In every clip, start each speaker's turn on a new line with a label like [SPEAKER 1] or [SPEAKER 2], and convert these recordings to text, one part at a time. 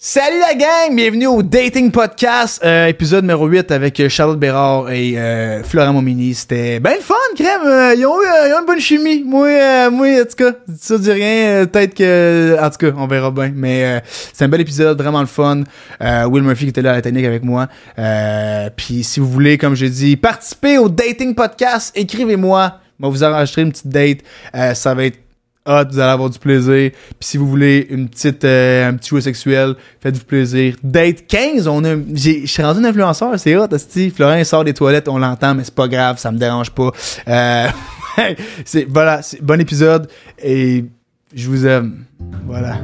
[SPEAKER 1] Salut la gang, bienvenue au Dating Podcast, euh, épisode numéro 8 avec euh, Charlotte Bérard et euh, Florent Momini. C'était ben le fun, crème. Euh, ils, ont eu, euh, ils ont une bonne chimie. Moi, euh, moi en tout cas, dis ça, dis rien. euh, Peut-être que... En tout cas, on verra bien. Mais euh, c'est un bel épisode, vraiment le fun. Euh, Will Murphy qui était là à la technique avec moi. Euh, Puis si vous voulez, comme j'ai dit, participer au Dating Podcast, écrivez-moi. On va vous enregistrer une petite date. Euh, ça va être hot, Ah, vous allez avoir du plaisir. Puis si vous voulez une petite, euh, un petit jeu sexuel, faites-vous plaisir. Date 15, on a, j'ai- je suis rendu un influenceur, c'est hot, asti. Florent sort des toilettes, on l'entend, mais c'est pas grave, ça me dérange pas. Euh, c'est, voilà, c'est, bon épisode et je vous aime. Voilà.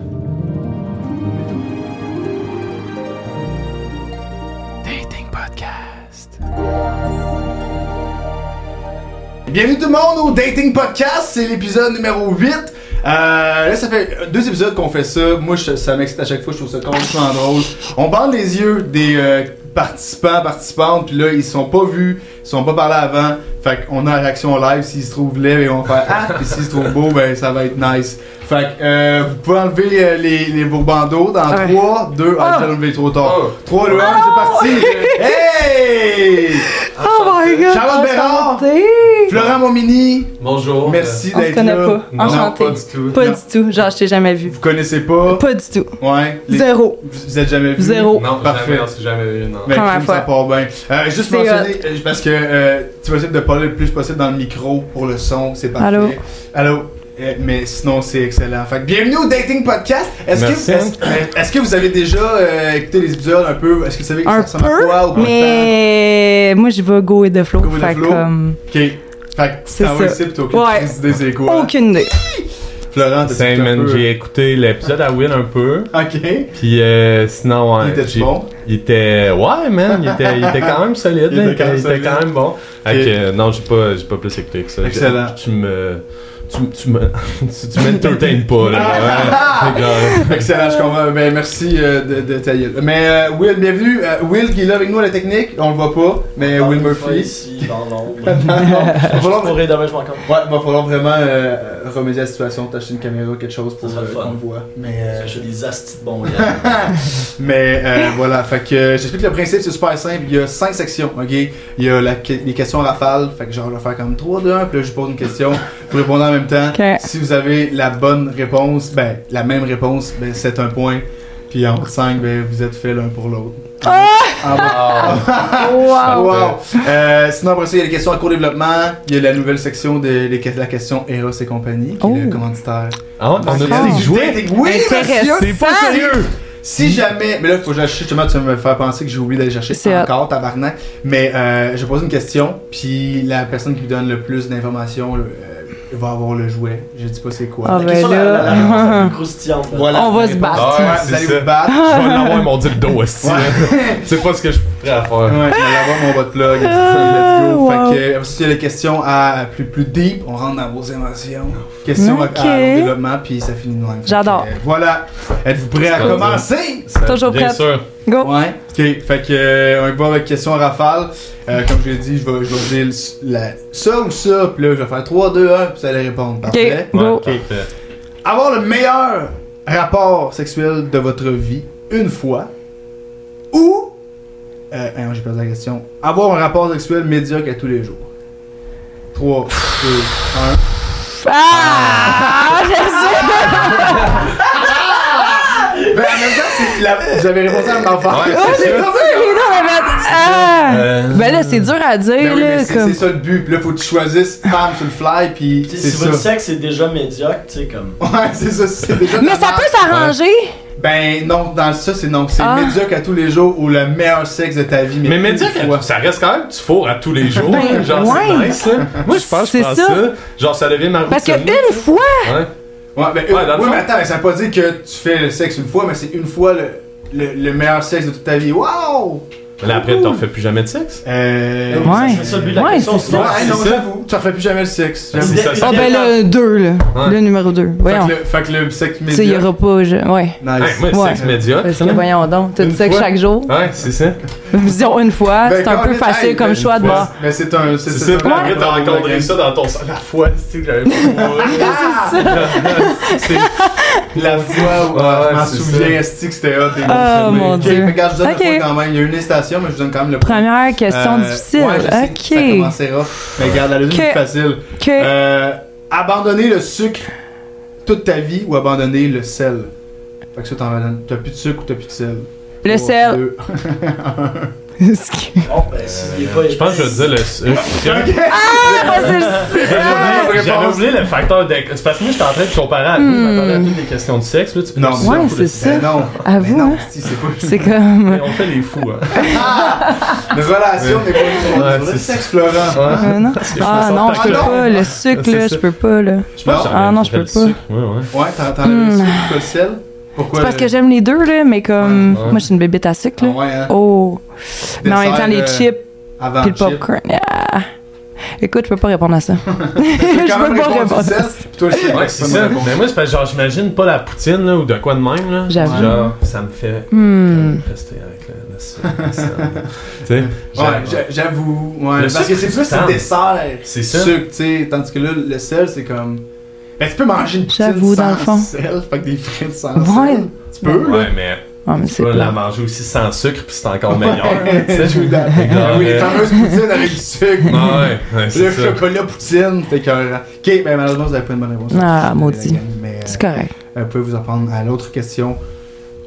[SPEAKER 1] Dating Podcast. Bienvenue tout le monde au Dating Podcast, c'est l'épisode numéro 8. Euh, là, ça fait deux épisodes qu'on fait ça. Moi, je- ça m'excite à chaque fois, je trouve ça complètement drôle. On parle des yeux des euh, participants, participantes, puis là, ils sont pas vus, ils sont pas parlés avant. Fait qu'on a la réaction live, s'ils se trouvent laids, ben, on va faire Ah! Puis s'ils se trouvent beaux, ben ça va être nice. Fait que euh, vous pouvez enlever euh, les, les vos bandeaux dans 3, 2, ah, je vais enlever trop tard. 3, 2, 1, c'est parti! hey!
[SPEAKER 2] Oh my god!
[SPEAKER 1] Charlotte Bérard.
[SPEAKER 2] Enchantée.
[SPEAKER 1] Florent Momini,
[SPEAKER 3] Bonjour. Euh,
[SPEAKER 1] merci
[SPEAKER 2] On se
[SPEAKER 1] d'être là.
[SPEAKER 2] connaît pas.
[SPEAKER 3] Non,
[SPEAKER 2] Enchanté.
[SPEAKER 3] pas du tout.
[SPEAKER 2] Pas
[SPEAKER 1] Non.
[SPEAKER 2] du tout. Genre, je t'ai jamais vu.
[SPEAKER 1] Vous connaissez pas?
[SPEAKER 2] Pas du tout.
[SPEAKER 1] Ouais. les-
[SPEAKER 2] Zéro.
[SPEAKER 1] Vous êtes jamais vu?
[SPEAKER 3] Euh,
[SPEAKER 2] Zéro.
[SPEAKER 1] Oh,
[SPEAKER 3] Non,
[SPEAKER 1] Parfait.
[SPEAKER 3] jamais, on s'est jamais vu, non.
[SPEAKER 1] Ben,
[SPEAKER 2] Première
[SPEAKER 1] crime, ça part bien. Euh, juste
[SPEAKER 2] C'est
[SPEAKER 1] mentionner, euh, parce que euh, c'est possible de parler le plus possible dans le micro pour le son, c'est parfait.
[SPEAKER 2] Allô?
[SPEAKER 1] Allô? Euh, mais sinon, c'est excellent. Fait que bienvenue au Dating Podcast. Est-ce que,
[SPEAKER 3] Merci.
[SPEAKER 1] est-ce- euh, est-ce que vous avez déjà euh, écouté les épisodes un peu? Est-ce que vous savez que
[SPEAKER 2] Un
[SPEAKER 1] ça ressemble
[SPEAKER 2] peu,
[SPEAKER 1] à quoi? Au
[SPEAKER 2] Mais moi, je vais go with the flow.
[SPEAKER 1] Go with the
[SPEAKER 2] fait
[SPEAKER 1] flow.
[SPEAKER 2] comme.
[SPEAKER 1] temps? Ok. Fait que
[SPEAKER 2] C'est
[SPEAKER 1] t'en vas
[SPEAKER 2] ça.
[SPEAKER 1] ici pis t'as aucune
[SPEAKER 2] Ouais.
[SPEAKER 1] crise d'idée c'est quoi.
[SPEAKER 2] Aucune idée.
[SPEAKER 1] Florent, t'as écouté un
[SPEAKER 3] Simon,
[SPEAKER 1] peu.
[SPEAKER 3] j'ai écouté l'épisode à Will un peu.
[SPEAKER 1] Ok.
[SPEAKER 3] Puis euh, sinon, ouais.
[SPEAKER 1] Il était
[SPEAKER 3] j'ai-
[SPEAKER 1] bon.
[SPEAKER 3] Il était. Ouais, man, il était, il était quand même solide.
[SPEAKER 1] Il
[SPEAKER 3] là,
[SPEAKER 1] était quand même
[SPEAKER 3] il était quand
[SPEAKER 1] solide.
[SPEAKER 3] même bon. Fait que, euh, non, j'ai pas, j'ai pas plus écouté que ça. J'ai-
[SPEAKER 1] Excellent.
[SPEAKER 3] Tu me. Tu, tu me. tu tu m'entertaines pas, là. Ouais, euh, grave.
[SPEAKER 1] Excellent, je comprends. Ben, merci euh, de, de ta gueule. Mais euh, Will, bienvenue. Euh, Will qui est là avec nous à la technique, on le voit pas, mais
[SPEAKER 4] Ah,
[SPEAKER 1] Will Murphy.
[SPEAKER 4] Ici, dans l'ombre.
[SPEAKER 1] Non, va
[SPEAKER 4] Je
[SPEAKER 1] falloir, ouais,
[SPEAKER 4] mourrai demain, je m'en compte.
[SPEAKER 1] va falloir vraiment euh, remédier à la situation, t'acheter une caméra, quelque chose pour
[SPEAKER 4] Ça serait
[SPEAKER 1] euh,
[SPEAKER 4] le fun.
[SPEAKER 1] qu'on le voit. Mais, euh,
[SPEAKER 4] Je fais des astis de bons gars.
[SPEAKER 1] mais euh, voilà, fait que euh, j'explique le principe, c'est super simple. Il y a cinq sections, ok? Il y a la que- les questions rafales, fait que genre, on va faire comme 3, 2, 1, puis là, je vous pose une question, vous répondez en même temps.
[SPEAKER 2] Ok.
[SPEAKER 1] Si vous avez la bonne réponse, ben, la même réponse, ben, c'est un point. Puis en 5, ben, vous êtes fait l'un pour l'autre.
[SPEAKER 2] Ah!
[SPEAKER 1] En bas.
[SPEAKER 3] Ah,
[SPEAKER 2] Wow!
[SPEAKER 1] Wow! Euh, sinon, après ça, il y a les questions à court développement. Il y a la nouvelle section de les que- la question Eros et compagnie, qui
[SPEAKER 2] Oh.
[SPEAKER 1] est le commanditaire.
[SPEAKER 3] Ah, on a
[SPEAKER 2] Ah.
[SPEAKER 3] tous joué.
[SPEAKER 1] Dating- Oui,
[SPEAKER 2] Intéressant.
[SPEAKER 1] monsieur!
[SPEAKER 3] C'est pas sérieux.
[SPEAKER 1] Ah! Si jamais. Mais là, faut que j'achète, justement, tu vas me faire penser que j'ai oublié d'aller chercher
[SPEAKER 2] C'est
[SPEAKER 1] encore, tabarnak. Mais euh, je pose une question, puis la personne qui me donne le plus d'informations le- euh, va avoir le jouet. Je dis pas c'est quoi.
[SPEAKER 2] Ah,
[SPEAKER 4] La
[SPEAKER 2] ben
[SPEAKER 4] question la-
[SPEAKER 2] là.
[SPEAKER 4] la- la réponse la plus croustillante. là.
[SPEAKER 1] Voilà.
[SPEAKER 2] On va se battre.
[SPEAKER 1] Ouais,
[SPEAKER 3] Ah,
[SPEAKER 1] vous
[SPEAKER 3] c'est
[SPEAKER 1] allez
[SPEAKER 3] ça.
[SPEAKER 1] vous battre.
[SPEAKER 3] Je vais l'avoir, ils m'ont dit le dos aussi. là. C'est pas ce que je suis prêt à faire.
[SPEAKER 1] Ouais, je vais avoir mon bot plug.
[SPEAKER 2] Ah,
[SPEAKER 1] Let's go.
[SPEAKER 2] wow.
[SPEAKER 1] Fait que, euh, si tu as des questions à plus, plus deep, on rentre dans vos émotions. Questions à-
[SPEAKER 2] Ok.
[SPEAKER 1] à, au développement, puis ça finit de même. Fait
[SPEAKER 2] J'adore.
[SPEAKER 1] que, euh, voilà. Êtes-vous prêts à
[SPEAKER 3] C'est pas
[SPEAKER 1] commencer?
[SPEAKER 3] Ça-
[SPEAKER 2] Toujours
[SPEAKER 3] Bien
[SPEAKER 2] prête.
[SPEAKER 3] sûr.
[SPEAKER 2] Go!
[SPEAKER 1] Ouais. Ok. Fait que, euh, on va avec question à rafale. Euh, comme je l'ai dit, je vais, je vais dire le- la- ça ou ça, puis là, je vais faire 3, 2, 1, puis vous allez répondre. Parfait.
[SPEAKER 2] Go.
[SPEAKER 3] Ouais,
[SPEAKER 2] Ok.
[SPEAKER 3] parfait.
[SPEAKER 1] Avoir le meilleur rapport sexuel de votre vie une fois ou. Euh, hein, j'ai perdu la question. Avoir un rapport sexuel médiocre à tous les jours. 3, 2, 1.
[SPEAKER 2] Ah! Je sais!
[SPEAKER 1] Ben, en même temps, c'est la- j'avais répondu à mon enfant.
[SPEAKER 3] Ouais,
[SPEAKER 1] Ben oui,
[SPEAKER 3] c'est
[SPEAKER 1] mais
[SPEAKER 3] ça.
[SPEAKER 2] Les deux, on avait- Ah!
[SPEAKER 3] Euh,
[SPEAKER 2] Ben là, c'est dur à dire, là.
[SPEAKER 1] ben c'est c'est
[SPEAKER 2] Comme.
[SPEAKER 1] ça le but. Puis là, faut que tu choisisses femme sur le fly, puis
[SPEAKER 4] Puis
[SPEAKER 1] c'est
[SPEAKER 4] Si votre
[SPEAKER 1] ça.
[SPEAKER 4] sexe est déjà médiocre, tu sais, comme.
[SPEAKER 1] Ouais, c'est ça. c'est déjà de la
[SPEAKER 2] Mais ça
[SPEAKER 1] merde.
[SPEAKER 2] peut s'arranger!
[SPEAKER 1] Ben non, dans ça, c'est non. C'est
[SPEAKER 2] Ah.
[SPEAKER 1] médiocre à tous les jours ou le meilleur sexe de ta vie.
[SPEAKER 3] Mais
[SPEAKER 1] une
[SPEAKER 3] médiocre,
[SPEAKER 1] fois.
[SPEAKER 3] ça reste quand même du four à tous les jours. hein.
[SPEAKER 2] Ben,
[SPEAKER 3] genre,
[SPEAKER 2] ouais.
[SPEAKER 3] c'est nice, là. Moi, je pense que
[SPEAKER 2] C'est
[SPEAKER 3] je pense
[SPEAKER 2] ça.
[SPEAKER 3] ça. Genre, ça devient ma routine.
[SPEAKER 2] Parce que une fois,
[SPEAKER 3] Ouais.
[SPEAKER 1] Ouais, ben,
[SPEAKER 3] Ouais, dans le
[SPEAKER 1] oui,
[SPEAKER 3] fond.
[SPEAKER 1] mais attends, mais ça veut pas dire que tu fais le sexe une fois, mais c'est une fois le, le, le meilleur sexe de toute ta vie. Wow!
[SPEAKER 3] Mais là, après, t'en fais plus jamais de sexe.
[SPEAKER 1] Euh.
[SPEAKER 2] Ouais.
[SPEAKER 4] C'est ça le but de la
[SPEAKER 2] Ouais,
[SPEAKER 4] question.
[SPEAKER 2] c'est
[SPEAKER 1] Ouais,
[SPEAKER 4] sinon,
[SPEAKER 1] hey, non,
[SPEAKER 3] ça.
[SPEAKER 1] j'avoue, tu refais plus jamais le sexe.
[SPEAKER 4] c'est-
[SPEAKER 1] J'avoue.
[SPEAKER 3] c'est ça,
[SPEAKER 4] c'est-
[SPEAKER 3] ça.
[SPEAKER 2] ah ben là, deux, là.
[SPEAKER 3] Ouais.
[SPEAKER 2] Le numéro deux.
[SPEAKER 1] Fait
[SPEAKER 2] Voyons.
[SPEAKER 1] que, le, fait que le sexe
[SPEAKER 2] Tu sais, il y
[SPEAKER 1] médiocre.
[SPEAKER 2] aura pas. je- Ouais.
[SPEAKER 1] Nice.
[SPEAKER 3] Hey, moi,
[SPEAKER 2] Ouais.
[SPEAKER 3] sexe médiocre.
[SPEAKER 2] Parce que
[SPEAKER 3] là.
[SPEAKER 2] voyons donc, tout
[SPEAKER 3] Une
[SPEAKER 2] ça que
[SPEAKER 3] fois.
[SPEAKER 2] chaque jour.
[SPEAKER 3] Ouais, c'est ça.
[SPEAKER 2] Vision une fois,
[SPEAKER 1] Ben,
[SPEAKER 2] Ah, c'est un peu
[SPEAKER 1] Colin,
[SPEAKER 2] facile
[SPEAKER 1] hey,
[SPEAKER 2] comme
[SPEAKER 1] ben,
[SPEAKER 2] choix de
[SPEAKER 3] fois.
[SPEAKER 2] bord.
[SPEAKER 1] Mais c'est un. C'est
[SPEAKER 3] C'est
[SPEAKER 1] c'est
[SPEAKER 3] ça,
[SPEAKER 1] un-
[SPEAKER 3] puis après t'as
[SPEAKER 1] un-
[SPEAKER 3] rencontré ça dans ton sang. La fois, c'est que j'avais
[SPEAKER 2] Ah!
[SPEAKER 3] pas C'est
[SPEAKER 1] La fois où euh,
[SPEAKER 3] Ouais,
[SPEAKER 1] je m'en
[SPEAKER 3] c'est
[SPEAKER 1] souviens, est-ce que c'était hot? et
[SPEAKER 2] Ah,
[SPEAKER 1] gros,
[SPEAKER 2] mon
[SPEAKER 1] ok,
[SPEAKER 2] Dieu.
[SPEAKER 1] mais Regarde, je donne le
[SPEAKER 2] Ok.
[SPEAKER 1] point quand même. Il y a une station, mais je donne quand même le point.
[SPEAKER 2] Première question
[SPEAKER 1] Euh,
[SPEAKER 2] difficile.
[SPEAKER 1] ouais, je sais que Ça
[SPEAKER 2] ok.
[SPEAKER 1] commençait rough. Mais regarde, la deuxième
[SPEAKER 2] Ok.
[SPEAKER 1] est facile.
[SPEAKER 2] Ok.
[SPEAKER 1] Euh, abandonner le sucre toute ta vie ou abandonner le sel? Fait que ça, t'en donnes- t'as plus de sucre ou t'as plus de sel?
[SPEAKER 2] le
[SPEAKER 1] Trois,
[SPEAKER 2] sel.
[SPEAKER 1] deux.
[SPEAKER 2] Excuse-
[SPEAKER 4] Bon, ben,
[SPEAKER 1] Euh,
[SPEAKER 4] s'il est pas.
[SPEAKER 3] Je pense que je vais dire le euh, sucre.
[SPEAKER 2] Ah, c'est le sel.
[SPEAKER 3] J'avais oublié le facteur de. C'est parce que moi, j'étais en train de comparer à, nous, je m'attendais à toutes les questions de sexe. Là, tu
[SPEAKER 1] Non,
[SPEAKER 3] tu-
[SPEAKER 1] mais
[SPEAKER 2] Hmm. Ouais,
[SPEAKER 3] tu-
[SPEAKER 2] c'est ça.
[SPEAKER 1] Ben non.
[SPEAKER 2] À
[SPEAKER 1] Ben
[SPEAKER 2] vous,
[SPEAKER 1] non,
[SPEAKER 2] hein.
[SPEAKER 1] si, c'est pas
[SPEAKER 2] C'est comme.
[SPEAKER 3] On fait les fous, hein.
[SPEAKER 1] Une relation n'est pas une
[SPEAKER 3] Ouais,
[SPEAKER 1] relation.
[SPEAKER 3] c'est-
[SPEAKER 1] Le sexe, Florent.
[SPEAKER 3] Ouais.
[SPEAKER 2] Euh, non.
[SPEAKER 3] que je me
[SPEAKER 2] Ah
[SPEAKER 3] sens
[SPEAKER 2] non, je peux
[SPEAKER 1] attaqué.
[SPEAKER 2] pas. Le sucre,
[SPEAKER 3] C'est
[SPEAKER 2] là,
[SPEAKER 3] ça.
[SPEAKER 2] je peux pas, là.
[SPEAKER 1] Je pense
[SPEAKER 2] Ah non, je peux pas.
[SPEAKER 3] Ouais, ouais.
[SPEAKER 1] Ouais, t'en- t'en as le
[SPEAKER 2] Hmm.
[SPEAKER 1] sucre ou le sel? Pourquoi?
[SPEAKER 2] C'est parce que
[SPEAKER 1] le-
[SPEAKER 2] j'aime les deux, là, mais comme.
[SPEAKER 3] Ouais, ouais.
[SPEAKER 2] Moi, je suis une bébête à sucre,
[SPEAKER 1] Ah
[SPEAKER 2] là.
[SPEAKER 1] ouais, hein.
[SPEAKER 2] Oh. Mais en même
[SPEAKER 1] Dessert,
[SPEAKER 2] temps, les
[SPEAKER 1] euh,
[SPEAKER 2] chips
[SPEAKER 1] Avant
[SPEAKER 2] puis le
[SPEAKER 1] chip.
[SPEAKER 2] popcorn. Ah. Écoute, je peux pas répondre à ça.
[SPEAKER 1] T'as quand même
[SPEAKER 2] Je peux pas
[SPEAKER 1] répondu
[SPEAKER 2] répondre à ça.
[SPEAKER 1] sel, puis toi, le sel,
[SPEAKER 3] Ouais,
[SPEAKER 1] pas
[SPEAKER 3] c'est
[SPEAKER 1] une
[SPEAKER 3] ça.
[SPEAKER 1] réponse.
[SPEAKER 3] Mais moi, c'est parce que genre, j'imagine pas la poutine là, ou de quoi de même. Là.
[SPEAKER 2] J'avoue.
[SPEAKER 3] Genre, ça me fait
[SPEAKER 2] Hmm.
[SPEAKER 3] rester avec le, le sucre. le sel. tu sais,
[SPEAKER 1] Ouais,
[SPEAKER 3] j'avoue.
[SPEAKER 1] j'a- j'avoue. Ouais,
[SPEAKER 3] Le
[SPEAKER 1] parce
[SPEAKER 3] sucre,
[SPEAKER 1] que c'est
[SPEAKER 3] c'est
[SPEAKER 1] plus
[SPEAKER 3] ça.
[SPEAKER 1] le dessert.
[SPEAKER 3] C'est ça.
[SPEAKER 1] Sucre, tu sais. Tandis que là, le sel, c'est comme. Ben, tu peux manger une poutine
[SPEAKER 2] J'avoue,
[SPEAKER 1] sans
[SPEAKER 2] dans le fond.
[SPEAKER 1] sel. Fait que des frites sans
[SPEAKER 2] Ouais.
[SPEAKER 1] sel. Tu peux, là.
[SPEAKER 3] Ouais, mais
[SPEAKER 2] Ah, mais
[SPEAKER 3] tu
[SPEAKER 2] c'est
[SPEAKER 3] peux la
[SPEAKER 2] plat.
[SPEAKER 3] manger aussi sans sucre, puis c'est encore meilleur.
[SPEAKER 1] Ouais,
[SPEAKER 3] tu sais.
[SPEAKER 1] je vous donne.
[SPEAKER 3] Genre,
[SPEAKER 1] Oui, les
[SPEAKER 3] euh,
[SPEAKER 1] fameuses poutines avec du sucre.
[SPEAKER 3] Ouais, ouais, c'est
[SPEAKER 1] Le
[SPEAKER 3] ça.
[SPEAKER 1] chocolat poutine, fait que. Ok, ben malheureusement, vous avez pas une bonne réponse.
[SPEAKER 2] Ah,
[SPEAKER 1] Je suis
[SPEAKER 2] maudit.
[SPEAKER 1] désolé, Mais,
[SPEAKER 2] C'est correct.
[SPEAKER 1] euh, vous pouvez vous en prendre à l'autre question.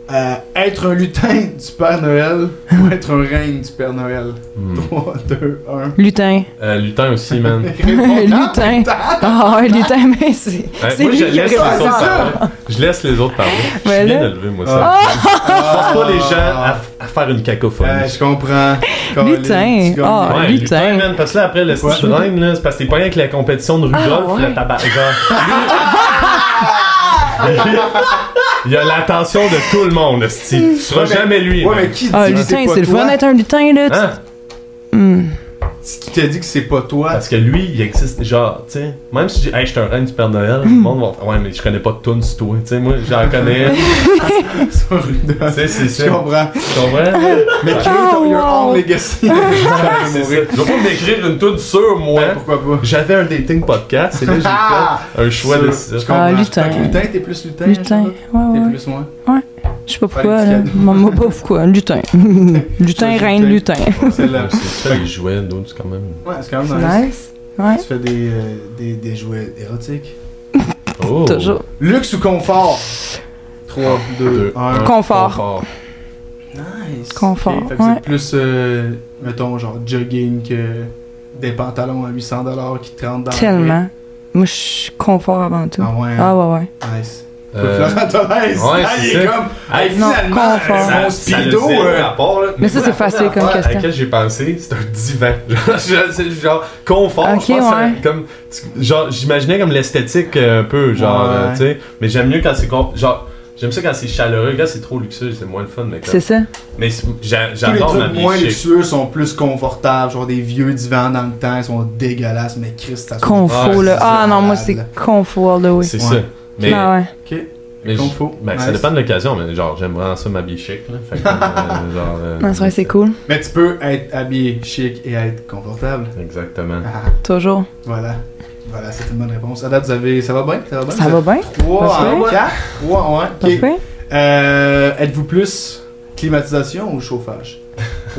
[SPEAKER 1] Euh, être un lutin du Père Noël ou être un reine du Père Noël
[SPEAKER 3] Hmm.
[SPEAKER 1] 3, 2, 1.
[SPEAKER 2] Lutin.
[SPEAKER 3] Euh, lutin aussi, man.
[SPEAKER 2] Lutin. Ah, lutin, mais c'est.
[SPEAKER 3] Ouais,
[SPEAKER 2] c'est
[SPEAKER 3] moi, je
[SPEAKER 2] lui qui
[SPEAKER 3] laisse les
[SPEAKER 1] répondu. C'est
[SPEAKER 2] répond.
[SPEAKER 3] autres
[SPEAKER 1] ça.
[SPEAKER 3] parler. Je laisse les autres parler. Je
[SPEAKER 2] Mais
[SPEAKER 3] suis bien
[SPEAKER 2] là-
[SPEAKER 3] élevé, moi,
[SPEAKER 1] Ah.
[SPEAKER 3] ça.
[SPEAKER 2] Ah.
[SPEAKER 3] Je pense pas les gens à, à faire une cacophonie.
[SPEAKER 1] Euh, je comprends.
[SPEAKER 2] Lutin. Ah,
[SPEAKER 3] Ouais,
[SPEAKER 2] lutin.
[SPEAKER 3] lutin, man, parce que là, après, le
[SPEAKER 1] Pourquoi?
[SPEAKER 3] style rhyme, là, c'est parce que t'es pas rien avec la compétition de Rudolph,
[SPEAKER 2] Ah, ouais.
[SPEAKER 3] le tabac. Genre. Il y a l'attention de tout le monde, le style. Tu seras
[SPEAKER 1] Ouais, mais-
[SPEAKER 3] jamais lui.
[SPEAKER 1] Ouais,
[SPEAKER 3] man.
[SPEAKER 1] mais qui dit
[SPEAKER 2] Ah,
[SPEAKER 1] que
[SPEAKER 2] lutin,
[SPEAKER 1] pas
[SPEAKER 2] c'est le
[SPEAKER 1] toi?
[SPEAKER 2] fun d'être un lutin, là. tu-
[SPEAKER 3] Hein?
[SPEAKER 2] Hmm.
[SPEAKER 1] Qui t'a dit que c'est pas toi?
[SPEAKER 3] Parce que lui, il existe, genre, tu sais, même si je dis, hey, je suis un reine du Père Noël, le monde va faire, ouais, mais je connais pas de tunes, toi, tu sais, moi, j'en connais, tu sais, c'est ça.
[SPEAKER 1] Je comprends.
[SPEAKER 3] Tu comprends?
[SPEAKER 1] Mais
[SPEAKER 2] Ah,
[SPEAKER 1] create your own legacy.
[SPEAKER 3] C'est ça. Je vais pas m'écrire une tune sur moi.
[SPEAKER 1] Ouais, Pourquoi pas?
[SPEAKER 3] J'avais un dating podcast, et là, j'ai
[SPEAKER 1] Ah!
[SPEAKER 3] fait un choix de ça.
[SPEAKER 1] Je comprends.
[SPEAKER 2] Ah, lutin.
[SPEAKER 1] Fait que lutin, t'es plus lutin.
[SPEAKER 2] Lutin.
[SPEAKER 1] je sais
[SPEAKER 2] Ouais,
[SPEAKER 1] pas. T'es
[SPEAKER 2] ouais.
[SPEAKER 1] plus moi.
[SPEAKER 2] Je sais pas
[SPEAKER 1] Faire
[SPEAKER 2] pourquoi,
[SPEAKER 1] des
[SPEAKER 2] là.
[SPEAKER 1] petits
[SPEAKER 2] Maman, pas pourquoi. Lutin. Lutin,
[SPEAKER 1] Choisis
[SPEAKER 2] reine,
[SPEAKER 1] lutin.
[SPEAKER 2] lutin.
[SPEAKER 1] C'est là.
[SPEAKER 3] C'est ça, les jouets, nous, c'est quand même.
[SPEAKER 1] Ouais, c'est quand même nice.
[SPEAKER 2] Nice. Ouais.
[SPEAKER 1] Tu fais des, euh, des, des jouets érotiques.
[SPEAKER 3] Oh.
[SPEAKER 2] Toujours.
[SPEAKER 1] Luxe ou confort? 3, 2,
[SPEAKER 3] Deux,
[SPEAKER 1] 1.
[SPEAKER 3] un,
[SPEAKER 2] Confort.
[SPEAKER 1] Nice.
[SPEAKER 2] Confort,
[SPEAKER 1] Ok, fait que
[SPEAKER 2] ouais.
[SPEAKER 1] C'est plus, euh, mettons, genre jogging que des pantalons à 800$ qui te rentrent dans la
[SPEAKER 2] Ah, Tellement. Moi, je suis confort avant tout.
[SPEAKER 1] Ah ouais.
[SPEAKER 2] Ah ouais, ouais.
[SPEAKER 1] ouais. Nice.
[SPEAKER 3] Euh,
[SPEAKER 1] Florent Thomas,
[SPEAKER 3] ouais,
[SPEAKER 1] ah, il
[SPEAKER 3] c'est
[SPEAKER 1] est
[SPEAKER 3] ça.
[SPEAKER 1] comme.
[SPEAKER 3] hey,
[SPEAKER 2] Non,
[SPEAKER 1] finalement, euh,
[SPEAKER 2] confort.
[SPEAKER 1] mon speedo. euh,
[SPEAKER 3] rapport, là.
[SPEAKER 2] Mais ça, c'est facile comme
[SPEAKER 3] À
[SPEAKER 2] question.
[SPEAKER 3] laquelle j'ai pensé, c'est un divan. Genre, je- c'est genre confort.
[SPEAKER 2] Ok,
[SPEAKER 3] je pense que c'est
[SPEAKER 2] ouais.
[SPEAKER 3] comme, tu- genre, j'imaginais comme l'esthétique euh, un peu, genre,
[SPEAKER 1] Ouais.
[SPEAKER 3] euh, tu sais. Mais j'aime mieux quand c'est con- genre, j'aime ça quand c'est chaleureux. Là, c'est trop luxueux, c'est moins le fun, mais comme-
[SPEAKER 2] C'est ça.
[SPEAKER 3] Mais c'est- j'a-
[SPEAKER 1] Tous les
[SPEAKER 3] j'adore
[SPEAKER 1] trucs
[SPEAKER 3] m'habiller
[SPEAKER 1] moins
[SPEAKER 3] chic.
[SPEAKER 1] luxueux sont plus confortables, genre des vieux divans dans le temps, ils sont dégueulasses, mais Christ, ça
[SPEAKER 3] Ah,
[SPEAKER 2] Confo,
[SPEAKER 3] c'est
[SPEAKER 2] là. Ah non, moi,
[SPEAKER 1] malade.
[SPEAKER 2] c'est confo all the way.
[SPEAKER 3] C'est
[SPEAKER 1] Ouais.
[SPEAKER 3] ça. Mais,
[SPEAKER 2] Ah ouais.
[SPEAKER 1] Ok.
[SPEAKER 3] mais j-
[SPEAKER 1] confort.
[SPEAKER 3] ben, ça
[SPEAKER 1] Nice.
[SPEAKER 3] dépend de l'occasion, mais genre, j'aime vraiment ça m'habiller chic, là. Fait que, euh, genre, euh,
[SPEAKER 2] Non, Ah, c'est vrai, c'est cool.
[SPEAKER 1] Mais tu peux être habillé chic et être confortable. Ah,
[SPEAKER 3] Exactement.
[SPEAKER 2] Toujours.
[SPEAKER 1] Voilà. Voilà, c'est une bonne réponse. À date, vous avez. Ça va bien? Ça va bien?
[SPEAKER 2] Ça va bien?
[SPEAKER 1] 3
[SPEAKER 2] Parfait.
[SPEAKER 1] en 4? 3 en 1. Ok.
[SPEAKER 2] Parfait.
[SPEAKER 1] Euh, Êtes-vous plus climatisation ou chauffage?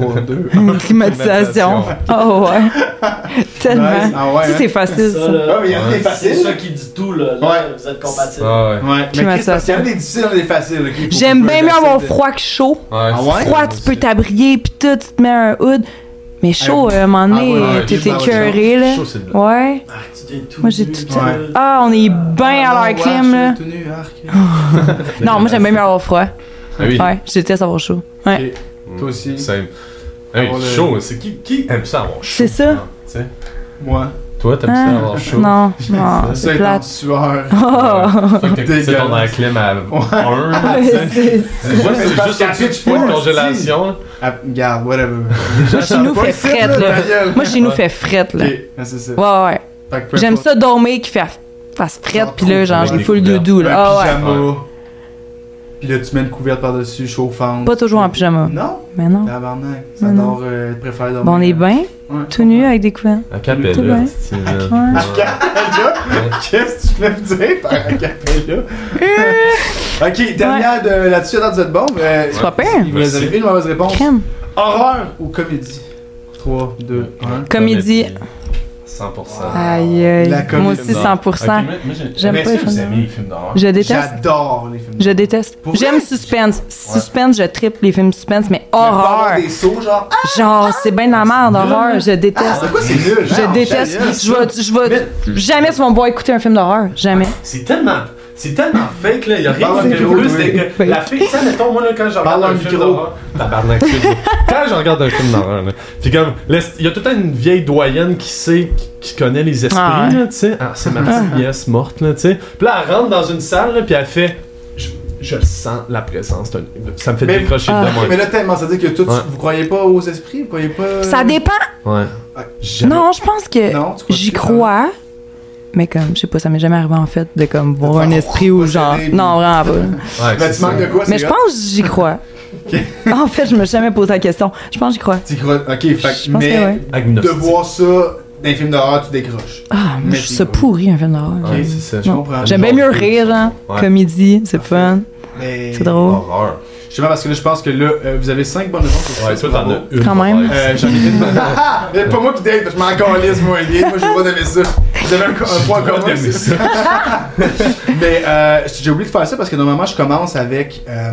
[SPEAKER 1] 3, 2, 1.
[SPEAKER 2] Une climatisation. Oh ouais. Tellement.
[SPEAKER 1] Ah ouais.
[SPEAKER 2] Ça,
[SPEAKER 1] hein?
[SPEAKER 2] c'est facile,
[SPEAKER 4] Ça,
[SPEAKER 2] ça.
[SPEAKER 4] là,
[SPEAKER 1] Ah, mais il y en a des
[SPEAKER 3] Ouais.
[SPEAKER 4] C'est ça
[SPEAKER 1] faciles.
[SPEAKER 4] qui dit tout, là. Là, vous êtes compatibles.
[SPEAKER 3] Ah ouais.
[SPEAKER 1] Ouais, mais Chris, parce qu'il y en a des difficiles, il y en a des faciles. ok? Faut
[SPEAKER 2] J'aime
[SPEAKER 1] qu'on
[SPEAKER 2] bien
[SPEAKER 1] peut
[SPEAKER 2] mieux avoir
[SPEAKER 1] accepter.
[SPEAKER 2] froid que chaud.
[SPEAKER 1] Ah ouais?
[SPEAKER 2] Froid, tu peux t'abrier, pis tout, tu te mets un hood. Mais chaud,
[SPEAKER 1] Ah,
[SPEAKER 2] euh, à un moment
[SPEAKER 1] ouais, ouais,
[SPEAKER 2] donné, t'es
[SPEAKER 1] j'imagine.
[SPEAKER 2] écœuré, là.
[SPEAKER 3] bah Chaud, c'est de la-
[SPEAKER 2] Ouais.
[SPEAKER 4] Ah, tu deviens tout.
[SPEAKER 2] Moi, j'ai
[SPEAKER 4] nu,
[SPEAKER 2] tout-
[SPEAKER 4] tout seul.
[SPEAKER 2] Ah, on
[SPEAKER 4] Euh,
[SPEAKER 2] est bien à
[SPEAKER 1] Ah
[SPEAKER 2] l'air
[SPEAKER 1] non, ouais,
[SPEAKER 2] clim, là.
[SPEAKER 1] je suis tenu, arc.
[SPEAKER 2] Non, moi, j'aime bien mieux avoir froid.
[SPEAKER 3] Ah oui.
[SPEAKER 2] Ouais, j'ai déteste avoir chaud.
[SPEAKER 3] Mm.
[SPEAKER 1] Toi aussi.
[SPEAKER 3] Same. Ah oui,
[SPEAKER 1] Avoir le-
[SPEAKER 3] chaud, c'est qui, qui aime ça avoir chaud?
[SPEAKER 2] C'est ça.
[SPEAKER 3] hein, tu sais?
[SPEAKER 1] Moi,
[SPEAKER 3] Toi, t'aimes
[SPEAKER 2] Hein?
[SPEAKER 3] ça avoir chaud.
[SPEAKER 2] Non, non,
[SPEAKER 1] ça
[SPEAKER 2] c'est
[SPEAKER 1] est en
[SPEAKER 2] plate.
[SPEAKER 1] sueur.
[SPEAKER 2] Oh!
[SPEAKER 3] Fait que t'as coupé ton air
[SPEAKER 1] Dégueulasse.
[SPEAKER 3] clim à 1.
[SPEAKER 2] C'est-
[SPEAKER 3] Moi,
[SPEAKER 1] Mais
[SPEAKER 3] c'est
[SPEAKER 1] parce
[SPEAKER 3] juste
[SPEAKER 1] qu'à
[SPEAKER 3] un petit
[SPEAKER 1] pitch
[SPEAKER 3] point de
[SPEAKER 1] point,
[SPEAKER 3] congélation. là.
[SPEAKER 1] Ah, Regarde, whatever.
[SPEAKER 2] Moi, chez nous, fait
[SPEAKER 1] Pas ici,
[SPEAKER 2] frette,
[SPEAKER 1] là,
[SPEAKER 2] là.
[SPEAKER 1] ta gueule.
[SPEAKER 2] Moi, chez nous, fait frette, là.
[SPEAKER 1] Ok,
[SPEAKER 2] Ouais,
[SPEAKER 1] ah, c'est ça.
[SPEAKER 2] ouais, ouais.
[SPEAKER 1] Fait que peu
[SPEAKER 2] J'aime
[SPEAKER 1] importe. Ah,
[SPEAKER 2] ça dormir qui fait fasse frette, pis là, genre,
[SPEAKER 1] Avec
[SPEAKER 2] j'ai
[SPEAKER 3] des
[SPEAKER 2] full
[SPEAKER 3] couvertes.
[SPEAKER 2] doudou,
[SPEAKER 1] Un
[SPEAKER 2] là. Ah ouais.
[SPEAKER 1] pyjama. Puis là, tu mets une couverte par-dessus, chauffante.
[SPEAKER 2] Pas toujours en pyjama.
[SPEAKER 1] Non,
[SPEAKER 2] Mais non.
[SPEAKER 1] tabarnak. Ça
[SPEAKER 2] Non, non.
[SPEAKER 1] dort, euh, préfère dormir.
[SPEAKER 2] Bon, on est bien,
[SPEAKER 1] Ouais.
[SPEAKER 2] tout nu avec des couverts.
[SPEAKER 3] À
[SPEAKER 2] Tout
[SPEAKER 3] Capella.
[SPEAKER 2] bien.
[SPEAKER 3] c'est- euh,
[SPEAKER 2] Ouais.
[SPEAKER 1] Acapella? Qu'est-ce que tu voulais me dire par acapella? ok, dernière de là-dessus, attends, vous êtes bon. Euh,
[SPEAKER 2] C'est pas pire.
[SPEAKER 1] il vous avez une mauvaise réponse.
[SPEAKER 2] Crème.
[SPEAKER 1] Horreur ou comédie? 3, 2, 1.
[SPEAKER 2] Comédie.
[SPEAKER 3] 100%.
[SPEAKER 2] Aïe, aïe.
[SPEAKER 1] La comédie.
[SPEAKER 2] Moi aussi, 100%. J'aime
[SPEAKER 1] Mais est-ce
[SPEAKER 2] pas les
[SPEAKER 1] que
[SPEAKER 2] films
[SPEAKER 1] vous
[SPEAKER 2] d'horreur.
[SPEAKER 1] aimez les
[SPEAKER 3] films d'horreur.
[SPEAKER 2] Je déteste.
[SPEAKER 1] J'adore les films.
[SPEAKER 2] Je déteste.
[SPEAKER 1] Pour
[SPEAKER 2] J'aime
[SPEAKER 1] vrai?
[SPEAKER 2] suspense. Suspense, je tripe les films suspense, mais
[SPEAKER 1] Mais pas avoir
[SPEAKER 2] horreur.
[SPEAKER 1] des Ah! sauts, genre. Ah,
[SPEAKER 2] Genre, c'est bien de la merde, horreur. Je déteste.
[SPEAKER 1] c'est quoi, c'est nul? Ah,
[SPEAKER 2] Je déteste. Je vais, je vais jamais sur mon bois écouter un film d'horreur. Jamais.
[SPEAKER 3] C'est tellement. C'est tellement fake, là. Y'a rien
[SPEAKER 1] Parle
[SPEAKER 3] qui
[SPEAKER 1] au
[SPEAKER 3] fait
[SPEAKER 1] micro,
[SPEAKER 3] plus
[SPEAKER 1] oui.
[SPEAKER 3] de que. La fille, ça, mettons, moi, là, quand je regarde
[SPEAKER 1] Parle
[SPEAKER 3] un
[SPEAKER 1] au
[SPEAKER 3] film
[SPEAKER 1] micro.
[SPEAKER 3] d'horreur. Tabarnak, excuse-moi. Quand je regarde un film d'horreur, là. Pis comme. Il y a tout le temps une vieille doyenne qui sait, qui, qui connaît les esprits,
[SPEAKER 2] Ah ouais.
[SPEAKER 3] là, tu sais. Ah, c'est ma petite nièce morte, là, tu sais. Pis là, elle rentre dans une salle, là, pis elle fait. Je, je sens la présence. d'un- Ça me fait
[SPEAKER 1] Mais-
[SPEAKER 3] décrocher
[SPEAKER 2] Ah.
[SPEAKER 3] de moi.
[SPEAKER 1] Mais là, tellement, ça veut dire que tout,
[SPEAKER 3] Ouais.
[SPEAKER 1] vous croyez pas aux esprits? Vous croyez pas.
[SPEAKER 2] Ça dépend.
[SPEAKER 3] Ouais.
[SPEAKER 1] Ah,
[SPEAKER 3] Jamais.
[SPEAKER 2] Non, je pense que
[SPEAKER 1] Euh, Non, tu crois
[SPEAKER 2] j'y
[SPEAKER 1] pas?
[SPEAKER 2] crois. Mais comme, je sais pas, ça m'est jamais arrivé en fait de comme voir
[SPEAKER 1] Oh,
[SPEAKER 2] un esprit ou genre.
[SPEAKER 1] possédé, puis-
[SPEAKER 2] Non, vraiment pas.
[SPEAKER 3] Ouais,
[SPEAKER 1] Mais
[SPEAKER 3] c'est
[SPEAKER 1] tu
[SPEAKER 3] ça.
[SPEAKER 1] manques de quoi? Ah,
[SPEAKER 2] Mais
[SPEAKER 1] c'est
[SPEAKER 2] je
[SPEAKER 1] hot.
[SPEAKER 2] pense que j'y crois. En fait, je me suis jamais posé la question. Je pense que j'y crois.
[SPEAKER 1] Tu crois. Ok, fait que-
[SPEAKER 2] Je pense que
[SPEAKER 1] Mais
[SPEAKER 2] ouais.
[SPEAKER 1] de
[SPEAKER 3] Agnostique.
[SPEAKER 1] voir ça dans les films d'horreur, tu décroches.
[SPEAKER 2] Ah, moi,
[SPEAKER 1] Mais
[SPEAKER 2] je suis
[SPEAKER 1] c'est
[SPEAKER 2] ça pourri un film d'horreur.
[SPEAKER 3] Ouais, c'est ça. je
[SPEAKER 1] Je
[SPEAKER 2] Non.
[SPEAKER 1] comprends.
[SPEAKER 2] J'aime bien mieux rire, genre.
[SPEAKER 3] Ouais.
[SPEAKER 2] Comédie, c'est fun.
[SPEAKER 1] Mais.
[SPEAKER 2] C'est drôle.
[SPEAKER 3] Horreur.
[SPEAKER 1] Justement, parce que là, je pense que là, euh, vous avez 5 bonnes réponses.
[SPEAKER 3] Ouais, toi, t'en as une.
[SPEAKER 2] Quand même.
[SPEAKER 3] mauvaise.
[SPEAKER 1] Euh, j'en ai une. Mais pas moi qui date, parce que je m'en calisse, moi, Elliot. Moi, j'ai pas d'aimer ça. Vous avez un, co- un point
[SPEAKER 3] J'ai le droit
[SPEAKER 1] commun.
[SPEAKER 3] d'aimer
[SPEAKER 1] c'est- Mais euh, j'ai oublié de faire ça parce que normalement, je commence avec euh,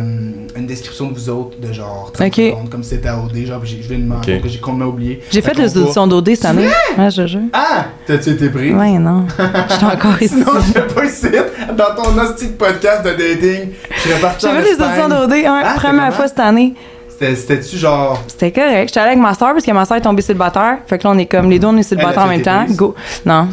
[SPEAKER 1] une description de vous autres de genre 30
[SPEAKER 2] Ok.
[SPEAKER 1] secondes, comme si c'était AOD. Genre, j'ai- je viens de m'en
[SPEAKER 3] Ok.
[SPEAKER 1] que j'ai complètement oublié.
[SPEAKER 2] J'ai fait
[SPEAKER 1] qu'on
[SPEAKER 2] les
[SPEAKER 1] va-
[SPEAKER 2] auditions d'OD cette année. Ouais, je te jure.
[SPEAKER 1] Ah! T'as-tu été pris?
[SPEAKER 2] Ouais, non. Je suis encore ici.
[SPEAKER 1] Non, je l'ai pas ici. Dans ton hostie de podcast de dating, je suis reparti
[SPEAKER 2] J'ai
[SPEAKER 1] en
[SPEAKER 2] fait les auditions
[SPEAKER 1] Espagne. Ah,
[SPEAKER 2] d'OD, ouais,
[SPEAKER 1] c'était
[SPEAKER 2] première
[SPEAKER 1] comment?
[SPEAKER 2] fois cette année.
[SPEAKER 1] C'était- C'était-tu genre...
[SPEAKER 2] C'était correct. J'étais allée avec ma soeur parce que ma soeur est tombée célibataire. Fait que là, on est comme les deux, on est célibataires en
[SPEAKER 1] Elle a
[SPEAKER 2] même
[SPEAKER 1] été
[SPEAKER 2] temps.
[SPEAKER 1] prise?
[SPEAKER 2] Go. Non.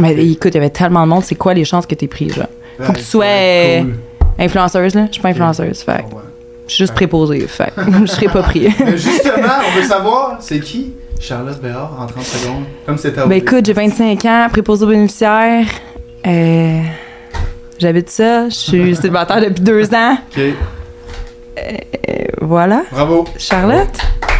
[SPEAKER 2] Mais écoute, il y avait tellement de monde. C'est quoi les chances que t'es pris, genre? Faut que tu sois euh,
[SPEAKER 1] Cool.
[SPEAKER 2] influenceuse, là. Je suis pas influenceuse. Fait que
[SPEAKER 1] Ouais.
[SPEAKER 2] je suis juste préposée. Fait que je serais pas pris.
[SPEAKER 1] Mais justement, on veut savoir, c'est qui Charlotte Béard en 30 secondes? Comme c'était à
[SPEAKER 2] ben écoute, j'ai 25 ans, préposée aux bénéficiaires. Euh, J'habite ça. Je suis célibataire depuis deux ans.
[SPEAKER 1] Ok,
[SPEAKER 2] Euh, voilà.
[SPEAKER 1] bravo.
[SPEAKER 2] Charlotte?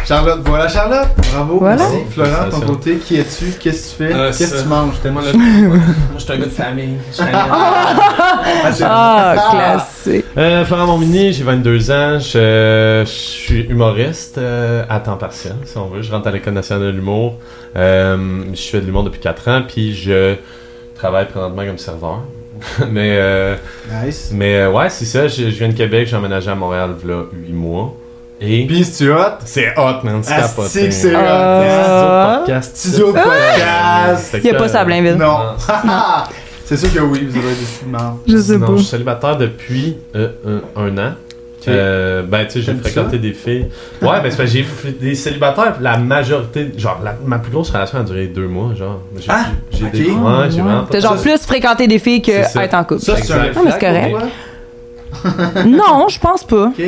[SPEAKER 1] Charlotte, voilà Charlotte. Bravo.
[SPEAKER 2] Voilà.
[SPEAKER 1] Merci. Florent, ton
[SPEAKER 3] Félicitations.
[SPEAKER 1] côté, qui es-tu? Qu'est-ce que tu fais?
[SPEAKER 3] Euh,
[SPEAKER 1] Qu'est-ce que
[SPEAKER 3] ça.
[SPEAKER 1] tu manges?
[SPEAKER 3] Moi, là, moi, je suis un gars de famille. Je suis un-
[SPEAKER 1] Ah, c'est-
[SPEAKER 2] Ah,
[SPEAKER 1] Ah!
[SPEAKER 2] classé.
[SPEAKER 3] Euh, Florent Montmini, j'ai 22 ans. Je, je suis humoriste euh, à temps partiel, si on veut. Je rentre à l'École nationale de l'humour. Euh, je fais de l'humour depuis 4 ans, puis je travaille présentement comme serveur. mais euh,
[SPEAKER 1] Nice.
[SPEAKER 3] mais euh, ouais, c'est ça. Je, je viens de Québec, j'ai emménagé à Montréal là 8 mois. Et
[SPEAKER 1] Peace, tu hot?
[SPEAKER 3] c'est hot, man. C'est
[SPEAKER 1] Asti
[SPEAKER 3] capoté.
[SPEAKER 1] que c'est hot.
[SPEAKER 2] Ah.
[SPEAKER 3] podcast.
[SPEAKER 1] Studio
[SPEAKER 3] Ah,
[SPEAKER 1] podcast.
[SPEAKER 2] Il y a pas ça à Blainville.
[SPEAKER 1] Non.
[SPEAKER 3] Non.
[SPEAKER 1] c'est sûr que oui, vous avez des de marde.
[SPEAKER 2] Je sais
[SPEAKER 3] non,
[SPEAKER 2] pas.
[SPEAKER 3] je suis célibataire depuis euh, un, un an. Euh, ben, tu sais, j'ai
[SPEAKER 1] T'aimes
[SPEAKER 3] fréquenté des filles. Ouais, ben, c'est parce que j'ai fait des célibataires, la majorité. Genre, la- ma plus grosse relation a duré deux mois, genre. J'ai,
[SPEAKER 1] Ah,
[SPEAKER 3] j'ai- j'ai
[SPEAKER 1] ok.
[SPEAKER 3] des. Ouais, j'ai vraiment.
[SPEAKER 2] T'as genre plus fréquenté des filles que
[SPEAKER 3] C'est ça.
[SPEAKER 2] être en couple.
[SPEAKER 1] Ça, c'est un
[SPEAKER 3] Exact.
[SPEAKER 2] Ah, mais c'est
[SPEAKER 1] flag
[SPEAKER 2] correct.
[SPEAKER 1] pour toi?
[SPEAKER 2] Non, je pense pas.
[SPEAKER 1] Ok.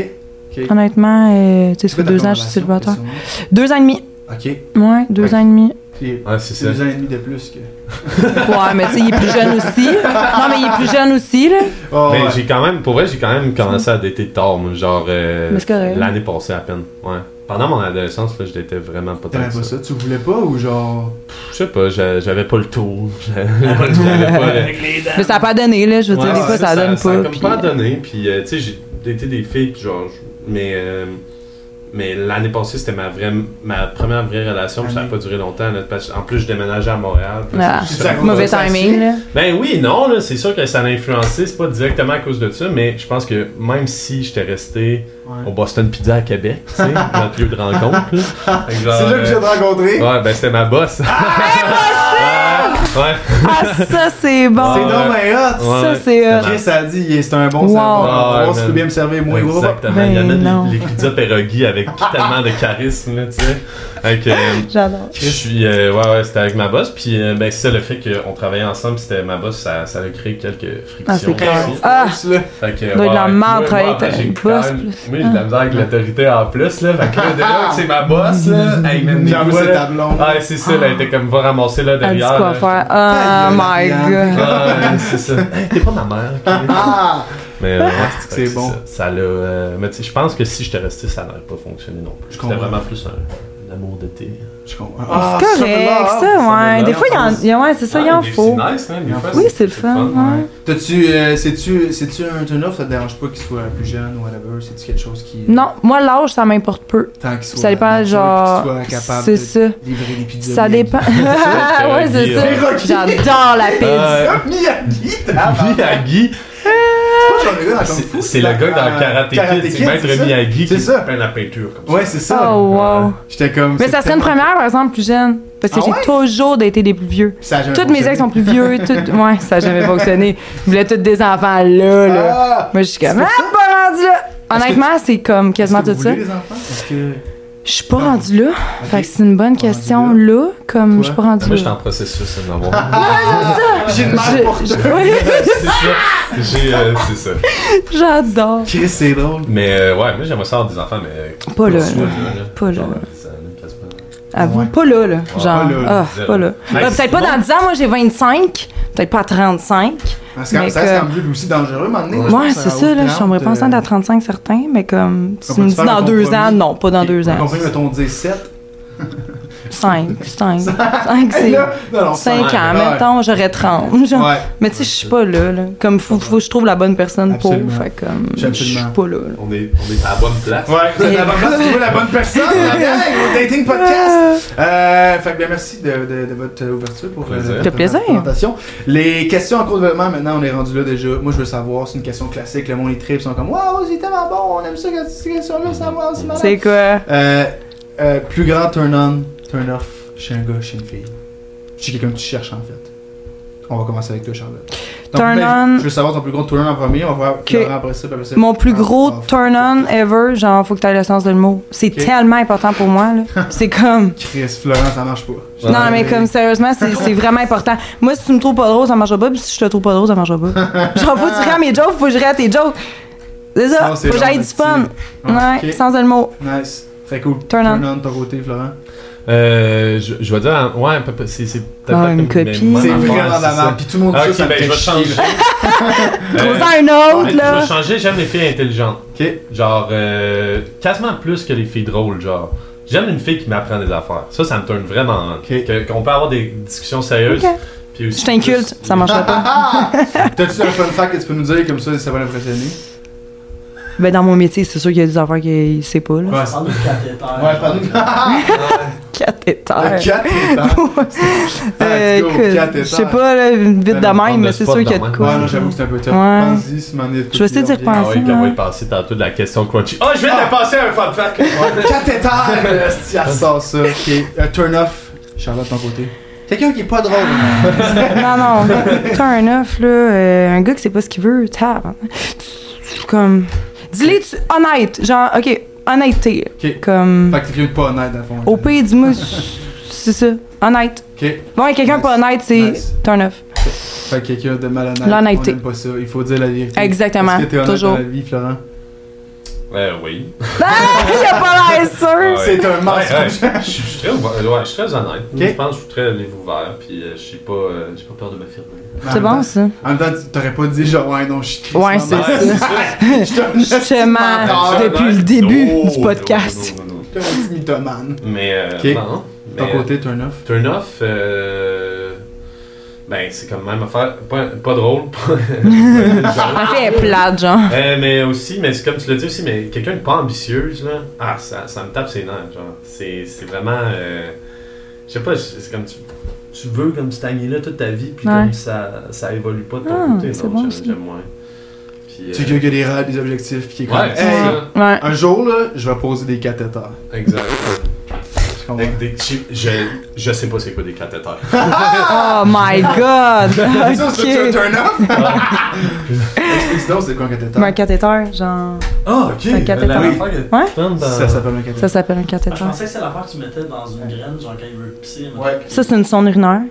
[SPEAKER 2] Honnêtement, euh,
[SPEAKER 1] C'est
[SPEAKER 2] tu sais, ça
[SPEAKER 1] quoi
[SPEAKER 2] fait
[SPEAKER 1] ta
[SPEAKER 2] deux ans que je
[SPEAKER 1] relation,
[SPEAKER 2] suis célibataire.
[SPEAKER 1] question?
[SPEAKER 2] Deux ans et demi.
[SPEAKER 1] Ok.
[SPEAKER 2] Ouais, deux
[SPEAKER 3] Ok.
[SPEAKER 2] ans et demi.
[SPEAKER 1] C'est
[SPEAKER 3] Ouais, c'est
[SPEAKER 1] c'est
[SPEAKER 3] ça.
[SPEAKER 1] deux ans et demi de plus que.
[SPEAKER 2] Ouais, mais tu sais, il est plus jeune aussi. Non, mais il est plus jeune aussi, là.
[SPEAKER 1] Oh,
[SPEAKER 3] Mais
[SPEAKER 1] ouais.
[SPEAKER 3] Ben, j'ai quand même, pour vrai, j'ai quand même commencé à dater tard, moi, genre. euh,
[SPEAKER 2] Mais c'est correct.
[SPEAKER 3] l'année passée à peine. Ouais. Pendant mon adolescence, là, je datais vraiment pas tant
[SPEAKER 1] T'aimais
[SPEAKER 3] que
[SPEAKER 1] pas ça?
[SPEAKER 3] ça.
[SPEAKER 1] Tu voulais pas ou genre.
[SPEAKER 3] Je sais pas, j'a- j'avais pas le tour. J'avais pas le.
[SPEAKER 2] Mais ça a pas donné, là. Je veux dire,
[SPEAKER 3] Ouais,
[SPEAKER 2] des fois,
[SPEAKER 3] c'est
[SPEAKER 2] ça, donne
[SPEAKER 3] ça a
[SPEAKER 2] pas.
[SPEAKER 3] comme
[SPEAKER 2] puis-
[SPEAKER 3] pas donné, puis euh, tu sais, j'ai daté des filles, puis genre, je- mais, euh, mais l'année passée, c'était ma, vraie, ma première vraie relation,
[SPEAKER 1] Ah,
[SPEAKER 3] puis ça n'a pas duré longtemps, là, parce que- en plus, je déménageais à Montréal. puis
[SPEAKER 2] Ah,
[SPEAKER 3] c'est- c'est-
[SPEAKER 2] mauvais
[SPEAKER 1] Ça,
[SPEAKER 2] timing, là.
[SPEAKER 3] Ben oui, non, là, c'est sûr que ça l'a influencé, c'est pas directement à cause de ça, mais je pense que même si j'étais resté
[SPEAKER 1] Ouais.
[SPEAKER 3] au Boston Pizza à Québec, tu sais, notre lieu de rencontre, là, fait que genre,
[SPEAKER 1] C'est là que j'ai
[SPEAKER 3] euh,
[SPEAKER 1] rencontré.
[SPEAKER 3] Ouais, ben c'était ma boss. ouais,
[SPEAKER 2] Ah, ça, c'est bon.
[SPEAKER 1] C'est
[SPEAKER 3] Ouais.
[SPEAKER 1] donc ben hot.
[SPEAKER 3] ouais,
[SPEAKER 2] Ça,
[SPEAKER 3] ouais,
[SPEAKER 2] c'est, euh,
[SPEAKER 3] c'était ma
[SPEAKER 1] Chris a dit, il- c'est un bon
[SPEAKER 2] Wow.
[SPEAKER 1] savon.
[SPEAKER 3] Ah,
[SPEAKER 1] On
[SPEAKER 3] ouais,
[SPEAKER 1] va voir
[SPEAKER 3] man.
[SPEAKER 1] si bien me servir moins gros.
[SPEAKER 3] Exactement,
[SPEAKER 2] Ben
[SPEAKER 3] il y en
[SPEAKER 2] non.
[SPEAKER 3] a les, les pizzas pierogi avec tellement de charisme, là, tu sais. Fait que, euh,
[SPEAKER 2] J'adore.
[SPEAKER 3] je suis, euh, ouais, ouais, c'était avec ma boss, puis euh, ben, c'est ça, le fait qu'on travaillait ensemble, c'était ma boss, ça, ça a créé quelques
[SPEAKER 2] Ah,
[SPEAKER 3] frictions.
[SPEAKER 2] c'est clair.
[SPEAKER 3] aussi.
[SPEAKER 2] Ah,
[SPEAKER 1] Oups, là.
[SPEAKER 3] Fait que,
[SPEAKER 2] doit être de la
[SPEAKER 3] ouais,
[SPEAKER 2] merde
[SPEAKER 3] moi- moi,
[SPEAKER 2] travailler
[SPEAKER 3] après,
[SPEAKER 2] avec
[SPEAKER 3] j'ai
[SPEAKER 2] une
[SPEAKER 3] quand
[SPEAKER 2] boss,
[SPEAKER 3] même-
[SPEAKER 2] plus- Ah.
[SPEAKER 3] Moi, j'ai de la misère avec l'autorité en plus, là. Fait que là, dès lors que c'est ma boss, là. Hey, man, Ah. des
[SPEAKER 1] J'avoue,
[SPEAKER 3] fois,
[SPEAKER 1] c'est
[SPEAKER 3] là-
[SPEAKER 1] ta blonde.
[SPEAKER 3] Ouais, c'est ça, là, elle était comme, va ramasser, là,
[SPEAKER 2] Elle dit
[SPEAKER 3] derrière.
[SPEAKER 2] quoi
[SPEAKER 3] là.
[SPEAKER 2] faire. Oh
[SPEAKER 1] Ta gueule,
[SPEAKER 2] my
[SPEAKER 1] Ariane.
[SPEAKER 2] god.
[SPEAKER 3] Ouais, c'est ça. Hey, T'es pas ma mère, ok?
[SPEAKER 1] Ah!
[SPEAKER 3] Mais ouais,
[SPEAKER 1] c'est
[SPEAKER 3] fait que
[SPEAKER 1] bon.
[SPEAKER 3] Ça, ça l'a, euh, mais tu sais, je pense que si j'étais resté, ça n'aurait pas fonctionné non plus.
[SPEAKER 1] Je
[SPEAKER 3] C'était
[SPEAKER 1] comprends.
[SPEAKER 3] vraiment plus un, un amour d'été.
[SPEAKER 1] Je comprends.
[SPEAKER 2] C'est
[SPEAKER 1] Ah,
[SPEAKER 2] correct, ça,
[SPEAKER 3] me
[SPEAKER 2] ouais.
[SPEAKER 3] va,
[SPEAKER 2] Des fois, il y en- il y en, ouais, c'est ça, il y en
[SPEAKER 3] des-
[SPEAKER 2] faut.
[SPEAKER 3] C'est nice, hein, des fois,
[SPEAKER 2] Oui, c'est le fun, ouais.
[SPEAKER 1] T'as-tu. euh, c'est-tu c'est-tu un turn-off Ça te dérange pas qu'il soit plus jeune ou whatever C'est-tu quelque chose qui.
[SPEAKER 2] Non, moi, l'âge, ça m'importe peu.
[SPEAKER 1] Tant qu'il soit.
[SPEAKER 2] Ça dépend,
[SPEAKER 1] mature,
[SPEAKER 2] genre.
[SPEAKER 1] puis qu'il soit capable
[SPEAKER 2] C'est
[SPEAKER 1] de
[SPEAKER 2] ça.
[SPEAKER 1] livrer des pizzas.
[SPEAKER 2] Ça
[SPEAKER 1] bien.
[SPEAKER 2] dépend. ouais, c'est
[SPEAKER 3] C'est
[SPEAKER 1] Rocky. Ah,
[SPEAKER 2] ça. J'adore la pizza.
[SPEAKER 3] Euh,
[SPEAKER 1] Miyagi, t'as-
[SPEAKER 3] Miyagi,
[SPEAKER 1] ah, C'est pas genre le gars dans Kung
[SPEAKER 3] c'est
[SPEAKER 1] Fu,
[SPEAKER 3] c'est le gars dans
[SPEAKER 1] euh,
[SPEAKER 3] Karate Kid, c'est
[SPEAKER 1] c'est
[SPEAKER 3] Maître
[SPEAKER 1] ça?
[SPEAKER 3] Miyagi
[SPEAKER 1] C'est
[SPEAKER 3] qui
[SPEAKER 1] ça.
[SPEAKER 3] peint la peinture comme ça.
[SPEAKER 1] Ouais, c'est ça.
[SPEAKER 2] Oh, wow.
[SPEAKER 1] J'étais comme.
[SPEAKER 2] Mais ça serait une première, par exemple, plus jeune. Parce que
[SPEAKER 1] Ah
[SPEAKER 2] j'ai
[SPEAKER 1] ouais?
[SPEAKER 2] toujours daté des plus vieux.
[SPEAKER 1] Ça a jamais
[SPEAKER 2] Toutes mes ex sont
[SPEAKER 1] fonctionné.
[SPEAKER 2] plus vieux. Toutes... Ouais, ça n'a jamais fonctionné. Ils voulaient tous des enfants là, là.
[SPEAKER 1] Ah!
[SPEAKER 2] Moi, je suis comme,
[SPEAKER 1] pour
[SPEAKER 2] ah, pas rendu là.
[SPEAKER 1] Est-ce que
[SPEAKER 2] Honnêtement, c'est comme
[SPEAKER 1] Est-ce
[SPEAKER 2] quasiment
[SPEAKER 1] que
[SPEAKER 2] tout
[SPEAKER 1] vous
[SPEAKER 2] ça.
[SPEAKER 1] voulez des enfants? Est-ce que.
[SPEAKER 2] Je suis pas
[SPEAKER 1] Ah.
[SPEAKER 2] rendu là.
[SPEAKER 1] Ok.
[SPEAKER 2] Fait que c'est une bonne
[SPEAKER 1] Pas rendu Ah,
[SPEAKER 2] question là, comme je suis pas rendu
[SPEAKER 3] Moi, j'étais
[SPEAKER 2] là.
[SPEAKER 3] en processus de l'avoir.
[SPEAKER 1] J'ai une marque pour
[SPEAKER 2] Je- je-
[SPEAKER 3] c'est ça. J'ai, euh, c'est ça.
[SPEAKER 2] J'adore.
[SPEAKER 1] Chris, c'est drôle.
[SPEAKER 3] Mais euh, ouais, moi, j'aimerais ça avoir des enfants, mais.
[SPEAKER 2] Pas là.
[SPEAKER 3] Pas
[SPEAKER 2] là.
[SPEAKER 3] sûr, là.
[SPEAKER 2] Pas là.
[SPEAKER 3] Genre, ça nous casse pas.
[SPEAKER 2] Avoue,
[SPEAKER 1] Ouais.
[SPEAKER 2] pas là, là. Genre,
[SPEAKER 1] pas là,
[SPEAKER 2] ah,
[SPEAKER 3] zéro.
[SPEAKER 2] pas là.
[SPEAKER 3] Hey,
[SPEAKER 2] Ouais, peut-être pas
[SPEAKER 3] sinon-
[SPEAKER 2] dans 10 ans, moi j'ai 25, peut-être pas à 35.
[SPEAKER 1] Ah, C'est quand
[SPEAKER 2] Mais
[SPEAKER 1] même- ça, c'est
[SPEAKER 2] que-
[SPEAKER 1] quand même aussi dangereux, m'emmener.
[SPEAKER 2] Ouais, c'est ça, là. Je tomberais
[SPEAKER 1] euh,
[SPEAKER 2] pas enceinte à 35 certains, mais comme, si
[SPEAKER 1] on
[SPEAKER 2] tu
[SPEAKER 1] peut
[SPEAKER 2] me
[SPEAKER 1] te faire
[SPEAKER 2] dis
[SPEAKER 1] un
[SPEAKER 2] dans deux
[SPEAKER 1] compromis.
[SPEAKER 2] ans, non, pas dans deux ans.
[SPEAKER 1] compris, mettons, on dit 7.
[SPEAKER 2] 5, 5. 5,
[SPEAKER 1] Hey,
[SPEAKER 2] c'est.
[SPEAKER 1] là, non, non,
[SPEAKER 2] 5
[SPEAKER 1] cinq,
[SPEAKER 2] ans,
[SPEAKER 1] ouais.
[SPEAKER 2] mettons, j'aurais 30. genre.
[SPEAKER 1] Ouais.
[SPEAKER 2] Mais tu sais, je suis pas là, là. Comme, faut, faut que je trouve la bonne personne pour.
[SPEAKER 1] Absolument.
[SPEAKER 2] Fait comme,
[SPEAKER 1] Je suis
[SPEAKER 2] je
[SPEAKER 1] absolument.
[SPEAKER 2] suis pas là, là.
[SPEAKER 3] On est, on est à la bonne place.
[SPEAKER 1] Ouais, vous êtes la bonne personne, vous trouvez la bonne personne, la gang, au Dating Podcast. Euh, fait que bien, merci de, de, de votre ouverture pour euh,
[SPEAKER 3] Plaisir.
[SPEAKER 1] votre
[SPEAKER 2] Fait plaisir.
[SPEAKER 1] présentation. Les questions en cours de développement, maintenant, on est rendu là déjà. Moi, je veux savoir, c'est une question classique. Le monde, les tripes sont comme Waouh, c'est tellement bon, on aime ça quand ces questions-là, ça va, c'est malade.
[SPEAKER 2] C'est quoi?
[SPEAKER 1] Euh, euh, plus grand turn-on, turn-off chez un gars, chez une fille. Chez quelqu'un que tu cherches, en fait. On va commencer avec toi, Charlotte. Ton
[SPEAKER 2] Turn
[SPEAKER 1] plus-
[SPEAKER 2] on.
[SPEAKER 1] Je veux savoir ton plus gros turn-on en premier, on va voir
[SPEAKER 2] Que-
[SPEAKER 1] Laurent après ça, puis après ça.
[SPEAKER 2] Mon plus
[SPEAKER 1] Ah,
[SPEAKER 2] gros
[SPEAKER 1] off.
[SPEAKER 2] turn-on ever, genre, faut que t'aies le sens de le mot. C'est
[SPEAKER 1] Ok.
[SPEAKER 2] tellement important pour moi, là. C'est comme.
[SPEAKER 1] Chris, Florent, ça marche pas.
[SPEAKER 2] Non, mais comme sérieusement, c'est c'est vraiment important. Moi, si tu me trouves pas drôle, ça marchera pas. Puis si je te trouve pas drôle, ça marchera pas. Genre, faut que tu rends mes jokes, faut que je rate tes jokes. C'est ça,
[SPEAKER 1] Non, c'est
[SPEAKER 2] faut que
[SPEAKER 1] long,
[SPEAKER 2] j'aille du
[SPEAKER 1] là-dessus.
[SPEAKER 2] fun. Ouais,
[SPEAKER 1] Ok.
[SPEAKER 2] sans le mot.
[SPEAKER 1] Nice. Très cool.
[SPEAKER 2] Turn on.
[SPEAKER 1] de ton côté, Florent.
[SPEAKER 3] Euh, je, je vais dire, hein, ouais, un peu- peu- c'est c'est peut-être
[SPEAKER 2] Ah,
[SPEAKER 3] pas
[SPEAKER 2] une
[SPEAKER 3] comme- mais
[SPEAKER 2] copie.
[SPEAKER 3] moi,
[SPEAKER 1] c'est
[SPEAKER 3] ma mère,
[SPEAKER 1] vraiment de la
[SPEAKER 3] c'est ça.
[SPEAKER 1] merde. Puis tout le monde dit
[SPEAKER 3] Ah, ok,
[SPEAKER 1] ça, ça me
[SPEAKER 3] ben je
[SPEAKER 1] fait
[SPEAKER 3] vais
[SPEAKER 1] chier.
[SPEAKER 3] changer.
[SPEAKER 2] Trouve
[SPEAKER 3] Euh,
[SPEAKER 2] ça un autre,
[SPEAKER 3] je
[SPEAKER 2] là.
[SPEAKER 3] vais changer, j'aime les filles intelligentes.
[SPEAKER 1] Ok.
[SPEAKER 3] Genre, euh, quasiment plus que les filles drôles, genre. J'aime une fille qui m'apprend des affaires. Ça, ça me tourne vraiment. on Que, qu'on peut avoir des discussions sérieuses.
[SPEAKER 2] Ok.
[SPEAKER 3] Puis aussi
[SPEAKER 2] Je t'inculte,
[SPEAKER 3] plus-
[SPEAKER 2] ça marchera pas.
[SPEAKER 1] T'as-tu un fun fact que tu peux nous dire comme ça, ça va l'impressionner?
[SPEAKER 2] Ben, dans mon métier, c'est sûr qu'il y a des affaires qu'il sait pas, là.
[SPEAKER 1] Ouais.
[SPEAKER 4] Parle-nous de cathéter.
[SPEAKER 1] Ouais, pardon.
[SPEAKER 2] Cathéter.
[SPEAKER 1] Le 4 est tard.
[SPEAKER 2] Euh,
[SPEAKER 1] Ah, let's go,
[SPEAKER 2] écoute,
[SPEAKER 1] cathéter.
[SPEAKER 2] je sais pas, là, vite
[SPEAKER 1] Ben,
[SPEAKER 2] de
[SPEAKER 1] on
[SPEAKER 2] même,
[SPEAKER 3] parle de
[SPEAKER 2] mais c'est
[SPEAKER 3] spot
[SPEAKER 2] sûr qu'il y a
[SPEAKER 3] de
[SPEAKER 2] de
[SPEAKER 3] même.
[SPEAKER 1] Ouais,
[SPEAKER 2] quoi.
[SPEAKER 1] non, j'avoue que c'est un peu tough.
[SPEAKER 2] Ouais.
[SPEAKER 1] Pense-y, si m'en est
[SPEAKER 2] Je vais essayer d'y
[SPEAKER 3] Ah
[SPEAKER 2] repenser,
[SPEAKER 3] oui, qu'on va
[SPEAKER 2] là.
[SPEAKER 3] y passer tantôt de la question crunchy. Ah, je viens
[SPEAKER 1] Ah.
[SPEAKER 3] de passer un fun fact.
[SPEAKER 1] Cathéter! euh, si, elle ressort ça. Ok. Euh, turn off. Charlotte, ton côté. Ah. Quelqu'un qui est pas drôle.
[SPEAKER 2] Non, non. T'as un œuf, là. euh, un gars qui sait pas ce qu'il veut. Tab. Comme. Dis-le, tu. Honnête. Genre, OK. Honnêteté.
[SPEAKER 1] Ok.
[SPEAKER 2] Comme.
[SPEAKER 1] Fait que t'es quelqu'un de pas honnête, dans le fond.
[SPEAKER 2] Au pire, dis-moi. C'est ça. Honnête.
[SPEAKER 1] Ok. Fait
[SPEAKER 2] Bon, et quelqu'un
[SPEAKER 1] Nice.
[SPEAKER 2] pas honnête, c'est.
[SPEAKER 1] Nice.
[SPEAKER 2] T'as un œuf.
[SPEAKER 1] que quelqu'un de malhonnête.
[SPEAKER 2] L'honnêteté.
[SPEAKER 1] On aime pas ça. Il faut dire la vérité.
[SPEAKER 2] Exactement.
[SPEAKER 1] Est-ce que t'es honnête
[SPEAKER 2] Toujours.
[SPEAKER 1] dans la vie, Florent?
[SPEAKER 3] Euh, oui.
[SPEAKER 2] Ah, Il a pas l'air sûr.
[SPEAKER 3] Ouais.
[SPEAKER 1] C'est un
[SPEAKER 3] Ouais, ouais,
[SPEAKER 1] masque.
[SPEAKER 3] je, je suis très ouvert, ouais, je suis très honnête.
[SPEAKER 1] Ok.
[SPEAKER 3] Je pense que je suis très livre ouvert, puis euh, je suis pas, euh, j'ai pas peur de m'affirmer.
[SPEAKER 1] Ah,
[SPEAKER 2] C'est bon, ça.
[SPEAKER 1] En même temps, tu- t'aurais pas dit genre, ouais, non, je suis Chris,
[SPEAKER 2] Ouais,
[SPEAKER 1] maman.
[SPEAKER 2] c'est ça.
[SPEAKER 3] c'est ça.
[SPEAKER 1] Je suis un
[SPEAKER 2] Justement,
[SPEAKER 1] menteur.
[SPEAKER 2] depuis le début du podcast.
[SPEAKER 3] non, non, non, non.
[SPEAKER 1] Je suis un petit mythomane.
[SPEAKER 3] Mais euh,
[SPEAKER 1] Ok.
[SPEAKER 3] non.
[SPEAKER 1] Ton
[SPEAKER 3] mais,
[SPEAKER 1] côté, turn off.
[SPEAKER 3] euh, turn off, euh, ben c'est comme même affaire, pas, pas drôle. pas-
[SPEAKER 2] En fait, elle est plate, genre.
[SPEAKER 3] Euh, mais aussi, mais c'est comme tu l'as dit aussi, mais quelqu'un de pas ambitieuse là, ah ça, ça me tape ses nerfs genre. C'est, c'est vraiment, euh, je sais pas, c'est c'est comme tu, tu veux comme stagner là toute ta vie puis
[SPEAKER 2] Ouais.
[SPEAKER 3] comme ça, ça évolue pas de ton
[SPEAKER 2] Ah,
[SPEAKER 3] côté,
[SPEAKER 2] c'est
[SPEAKER 3] non,
[SPEAKER 2] bon,
[SPEAKER 3] j'aime,
[SPEAKER 2] ça.
[SPEAKER 3] j'aime moins. Puis,
[SPEAKER 1] Tu
[SPEAKER 3] euh,
[SPEAKER 1] sais qu'il y a des rêves, des objectifs, puis qui est comme,
[SPEAKER 3] ouais, c'est
[SPEAKER 1] hey,
[SPEAKER 3] ça,
[SPEAKER 2] Ouais.
[SPEAKER 1] un jour, là, je vais poser des cathéters.
[SPEAKER 3] exact.
[SPEAKER 1] Tu comprends?
[SPEAKER 3] Des- des- je- je, je sais pas c'est quoi des cathéters.
[SPEAKER 1] ah,
[SPEAKER 2] Oh my god.
[SPEAKER 1] Ça, c'est un
[SPEAKER 2] OK.
[SPEAKER 1] turn off? Ah, Explique donc, c'est quoi un cathéter?
[SPEAKER 2] Un cathéter, genre.
[SPEAKER 3] Ah, ok.
[SPEAKER 2] Un cathéter.
[SPEAKER 3] La-
[SPEAKER 1] Oui.
[SPEAKER 2] Ouais.
[SPEAKER 3] Dans-
[SPEAKER 1] Ça s'appelle un
[SPEAKER 2] Ça
[SPEAKER 1] cathéter.
[SPEAKER 2] s'appelle un
[SPEAKER 4] Ah, Je
[SPEAKER 2] cathéter.
[SPEAKER 4] pensais que c'est l'affaire que tu mettais dans une graine, genre quand il veut pisser. mais-
[SPEAKER 1] Ouais.
[SPEAKER 2] Ça, c'est une sonde urinaire.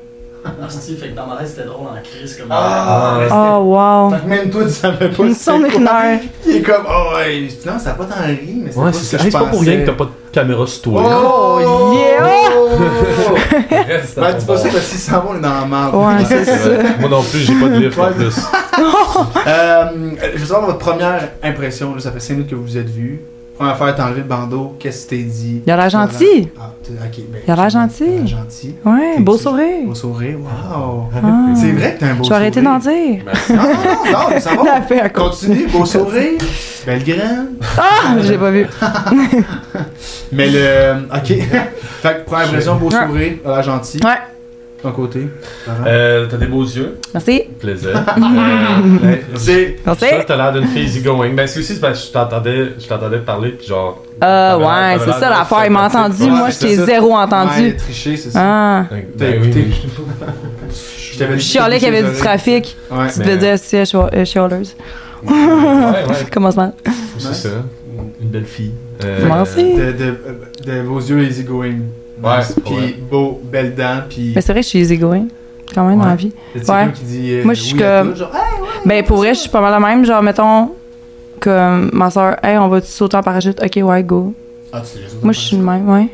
[SPEAKER 4] Ah, c'est-tu, fait que dans ma tête, c'était drôle en crise comme euh,
[SPEAKER 1] Ah, ouais.
[SPEAKER 2] Oh, wow.
[SPEAKER 1] Fait que même toi, tu savais pas
[SPEAKER 2] Une
[SPEAKER 1] c'est
[SPEAKER 2] sonde
[SPEAKER 1] quoi.
[SPEAKER 2] urinaire.
[SPEAKER 1] Il est comme, oh, ouais, non, ça a pas tant ri, mais c'est
[SPEAKER 3] Ouais,
[SPEAKER 1] pas ce
[SPEAKER 3] c'est
[SPEAKER 1] que je
[SPEAKER 3] ça. Hey, c'est pas pour rien que
[SPEAKER 1] pensais.
[SPEAKER 3] t'as pas de caméra sur toi.
[SPEAKER 1] Oh,
[SPEAKER 2] Oh,
[SPEAKER 1] yeah!
[SPEAKER 3] Reste dans
[SPEAKER 1] Ben, dis pas ça
[SPEAKER 3] ton bord.
[SPEAKER 1] parce que si ça va, on est dans la merde.
[SPEAKER 2] Ouais, c'est ça.
[SPEAKER 3] Moi non plus, j'ai pas de livre en plus.
[SPEAKER 1] Euh, je veux savoir votre première impression. Là, ça fait 5 minutes que vous vous êtes vus. Première affaire, t'as enlevé le bandeau. Qu'est-ce que t'es dit?
[SPEAKER 2] Il a l'air gentil.
[SPEAKER 1] Ah, t'es- ok, ben,
[SPEAKER 2] Il a l'air
[SPEAKER 1] j'ai-
[SPEAKER 2] gentil.
[SPEAKER 1] il a l'air gentil.
[SPEAKER 2] Ouais, beau
[SPEAKER 1] C'est-
[SPEAKER 2] sourire.
[SPEAKER 1] Beau sourire, wow.
[SPEAKER 2] Ah.
[SPEAKER 1] C'est vrai que t'as un beau sourire. Oh! Ah,
[SPEAKER 2] Je vais arrêter d'en dire.
[SPEAKER 1] Non, non, non, non, ça
[SPEAKER 2] La
[SPEAKER 1] va.
[SPEAKER 2] paix à cause.
[SPEAKER 1] Continue, beau sourire. Belle graine.
[SPEAKER 2] Ah, j'ai pas vu.
[SPEAKER 1] Mais le. Ok. fait que première impression, beau
[SPEAKER 2] Ouais.
[SPEAKER 1] sourire, il a l'air gentil.
[SPEAKER 2] Ouais,
[SPEAKER 1] Ton côté. Laurent?
[SPEAKER 3] Euh, t'as des beaux yeux.
[SPEAKER 2] merci.
[SPEAKER 3] Plaisir. Euh,
[SPEAKER 1] Ouais, C'est.
[SPEAKER 2] Merci. Euh,
[SPEAKER 3] Toi, t'as l'air d'une fille easygoing. Ben, c'est aussi parce que je t'entendais, je t'entendais parler, puis genre.
[SPEAKER 2] Ah,
[SPEAKER 3] t'avais l'air-
[SPEAKER 2] ouais,
[SPEAKER 3] t'avais
[SPEAKER 2] c'est
[SPEAKER 3] l'air
[SPEAKER 2] ça
[SPEAKER 3] de-
[SPEAKER 2] l'affaire. Il m'a entendu.
[SPEAKER 1] Ouais,
[SPEAKER 2] Moi, je
[SPEAKER 1] c'est
[SPEAKER 2] t'ai
[SPEAKER 1] ça.
[SPEAKER 2] zéro
[SPEAKER 1] Ouais, il
[SPEAKER 2] entendu.
[SPEAKER 1] a triché, c'est ça.
[SPEAKER 2] Ah.
[SPEAKER 1] T'as
[SPEAKER 3] Ben oui,
[SPEAKER 1] écouté.
[SPEAKER 3] mais-
[SPEAKER 1] Je t'avais
[SPEAKER 2] Je
[SPEAKER 1] dit
[SPEAKER 2] chialais qu'il y avait du
[SPEAKER 1] trafic.
[SPEAKER 2] trafic.
[SPEAKER 1] Ouais.
[SPEAKER 2] Tu devais dire, euh, si, je chialeuse.
[SPEAKER 3] Ouais, ouais,
[SPEAKER 2] Commencement.
[SPEAKER 3] c'est
[SPEAKER 1] Ouais.
[SPEAKER 3] ça. Une belle fille. Euh,
[SPEAKER 2] Merci.
[SPEAKER 1] De, de, de vos yeux easy going.
[SPEAKER 3] Ouais,
[SPEAKER 1] Puis
[SPEAKER 3] ouais.
[SPEAKER 1] beau, belles dents, puis.
[SPEAKER 2] Mais c'est vrai que je suis easygoing. Quand même, dans la vie.
[SPEAKER 1] C'est quelqu'un
[SPEAKER 2] ouais.
[SPEAKER 1] qui dit. euh,
[SPEAKER 2] Moi, je suis
[SPEAKER 1] oui à
[SPEAKER 2] comme-
[SPEAKER 1] tout, genre, Hey,
[SPEAKER 2] Ben, pour vrai, je suis pas mal la même. Genre, mettons que ma soeur, hey, on va-tu sauter en parachute? Ok, ouais, go.
[SPEAKER 1] Ah, tu sais, j'ai sauté en
[SPEAKER 2] Moi, je suis le
[SPEAKER 1] parachute.
[SPEAKER 2] même, ouais.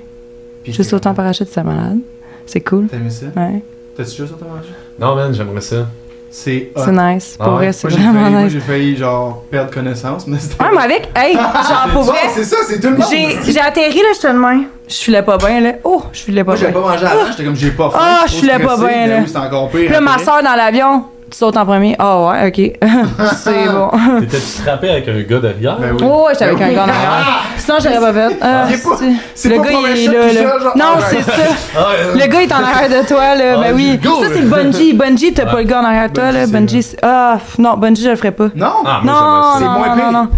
[SPEAKER 1] Puis
[SPEAKER 2] Je
[SPEAKER 1] t'es
[SPEAKER 2] saute en
[SPEAKER 1] comme,
[SPEAKER 2] parachute, c'est malade. C'est cool.
[SPEAKER 1] T'as aimé ça?
[SPEAKER 2] Ouais.
[SPEAKER 1] T'as-tu joué sur ton parachute?
[SPEAKER 3] Non, man, j'aimerais ça.
[SPEAKER 1] C'est hot.
[SPEAKER 2] C'est nice. Pour
[SPEAKER 3] Ah ouais.
[SPEAKER 2] vrai, c'est
[SPEAKER 1] Moi, j'ai failli,
[SPEAKER 2] vraiment
[SPEAKER 1] moi,
[SPEAKER 2] nice.
[SPEAKER 1] j'ai failli, genre, perdre connaissance, mais c'était.
[SPEAKER 2] Ouais, mais avec, hey, genre, pour
[SPEAKER 1] Ouais,
[SPEAKER 2] vrai,
[SPEAKER 1] C'est ça, c'est tout le monde!
[SPEAKER 2] j'ai j'ai atterri, là, j'étais de main. Je filais pas bien, là. Oh, je filais pas
[SPEAKER 1] Moi, j'avais
[SPEAKER 2] bien.
[SPEAKER 1] pas mangé avant, j'étais comme, j'ai pas faim.
[SPEAKER 2] Ah,
[SPEAKER 1] suis
[SPEAKER 2] je l'ai
[SPEAKER 1] trop
[SPEAKER 2] pas
[SPEAKER 1] stressé,
[SPEAKER 2] bien,
[SPEAKER 1] mais
[SPEAKER 2] là.
[SPEAKER 1] oui, C'est encore pire.
[SPEAKER 2] Puis là, ma
[SPEAKER 1] après.
[SPEAKER 2] soeur dans l'avion, tu sautes en premier. Ah ouais, ok. c'est bon.
[SPEAKER 3] T'étais-tu frappé avec un gars derrière?
[SPEAKER 1] Ben oui.
[SPEAKER 2] Oh, ouais, j'étais avec un gars en arrière. Sinon, j'aurais pas fait. Ah,
[SPEAKER 1] Il est pas-
[SPEAKER 2] c'est-
[SPEAKER 1] c'est
[SPEAKER 2] le
[SPEAKER 1] pas
[SPEAKER 2] gars,
[SPEAKER 1] pour un
[SPEAKER 2] il est
[SPEAKER 1] shot
[SPEAKER 2] là,
[SPEAKER 1] tout
[SPEAKER 2] là.
[SPEAKER 1] seul, genre,
[SPEAKER 2] non,
[SPEAKER 1] alright.
[SPEAKER 2] c'est ça.
[SPEAKER 3] Ah, euh,
[SPEAKER 2] Le gars, il est en arrière de toi, là.
[SPEAKER 3] Ah,
[SPEAKER 2] ben oui.
[SPEAKER 3] let's go.
[SPEAKER 2] Ça, c'est le bungee. Bungee, t'as
[SPEAKER 3] Ouais.
[SPEAKER 2] pas le gars en arrière de toi, là.
[SPEAKER 1] Bungee, c'est
[SPEAKER 2] Bungee, c'est- Ah, pff, non, bungee, je le ferais pas.
[SPEAKER 1] Non!
[SPEAKER 3] Ah,
[SPEAKER 2] Non,
[SPEAKER 3] moi,
[SPEAKER 1] c'est
[SPEAKER 2] non,
[SPEAKER 1] moins
[SPEAKER 2] non,
[SPEAKER 1] pire.
[SPEAKER 2] non, non.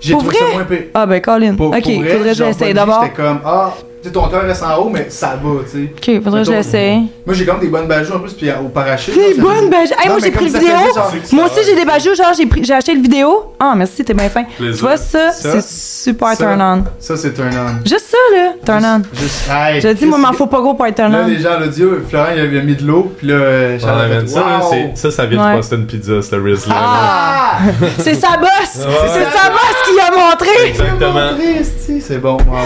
[SPEAKER 1] J'ai
[SPEAKER 2] pour
[SPEAKER 1] trouvé
[SPEAKER 2] vrai?
[SPEAKER 1] ça moins pire.
[SPEAKER 2] Ah, ben, Colin.
[SPEAKER 1] Pour-
[SPEAKER 2] ok,
[SPEAKER 1] pour vrai,
[SPEAKER 2] faudrait que je
[SPEAKER 1] genre,
[SPEAKER 2] l'essaye
[SPEAKER 1] bungee,
[SPEAKER 2] d'abord.
[SPEAKER 1] J'étais comme, ah, tu sais, ton cœur reste en haut, mais ça va, tu sais.
[SPEAKER 2] Ok, faudrait que
[SPEAKER 1] Mettons-
[SPEAKER 2] je l'essaye.
[SPEAKER 1] Moi, j'ai quand même des bonnes bajoues en plus, puis euh, au parachute. là,
[SPEAKER 2] Des
[SPEAKER 1] ça-
[SPEAKER 2] bonnes bajoues. Hey,
[SPEAKER 1] Non,
[SPEAKER 2] moi,
[SPEAKER 1] mais
[SPEAKER 2] ben, j'ai
[SPEAKER 1] comme
[SPEAKER 2] pris le
[SPEAKER 1] ça
[SPEAKER 2] vidéo.
[SPEAKER 1] fait genre-
[SPEAKER 2] Moi aussi, j'ai des bajous. Genre, j'ai pris- j'ai acheté le vidéo. Ah, merci, t'es bien fin. Tu
[SPEAKER 3] Plaisir.
[SPEAKER 2] vois, ça,
[SPEAKER 1] Ça,
[SPEAKER 2] c'est super
[SPEAKER 1] ça.
[SPEAKER 2] turn on.
[SPEAKER 1] Ça, c'est turn on.
[SPEAKER 2] Juste ça, là. Turn on.
[SPEAKER 1] Juste- Juste, hey,
[SPEAKER 2] Je dis, moi, m'en
[SPEAKER 1] qu'est-ce
[SPEAKER 2] faut pas gros pour être
[SPEAKER 1] que-
[SPEAKER 2] turn
[SPEAKER 1] Là, les
[SPEAKER 2] on.
[SPEAKER 1] gens à l'audio, Florent, il avait mis de l'eau, puis là,
[SPEAKER 3] Ça,
[SPEAKER 1] Charles a fait,
[SPEAKER 3] ça, là,
[SPEAKER 1] wow.
[SPEAKER 3] c'est- ça, ça vient
[SPEAKER 2] Ouais.
[SPEAKER 3] du Boston Pizza, ce Rizzler.
[SPEAKER 1] Ah!
[SPEAKER 2] C'est sa bosse.
[SPEAKER 3] Ouais.
[SPEAKER 2] C'est sa bosse qui a montré.
[SPEAKER 3] Exactement.
[SPEAKER 1] Christy, C'est bon, wow.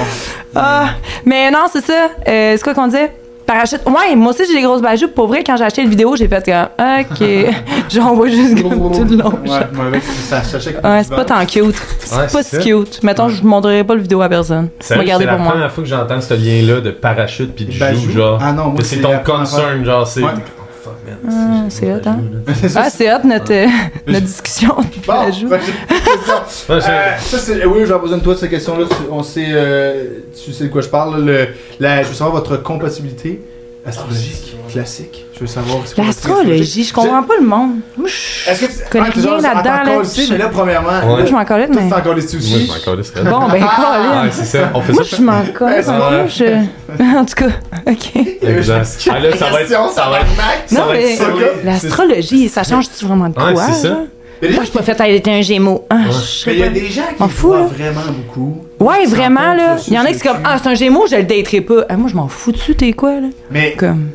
[SPEAKER 2] Ah, mais non, c'est ça. Euh, c'est quoi qu'on disait? Parachute. Ouais, moi aussi, j'ai des grosses bajoues. Pour vrai, quand j'ai acheté le vidéo, j'ai fait comme, OK. J'en vois juste comme tout le long.
[SPEAKER 1] Ouais, mauvais, ça cherchait comme
[SPEAKER 2] Ouais,
[SPEAKER 1] du
[SPEAKER 2] c'est pas
[SPEAKER 1] vent.
[SPEAKER 2] tant cute. C'est
[SPEAKER 3] Ouais,
[SPEAKER 2] pas si
[SPEAKER 3] c'est
[SPEAKER 2] cute. Mettons, je montrerai pas le vidéo à personne.
[SPEAKER 3] Sérieux,
[SPEAKER 2] Regardez
[SPEAKER 3] c'est la
[SPEAKER 2] pour moi.
[SPEAKER 3] première fois que j'entends ce lien-là de parachute puis de
[SPEAKER 1] Bajou.
[SPEAKER 3] joue, genre.
[SPEAKER 1] Ah non, moi,
[SPEAKER 3] Que c'est
[SPEAKER 1] c'est
[SPEAKER 3] ton
[SPEAKER 1] la première
[SPEAKER 3] concern, genre, c'est...
[SPEAKER 1] Ouais.
[SPEAKER 3] Oh, fuck, man,
[SPEAKER 2] Ah, c'est
[SPEAKER 3] j'ai-
[SPEAKER 2] hot, hein?
[SPEAKER 1] C'est ça,
[SPEAKER 2] Ah, c'est hot notre, euh, notre discussion. de
[SPEAKER 1] Bon, ben,
[SPEAKER 2] bajou.
[SPEAKER 1] fait que c'est ça.
[SPEAKER 3] Ouais, j'ai-
[SPEAKER 1] Euh, ça, c'est- oui, je vais poser une toi de cette question-là. Tu- On sait, euh, tu sais de quoi je parle. là, le- la- je veux savoir votre compatibilité astrologique classique. Je veux savoir. c'est quoi votre
[SPEAKER 2] L'astrologie, je comprends pas le monde. Moi, je
[SPEAKER 1] Est-ce que tu Ah,
[SPEAKER 2] connais
[SPEAKER 1] t'es genre, en
[SPEAKER 2] rien
[SPEAKER 1] tant
[SPEAKER 2] là-dedans. là.
[SPEAKER 1] qu'hôtesse, mais là, premièrement,
[SPEAKER 3] Ouais.
[SPEAKER 1] là,
[SPEAKER 2] Moi, je m'en connais,
[SPEAKER 1] toi, tu
[SPEAKER 2] mais.
[SPEAKER 1] t'es encore les
[SPEAKER 3] Moi,
[SPEAKER 1] aussi.
[SPEAKER 3] je m'en calisse, Red.
[SPEAKER 2] Bon, ben,
[SPEAKER 1] Ah,
[SPEAKER 3] Ouais,
[SPEAKER 2] Colin.
[SPEAKER 3] c'est ça. On fait
[SPEAKER 2] Moi,
[SPEAKER 3] ça.
[SPEAKER 2] je m'en connais.
[SPEAKER 1] Ben, ça
[SPEAKER 2] moi,
[SPEAKER 3] va.
[SPEAKER 2] je- En tout cas, OK.
[SPEAKER 3] Exact. Ah, là, ça va être- ça va être-
[SPEAKER 2] Non,
[SPEAKER 3] va être
[SPEAKER 2] mais
[SPEAKER 3] ça,
[SPEAKER 1] là.
[SPEAKER 2] l'astrologie, ça change-tu vraiment de quoi?
[SPEAKER 3] Ouais, c'est ça.
[SPEAKER 2] là? Moi, je suis pas faite avec un gémeaux. Ah, je
[SPEAKER 1] Mais
[SPEAKER 2] serais
[SPEAKER 1] Ben, il y a
[SPEAKER 2] pas-
[SPEAKER 1] des gens qui
[SPEAKER 2] M'en fous,
[SPEAKER 1] voient
[SPEAKER 2] là.
[SPEAKER 1] vraiment beaucoup.
[SPEAKER 2] Ouais,
[SPEAKER 1] Ils s'en
[SPEAKER 2] vraiment,
[SPEAKER 1] comptent
[SPEAKER 2] là.
[SPEAKER 1] sur
[SPEAKER 2] Il y en a
[SPEAKER 1] le
[SPEAKER 2] qui sont comme
[SPEAKER 1] cul.
[SPEAKER 2] Ah, c'est un gémeaux, je le daterai pas. Ah, moi, je m'en fous dessus, t'es quoi, là?
[SPEAKER 1] Mais
[SPEAKER 2] Comme.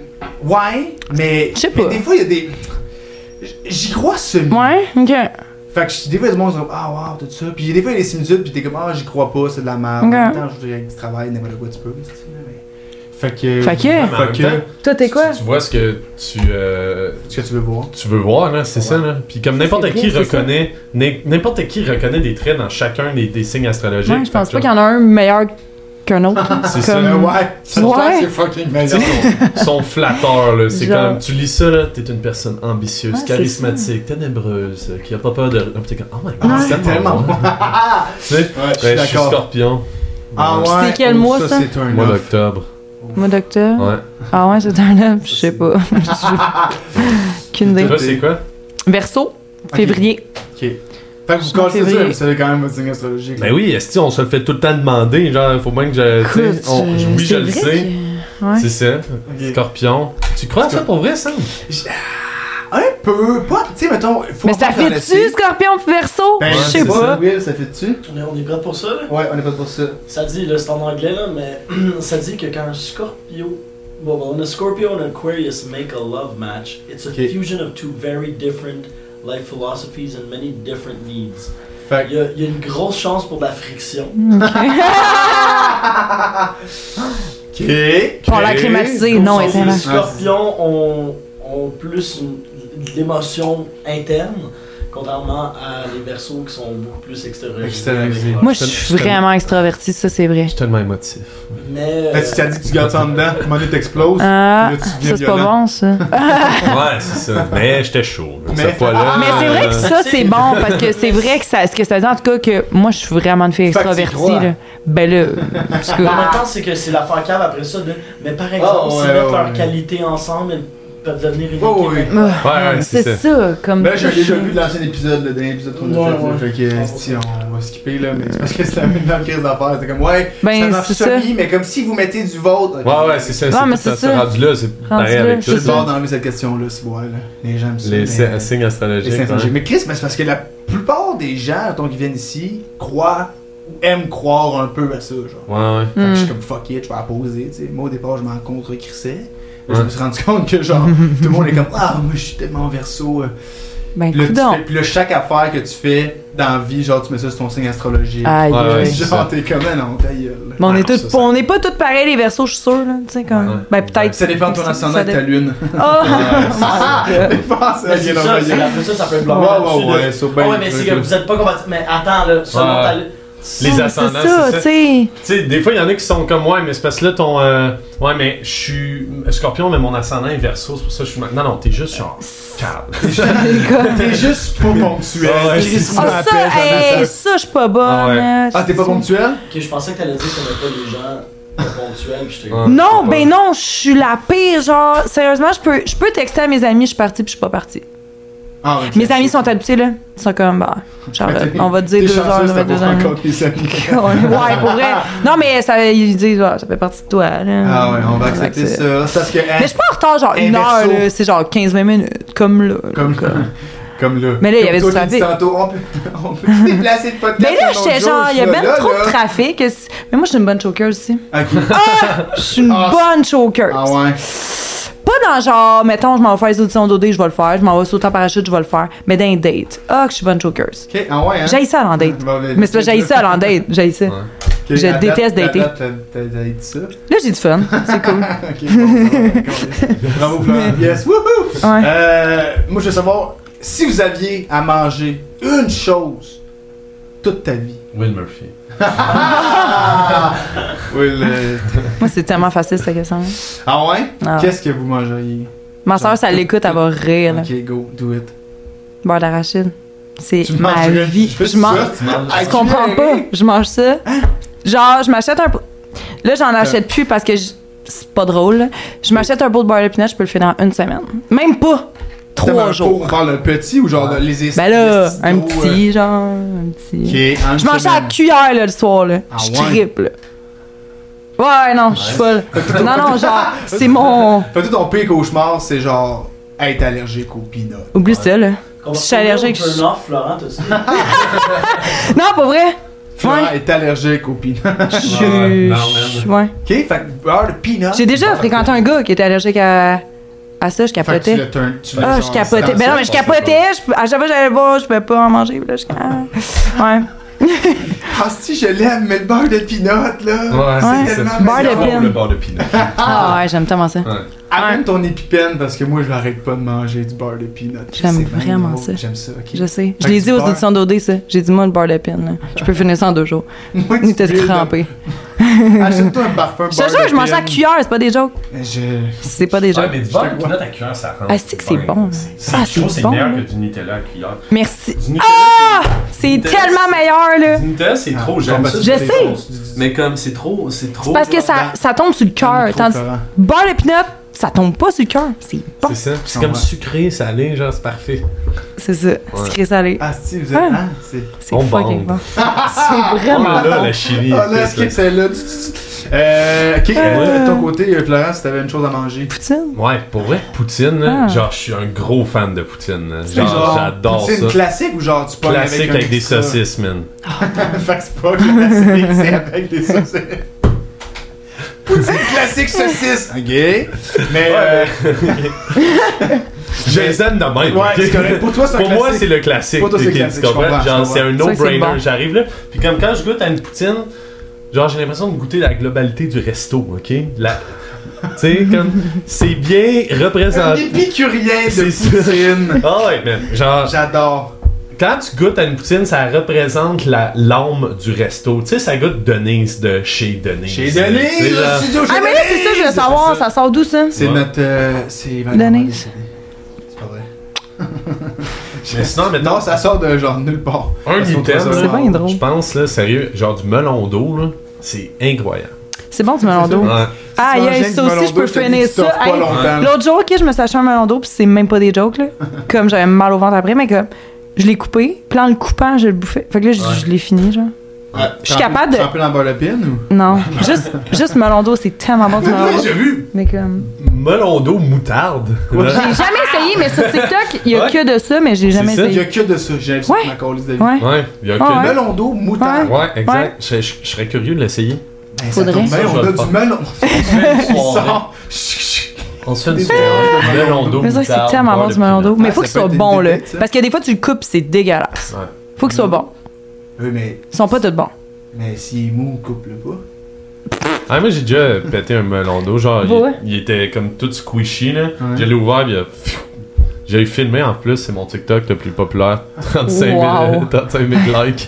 [SPEAKER 1] ouais, mais
[SPEAKER 2] Je sais
[SPEAKER 1] mais
[SPEAKER 2] pas.
[SPEAKER 1] des fois il y a des j'y crois semi.
[SPEAKER 2] Ouais, ok.
[SPEAKER 1] Fait que je- des fois, il y a du monde qui sont comme Ah, wow, tout ça. Puis des fois, il y a des similitudes, puis t'es comme Ah, j'y crois pas, c'est de la merde.
[SPEAKER 2] Ok.
[SPEAKER 1] En même temps, je dirais que tu travailles n'importe quoi, tu peux. c'est-tu, Mais... Fait que.
[SPEAKER 2] Fait
[SPEAKER 3] Mais
[SPEAKER 2] que.
[SPEAKER 3] en même
[SPEAKER 1] Fait
[SPEAKER 3] temps,
[SPEAKER 2] Toi, t'es quoi?
[SPEAKER 3] Tu vois ce que tu... euh,
[SPEAKER 1] Ce que tu veux
[SPEAKER 2] Mm.
[SPEAKER 1] voir.
[SPEAKER 3] tu veux voir, là, c'est ça, là. Puis comme n'importe
[SPEAKER 2] C'est
[SPEAKER 3] qui
[SPEAKER 2] bien, c'est ça.
[SPEAKER 3] reconnaît, n'im- n'importe qui reconnaît des traits dans chacun des, des signes astrologiques.
[SPEAKER 2] Ouais, je pense pas
[SPEAKER 3] Fait que
[SPEAKER 2] qu'il y en a un meilleur qu'un autre. là.
[SPEAKER 3] C'est
[SPEAKER 1] Euh,
[SPEAKER 2] Comme-
[SPEAKER 1] ouais, ça
[SPEAKER 2] Ouais.
[SPEAKER 1] ouais. c'est fucking
[SPEAKER 3] Tu
[SPEAKER 1] meilleur.
[SPEAKER 3] sais, ils sont flatteurs, là. C'est
[SPEAKER 2] Genre.
[SPEAKER 3] comme, tu lis ça, là, t'es une personne ambitieuse,
[SPEAKER 2] Ouais, c'est
[SPEAKER 3] charismatique, ténébreuse, euh, qui a pas peur de. Ah, t'es comme, oh my god,
[SPEAKER 1] Ah,
[SPEAKER 3] c'est tellement moi. Tu sais, ouais,
[SPEAKER 1] Ouais, je suis
[SPEAKER 3] Ben, je suis
[SPEAKER 1] d'accord.
[SPEAKER 3] scorpion.
[SPEAKER 1] Ah
[SPEAKER 3] Ouais.
[SPEAKER 1] ouais.
[SPEAKER 2] C'est quel
[SPEAKER 1] oh,
[SPEAKER 2] mois, ça?
[SPEAKER 1] Ça, c'est un
[SPEAKER 3] Mois
[SPEAKER 1] off.
[SPEAKER 3] d'octobre.
[SPEAKER 2] Moi, docteur.
[SPEAKER 3] Ouais.
[SPEAKER 2] Ah ouais, c'est un homme, je sais pas. Qu'une idée.
[SPEAKER 3] Toi, c'est quoi?
[SPEAKER 2] Verso,
[SPEAKER 1] Ok.
[SPEAKER 2] février.
[SPEAKER 1] Fait que vous cassez ça,
[SPEAKER 2] février.
[SPEAKER 1] mais c'est quand même votre signe astrologique.
[SPEAKER 3] Ben oui, est-ce on se le fait tout le temps demander? Genre, faut bien que je. tu sais,
[SPEAKER 2] Écoute,
[SPEAKER 3] on-
[SPEAKER 2] euh,
[SPEAKER 3] oui, je
[SPEAKER 2] c'est
[SPEAKER 3] le
[SPEAKER 2] vrai
[SPEAKER 3] sais.
[SPEAKER 2] que- Ouais.
[SPEAKER 3] C'est ça.
[SPEAKER 1] Ok.
[SPEAKER 3] Scorpion. Tu crois à ça pour vrai, ça?
[SPEAKER 1] Un peu, pas. Tu sais, mettons. Faut
[SPEAKER 2] Mais ça
[SPEAKER 1] faut en
[SPEAKER 2] fait-tu,
[SPEAKER 1] laisser.
[SPEAKER 2] Scorpion Verso?
[SPEAKER 1] Ben,
[SPEAKER 2] Je
[SPEAKER 1] c'est ça,
[SPEAKER 2] sais pas.
[SPEAKER 1] Will, ça fait-tu
[SPEAKER 4] On est, on est prêt pour ça, là?
[SPEAKER 1] Ouais, on est pas pour ça.
[SPEAKER 4] Ça dit, là, c'est en anglais, là, mais ça dit que quand Scorpio... Well, well, when a Scorpio and Aquarius make a love match, it's a
[SPEAKER 1] Ok.
[SPEAKER 4] fusion of two very different life philosophies and many different needs.
[SPEAKER 1] Fait
[SPEAKER 4] Il y a, il y a une grosse chance pour de la friction.
[SPEAKER 1] que.
[SPEAKER 2] On l'a climatisé,
[SPEAKER 4] Comme
[SPEAKER 2] non,
[SPEAKER 4] ça,
[SPEAKER 2] elle était là.
[SPEAKER 4] Les scorpions ont, ont plus une- l'émotion interne, Contrairement à les versos qui sont beaucoup plus extériorisés.
[SPEAKER 1] Extériorisés.
[SPEAKER 4] Avec-
[SPEAKER 2] Moi, je
[SPEAKER 3] je te-
[SPEAKER 2] suis
[SPEAKER 3] je te-
[SPEAKER 2] vraiment extravertie, ça, c'est vrai.
[SPEAKER 3] Je suis tellement émotif.
[SPEAKER 4] Mais.
[SPEAKER 1] Là, tu t'as dit que tu gardes ça en dedans, à un moment donné, t'exploses.
[SPEAKER 2] Ah,
[SPEAKER 1] Là, tu deviens
[SPEAKER 2] ça, c'est pas
[SPEAKER 1] violent.
[SPEAKER 2] bon, ça.
[SPEAKER 3] ouais, c'est ça. Mais j'étais chaud. là,
[SPEAKER 1] Mais-
[SPEAKER 3] Cette fois-là.
[SPEAKER 2] Ah, Mais c'est vrai que ça, c'est bon, parce que c'est vrai que ça, ce que ça dit, en tout cas, que moi, je suis vraiment une fille
[SPEAKER 1] Fait que t'y
[SPEAKER 2] extravertie,
[SPEAKER 1] crois.
[SPEAKER 2] là. Ben là, parce que...
[SPEAKER 4] Mais euh, en même temps, c'est que c'est l'affaire cave après ça. De... Mais par exemple,
[SPEAKER 1] ouais,
[SPEAKER 4] s'ils mettent
[SPEAKER 1] ouais,
[SPEAKER 4] leurs
[SPEAKER 1] ouais.
[SPEAKER 4] qualités ensemble, ils peuvent devenir une
[SPEAKER 1] Oh,
[SPEAKER 4] équipe.
[SPEAKER 1] oui.
[SPEAKER 2] Ah,
[SPEAKER 3] Ouais, ouais, c'est
[SPEAKER 2] c'est
[SPEAKER 3] ça.
[SPEAKER 2] ça, comme...
[SPEAKER 1] Ben là, j'ai déjà vu de l'ancien épisode, le dernier épisode qu'on a
[SPEAKER 4] Ouais,
[SPEAKER 1] fait. là.
[SPEAKER 4] ouais.
[SPEAKER 1] Fait que, esti, on va skipper là, mais c'est parce que c'est la même crise d'affaires. C'est comme, ouais,
[SPEAKER 2] Ben,
[SPEAKER 1] ça marche
[SPEAKER 2] c'est
[SPEAKER 1] semi,
[SPEAKER 2] ça.
[SPEAKER 1] mais comme si vous mettez du vôtre. ok.
[SPEAKER 3] Ouais, ouais, c'est ça.
[SPEAKER 2] Non, Ah, mais
[SPEAKER 3] tout
[SPEAKER 2] c'est
[SPEAKER 3] à-
[SPEAKER 2] ça.
[SPEAKER 3] rendu là, c'est pareil
[SPEAKER 2] là,
[SPEAKER 3] avec
[SPEAKER 1] Je
[SPEAKER 2] c'est
[SPEAKER 3] tout.
[SPEAKER 1] suis
[SPEAKER 2] ça.
[SPEAKER 1] bord
[SPEAKER 3] là.
[SPEAKER 1] d'enlever cette question-là, c'est ouais, là. Les gens me suivent.
[SPEAKER 3] Les
[SPEAKER 1] mais-
[SPEAKER 3] si- signes
[SPEAKER 1] Les
[SPEAKER 3] astrologiques.
[SPEAKER 1] signes
[SPEAKER 3] hein.
[SPEAKER 1] astrologiques. Mais Chris, ben, c'est parce que la plupart des gens, mettons, qui viennent ici, croient ou aiment croire un peu à ça, genre.
[SPEAKER 3] Ouais, ouais.
[SPEAKER 1] Fait que je suis
[SPEAKER 2] Hmm.
[SPEAKER 1] comme fuck it, je vais la poser. tu sais. Moi au départ, je m'en contre-crissais. Je
[SPEAKER 3] Ouais.
[SPEAKER 1] me suis rendu compte que genre, tout le monde est comme Ah, moi je suis tellement verso. euh.
[SPEAKER 2] Ben,
[SPEAKER 1] Puis là, tu
[SPEAKER 2] coudonc.
[SPEAKER 1] fais- puis là, chaque affaire que tu fais dans la vie, genre, tu mets ça sur ton signe astrologique.
[SPEAKER 2] Aïe,
[SPEAKER 3] Ouais, ouais,
[SPEAKER 2] aïe.
[SPEAKER 3] c'est
[SPEAKER 1] genre, t'es comme Ah non, ta gueule.
[SPEAKER 2] Bon, Ah, on
[SPEAKER 3] Ouais,
[SPEAKER 2] est
[SPEAKER 3] Ben non,
[SPEAKER 2] tous-
[SPEAKER 3] ça, ça-
[SPEAKER 2] on n'est pas tous pareils, les versos, je suis sûre, là. Tu sais, comme...
[SPEAKER 3] Ouais.
[SPEAKER 2] Ben, peut-être...
[SPEAKER 1] Ça dépend de ton ascendant
[SPEAKER 2] Ça
[SPEAKER 1] et de ta lune.
[SPEAKER 2] dé- Ah!
[SPEAKER 1] Ça dépend, ça,
[SPEAKER 4] Mais
[SPEAKER 1] la
[SPEAKER 4] c'est
[SPEAKER 1] gueule
[SPEAKER 4] ça, c'est
[SPEAKER 1] envoyée.
[SPEAKER 4] après ça, ça peut
[SPEAKER 1] Ouais,
[SPEAKER 4] blâmer
[SPEAKER 1] ouais,
[SPEAKER 4] là-dessus.
[SPEAKER 1] ouais, ça,
[SPEAKER 4] de-
[SPEAKER 1] ben,
[SPEAKER 4] Ah ouais, mais c'est que
[SPEAKER 1] je-
[SPEAKER 4] vous êtes pas compatibles. Mais attends, là, selon
[SPEAKER 3] Ouais.
[SPEAKER 4] ta.
[SPEAKER 3] Les
[SPEAKER 2] Ah,
[SPEAKER 3] ascendants,
[SPEAKER 2] c'est ça,
[SPEAKER 3] c'est
[SPEAKER 2] tu
[SPEAKER 3] ça.
[SPEAKER 2] sais.
[SPEAKER 3] Tu sais, des fois, il y en a qui sont comme, ouais, mais c'est parce que là, ton. euh, ouais, mais je suis scorpion, mais mon ascendant est verso, c'est pour ça que je suis. ma- Non, non, t'es juste genre. Calme.
[SPEAKER 1] T'es juste pas ponctuel.
[SPEAKER 3] Ah, ouais,
[SPEAKER 1] Chris,
[SPEAKER 3] c'est
[SPEAKER 1] on
[SPEAKER 2] Ah,
[SPEAKER 1] appelle,
[SPEAKER 2] ça,
[SPEAKER 1] Jonathan.
[SPEAKER 2] hey, ça, je suis pas
[SPEAKER 3] Ah ouais.
[SPEAKER 2] bonne. hein.
[SPEAKER 1] Ah, t'es pas ponctuel?
[SPEAKER 4] Ok, je pensais que t'allais dire qu'on n'aimait pas les gens pas ponctuels, puis j'étais
[SPEAKER 3] Ouais.
[SPEAKER 2] Non,
[SPEAKER 3] Ouais.
[SPEAKER 2] ben non, je suis la pire, genre, sérieusement, je peux, je peux texter à mes amis, je suis partie puis je suis pas partie.
[SPEAKER 1] Ah, ok.
[SPEAKER 2] Mes amis sont habitués, là. Ils sont comme, bah, Charlotte,
[SPEAKER 1] Ben, T'es-
[SPEAKER 2] on va te dire
[SPEAKER 1] t'es
[SPEAKER 2] deux heures,
[SPEAKER 1] chanceuse
[SPEAKER 2] là, va te
[SPEAKER 1] d'avoir
[SPEAKER 2] deux heures.
[SPEAKER 1] encore tes amis.
[SPEAKER 2] ouais, pour vrai. Non, mais ça, ils disent, ouais, ça fait partie de toi, là.
[SPEAKER 1] Ah ouais, on va accepter
[SPEAKER 2] Fait que c'est-
[SPEAKER 1] ça. C'est Parce que, hein,
[SPEAKER 2] Mais je suis pas en retard, genre, une
[SPEAKER 1] Inverso.
[SPEAKER 2] heure, là. C'est genre 15-20 minutes, comme là. là,
[SPEAKER 1] comme, comme, comme là.
[SPEAKER 2] Mais là, il y
[SPEAKER 1] Comme
[SPEAKER 2] avait
[SPEAKER 1] toi
[SPEAKER 2] du
[SPEAKER 1] qui dis
[SPEAKER 2] trafic.
[SPEAKER 1] Tantôt, on peut, on peut se déplacer de podcast.
[SPEAKER 2] Ben là,
[SPEAKER 1] un autre
[SPEAKER 2] j'étais
[SPEAKER 1] jour,
[SPEAKER 2] genre,
[SPEAKER 1] je
[SPEAKER 2] il y
[SPEAKER 1] suis
[SPEAKER 2] a
[SPEAKER 1] là,
[SPEAKER 2] ben
[SPEAKER 1] là,
[SPEAKER 2] trop
[SPEAKER 1] là.
[SPEAKER 2] de trafic. Mais moi, je suis une bonne choker aussi.
[SPEAKER 1] Ok.
[SPEAKER 2] Je suis une
[SPEAKER 1] Ah,
[SPEAKER 2] bonne choker.
[SPEAKER 1] Ah ouais.
[SPEAKER 2] Pas dans genre, mettons, je m'en vais faire les auditions d'OD, je vais le faire. Je m'en vais sauter en parachute, je vais le faire. Mais dans les dates. Ah, que je suis bonne choker.
[SPEAKER 1] Ok, ah ouais, hein.
[SPEAKER 2] J'haïs ça en date.
[SPEAKER 1] Bon, ben,
[SPEAKER 2] Mais c'est pas j'haïs ça en date. J'haïs ça.
[SPEAKER 1] Ok,
[SPEAKER 2] je
[SPEAKER 1] à date-
[SPEAKER 2] déteste
[SPEAKER 1] à
[SPEAKER 2] dater.
[SPEAKER 1] date, T'as t'as- t'as dit ça.
[SPEAKER 2] Là, j'ai du fun. C'est cool.
[SPEAKER 1] Ok, bon, Bravo, Florent. Yes, wouhou!
[SPEAKER 2] Ouais.
[SPEAKER 1] Euh, moi, je veux savoir si vous aviez à manger une chose toute ta vie.
[SPEAKER 3] Will Murphy.
[SPEAKER 1] Oui, le-
[SPEAKER 2] Moi, c'est tellement facile, cette question
[SPEAKER 1] Ah ouais?
[SPEAKER 2] Ah.
[SPEAKER 1] Qu'est-ce que vous mangeriez?
[SPEAKER 2] Ma soeur, ça l'écoute, elle va rire. là.
[SPEAKER 1] Ok, go, do it.
[SPEAKER 2] Beurre d'arachide. C'est
[SPEAKER 1] Tu
[SPEAKER 2] ma
[SPEAKER 1] mangerais
[SPEAKER 2] vie.
[SPEAKER 1] juste
[SPEAKER 2] Je mange.
[SPEAKER 1] ça? Ah,
[SPEAKER 2] Je comprends
[SPEAKER 1] tu-
[SPEAKER 2] pas. Je mange ça.
[SPEAKER 1] Hein?
[SPEAKER 2] Genre, je m'achète un. pot- Là, j'en
[SPEAKER 1] Euh.
[SPEAKER 2] achète plus parce que je- c'est pas drôle. là. Je m'achète un pot de beurre de pinot, je peux le faire dans une semaine. Même pas.
[SPEAKER 1] T'as même un
[SPEAKER 2] Trois
[SPEAKER 1] pot,
[SPEAKER 2] jours.
[SPEAKER 1] On parle d'un petit ou genre de- les
[SPEAKER 2] Ben là,
[SPEAKER 1] les-
[SPEAKER 2] un
[SPEAKER 1] les-
[SPEAKER 2] petit, genre. Un
[SPEAKER 1] Ok,
[SPEAKER 2] petit.
[SPEAKER 1] en
[SPEAKER 2] Je mange ça à
[SPEAKER 1] semaine.
[SPEAKER 2] cuillère, là, le soir, là.
[SPEAKER 1] Ah
[SPEAKER 2] Je
[SPEAKER 1] ouais?
[SPEAKER 2] triple, là. Ouais, non, je suis folle. Non, non, genre, c'est mon.
[SPEAKER 1] Fait que tout ton pire cauchemar, c'est genre être allergique aux peanuts.
[SPEAKER 2] Oublie ça, là.
[SPEAKER 4] Je
[SPEAKER 2] Je suis allergique, je-
[SPEAKER 4] Turn off, Florent, t'as-tu dit?
[SPEAKER 2] Non, pas vrai.
[SPEAKER 1] Florent est allergique aux peanuts.
[SPEAKER 3] ouais, non,
[SPEAKER 2] Je. Ouais.
[SPEAKER 1] ok, fait que beurre de peanuts.
[SPEAKER 2] J'ai déjà fréquenté un gars qui était allergique à, à ça, je
[SPEAKER 1] Fait que tu
[SPEAKER 2] capotais.
[SPEAKER 1] le turn- tu l'as
[SPEAKER 2] Ah, je
[SPEAKER 1] genre-
[SPEAKER 2] capotais.
[SPEAKER 1] dans
[SPEAKER 2] Ben non, mais
[SPEAKER 1] ça.
[SPEAKER 2] je capotais. je- à chaque fois que j'allais voir, je pouvais pas en manger. puis Là, je... ah. Ouais.
[SPEAKER 1] Ah, si, je l'aime, mais le beurre de peanuts, là.
[SPEAKER 3] Ouais,
[SPEAKER 2] Ouais.
[SPEAKER 3] c'est ça.
[SPEAKER 2] Beurre de
[SPEAKER 3] C'est
[SPEAKER 2] pin.
[SPEAKER 3] Le beurre de pinot.
[SPEAKER 2] Ah ouais, j'aime tellement ça.
[SPEAKER 1] Amène ton épipène parce que moi, je l'arrête pas de manger du beurre de peanuts.
[SPEAKER 2] J'aime
[SPEAKER 1] C'est bien
[SPEAKER 2] vraiment
[SPEAKER 1] drôle.
[SPEAKER 2] ça.
[SPEAKER 1] J'aime ça, ok.
[SPEAKER 2] Je sais. Je
[SPEAKER 1] Fait
[SPEAKER 2] l'ai
[SPEAKER 1] que
[SPEAKER 2] dit
[SPEAKER 1] du
[SPEAKER 2] aux
[SPEAKER 1] beurre.
[SPEAKER 2] éditions d'OD, ça. J'ai dit, moi, le bar de pin. là. Je peux finir ça en deux jours.
[SPEAKER 1] Moi,
[SPEAKER 2] On
[SPEAKER 1] tu
[SPEAKER 2] était
[SPEAKER 1] builds de-
[SPEAKER 2] crampés.
[SPEAKER 1] Achète-toi un parfum.
[SPEAKER 2] Je te
[SPEAKER 1] beurre
[SPEAKER 2] jure,
[SPEAKER 1] de
[SPEAKER 2] je mange ça à
[SPEAKER 1] pin.
[SPEAKER 2] cuillère, c'est pas des jokes.
[SPEAKER 1] Je.
[SPEAKER 2] C'est pas des
[SPEAKER 3] Ouais,
[SPEAKER 2] jokes.
[SPEAKER 3] mais du beurre de pinot à cuillère, ça rentre.
[SPEAKER 2] Ah, c'est que c'est bon.
[SPEAKER 3] C'est-
[SPEAKER 2] Ah,
[SPEAKER 3] Je trouve que
[SPEAKER 2] c'est
[SPEAKER 3] c'est
[SPEAKER 2] bon,
[SPEAKER 3] meilleur
[SPEAKER 2] là.
[SPEAKER 3] que du Nutella à cuillère.
[SPEAKER 2] Merci.
[SPEAKER 3] Du Nutella,
[SPEAKER 2] C'est
[SPEAKER 3] Nutella,
[SPEAKER 2] tellement meilleur, là.
[SPEAKER 3] c'est- du Nutella, c'est trop, j'aime ça.
[SPEAKER 2] Je sais.
[SPEAKER 3] Mais comme c'est trop, c'est trop.
[SPEAKER 2] Parce que ça, ça tombe sur le cœur. Tandis que beurre de pinot, ça tombe pas sur le cœur. C'est bon.
[SPEAKER 3] C'est ça. C'est
[SPEAKER 1] Ouais.
[SPEAKER 3] comme sucré, salé, genre c'est parfait.
[SPEAKER 2] C'est ça. Sucré salé.
[SPEAKER 1] Ah, si, vous êtes.
[SPEAKER 2] Ah.
[SPEAKER 1] Ah, c'est.
[SPEAKER 2] C'est
[SPEAKER 3] On
[SPEAKER 2] fucking
[SPEAKER 3] bande.
[SPEAKER 2] bon. C'est
[SPEAKER 3] Oh
[SPEAKER 2] vraiment
[SPEAKER 3] là là,
[SPEAKER 2] bon.
[SPEAKER 3] la chimie.
[SPEAKER 1] Ah, là, skip celle-là. Tu- tu- tu- Euh, ok, euh, de ton côté, euh, Florent, si t'avais une chose à manger.
[SPEAKER 2] Poutine.
[SPEAKER 3] Ouais, pour vrai, Poutine, là,
[SPEAKER 2] Ah.
[SPEAKER 3] genre, je suis un gros fan de Poutine. là.
[SPEAKER 1] C'est
[SPEAKER 3] Genre, j'adore
[SPEAKER 1] C'est
[SPEAKER 3] ça.
[SPEAKER 1] une classique ou genre tu pognes
[SPEAKER 3] Classique avec,
[SPEAKER 1] un
[SPEAKER 3] des
[SPEAKER 1] extra?
[SPEAKER 3] saucisses, man.
[SPEAKER 1] fait que c'est pas classique, c'est avec des saucisses. Poutine classique saucisse. Ok. Mais. euh,
[SPEAKER 3] Je les aime de même.
[SPEAKER 1] ouais,
[SPEAKER 3] ok?
[SPEAKER 1] c'est correct. Pour toi, c'est un
[SPEAKER 3] Pour moi,
[SPEAKER 1] classique.
[SPEAKER 3] c'est le classique.
[SPEAKER 1] Pour toi, c'est
[SPEAKER 3] ok, tu
[SPEAKER 1] classique,
[SPEAKER 3] comprends?
[SPEAKER 1] je comprends, je
[SPEAKER 3] Genre, c'est un
[SPEAKER 2] comprends. C'est vrai que c'est
[SPEAKER 3] no-brainer.
[SPEAKER 2] bon.
[SPEAKER 3] J'arrive là. Puis comme quand je goûte à une poutine, genre, j'ai l'impression de goûter la globalité du resto, ok? La... tu sais, comme. C'est bien
[SPEAKER 1] Un
[SPEAKER 3] représenté.
[SPEAKER 1] épicurien de
[SPEAKER 3] C'est ça.
[SPEAKER 1] poutine.
[SPEAKER 3] Ah ouais, man. Genre,
[SPEAKER 1] J'adore.
[SPEAKER 3] quand tu goûtes à une poutine, ça représente la- l'âme du resto. Tu sais, ça goûte Denise de chez Denise.
[SPEAKER 1] Chez
[SPEAKER 3] Tu sais,
[SPEAKER 1] Denise,
[SPEAKER 3] là.
[SPEAKER 1] le studio chez
[SPEAKER 2] Ah, mais là, c'est ça, je veux
[SPEAKER 1] Denise!
[SPEAKER 2] savoir, ça sort d'où ça?
[SPEAKER 1] C'est
[SPEAKER 3] Ouais.
[SPEAKER 1] notre. euh, c'est ma
[SPEAKER 2] Denise.
[SPEAKER 1] grand-mère décédée. C'est pas vrai.
[SPEAKER 3] Mais sinon, maintenant,
[SPEAKER 1] Non, ça sort de genre nulle part.
[SPEAKER 3] un
[SPEAKER 1] Parce qu'on
[SPEAKER 3] gluten,
[SPEAKER 1] trouve ça
[SPEAKER 2] C'est
[SPEAKER 1] rare.
[SPEAKER 2] bien drôle.
[SPEAKER 3] je pense, là, sérieux, genre du melon d'eau, là, c'est incroyable.
[SPEAKER 2] C'est bon du melon
[SPEAKER 1] C'est ça.
[SPEAKER 2] d'eau.
[SPEAKER 3] Ouais.
[SPEAKER 2] Ah,
[SPEAKER 1] Si tu
[SPEAKER 2] yeah,
[SPEAKER 1] manges
[SPEAKER 2] ça
[SPEAKER 1] rien que du
[SPEAKER 2] aussi, je peux
[SPEAKER 1] melon d'eau, te
[SPEAKER 2] finir
[SPEAKER 1] dis, tu
[SPEAKER 2] ça.
[SPEAKER 1] t'offres pas
[SPEAKER 2] Hey,
[SPEAKER 1] longtemps.
[SPEAKER 2] L'autre jour, ok, je me suis acheté un melon d'eau, puis c'est même pas des jokes, là. Comme j'avais mal au ventre après, mais comme je l'ai coupé, puis en le coupant, je le bouffais. Fait que là, je,
[SPEAKER 4] Ouais.
[SPEAKER 2] je l'ai fini, genre.
[SPEAKER 1] Ouais.
[SPEAKER 2] Je suis
[SPEAKER 1] Tremper-
[SPEAKER 2] capable de-
[SPEAKER 1] Tremper dans le beurre de pin ou.
[SPEAKER 2] Non, juste, juste melon d'eau, c'est tellement bon du melon d'eau.
[SPEAKER 3] J'ai vu
[SPEAKER 2] Mais comme.
[SPEAKER 3] melon d'eau moutarde. là.
[SPEAKER 2] J'ai jamais essayé, mais sur TikTok, il y a
[SPEAKER 3] Ouais.
[SPEAKER 2] que de ça, mais j'ai jamais
[SPEAKER 3] ça,
[SPEAKER 1] Il y a
[SPEAKER 2] essayé.
[SPEAKER 1] que de ça. J'ai l'impression
[SPEAKER 2] Ouais.
[SPEAKER 1] que ma colise de vie.
[SPEAKER 2] Ouais.
[SPEAKER 3] Ouais, il y a
[SPEAKER 2] Ah
[SPEAKER 3] que
[SPEAKER 2] ouais.
[SPEAKER 1] Melon d'eau, moutarde.
[SPEAKER 3] Ouais, exact. Je, je- je serais curieux de l'essayer.
[SPEAKER 1] Ben, ça
[SPEAKER 2] Faudrait.
[SPEAKER 1] tombe bien,
[SPEAKER 3] Ça, je
[SPEAKER 1] on
[SPEAKER 3] vais
[SPEAKER 1] a
[SPEAKER 3] le
[SPEAKER 1] du
[SPEAKER 3] faire.
[SPEAKER 1] melon.
[SPEAKER 3] Une soirée.
[SPEAKER 1] Ça. Chut, chut.
[SPEAKER 3] On se fait une
[SPEAKER 1] Des
[SPEAKER 3] soirée
[SPEAKER 1] soirées
[SPEAKER 3] de
[SPEAKER 1] de
[SPEAKER 3] melon d'eau.
[SPEAKER 1] melon
[SPEAKER 2] Mais ça, c'est
[SPEAKER 3] moutarde,
[SPEAKER 2] tellement bon
[SPEAKER 3] beurre
[SPEAKER 2] du
[SPEAKER 3] de
[SPEAKER 2] melon
[SPEAKER 3] pinot.
[SPEAKER 2] d'eau. Mais
[SPEAKER 1] Ah,
[SPEAKER 2] faut
[SPEAKER 1] ça
[SPEAKER 2] qu'il
[SPEAKER 1] peut
[SPEAKER 2] soit
[SPEAKER 1] être
[SPEAKER 2] bon,
[SPEAKER 1] une
[SPEAKER 2] là.
[SPEAKER 1] bibite, ça.
[SPEAKER 2] Parce que des fois, tu le coupes, c'est dégueulasse.
[SPEAKER 3] Ouais.
[SPEAKER 2] Faut qu'il soit bon.
[SPEAKER 1] Oui, mais,
[SPEAKER 2] Ils sont pas tous bons.
[SPEAKER 1] mais s'il est mou, coupe-le pas.
[SPEAKER 3] Ah, moi j'ai déjà pété un melon d'eau, genre il-
[SPEAKER 2] Ouais.
[SPEAKER 3] il, était comme tout squishy là.
[SPEAKER 1] Ouais.
[SPEAKER 3] Je l'ai ouvert, puis il a... j'ai filmé en plus, c'est mon TikTok le plus populaire, 35 000,
[SPEAKER 2] Wow.
[SPEAKER 3] 35 000 likes.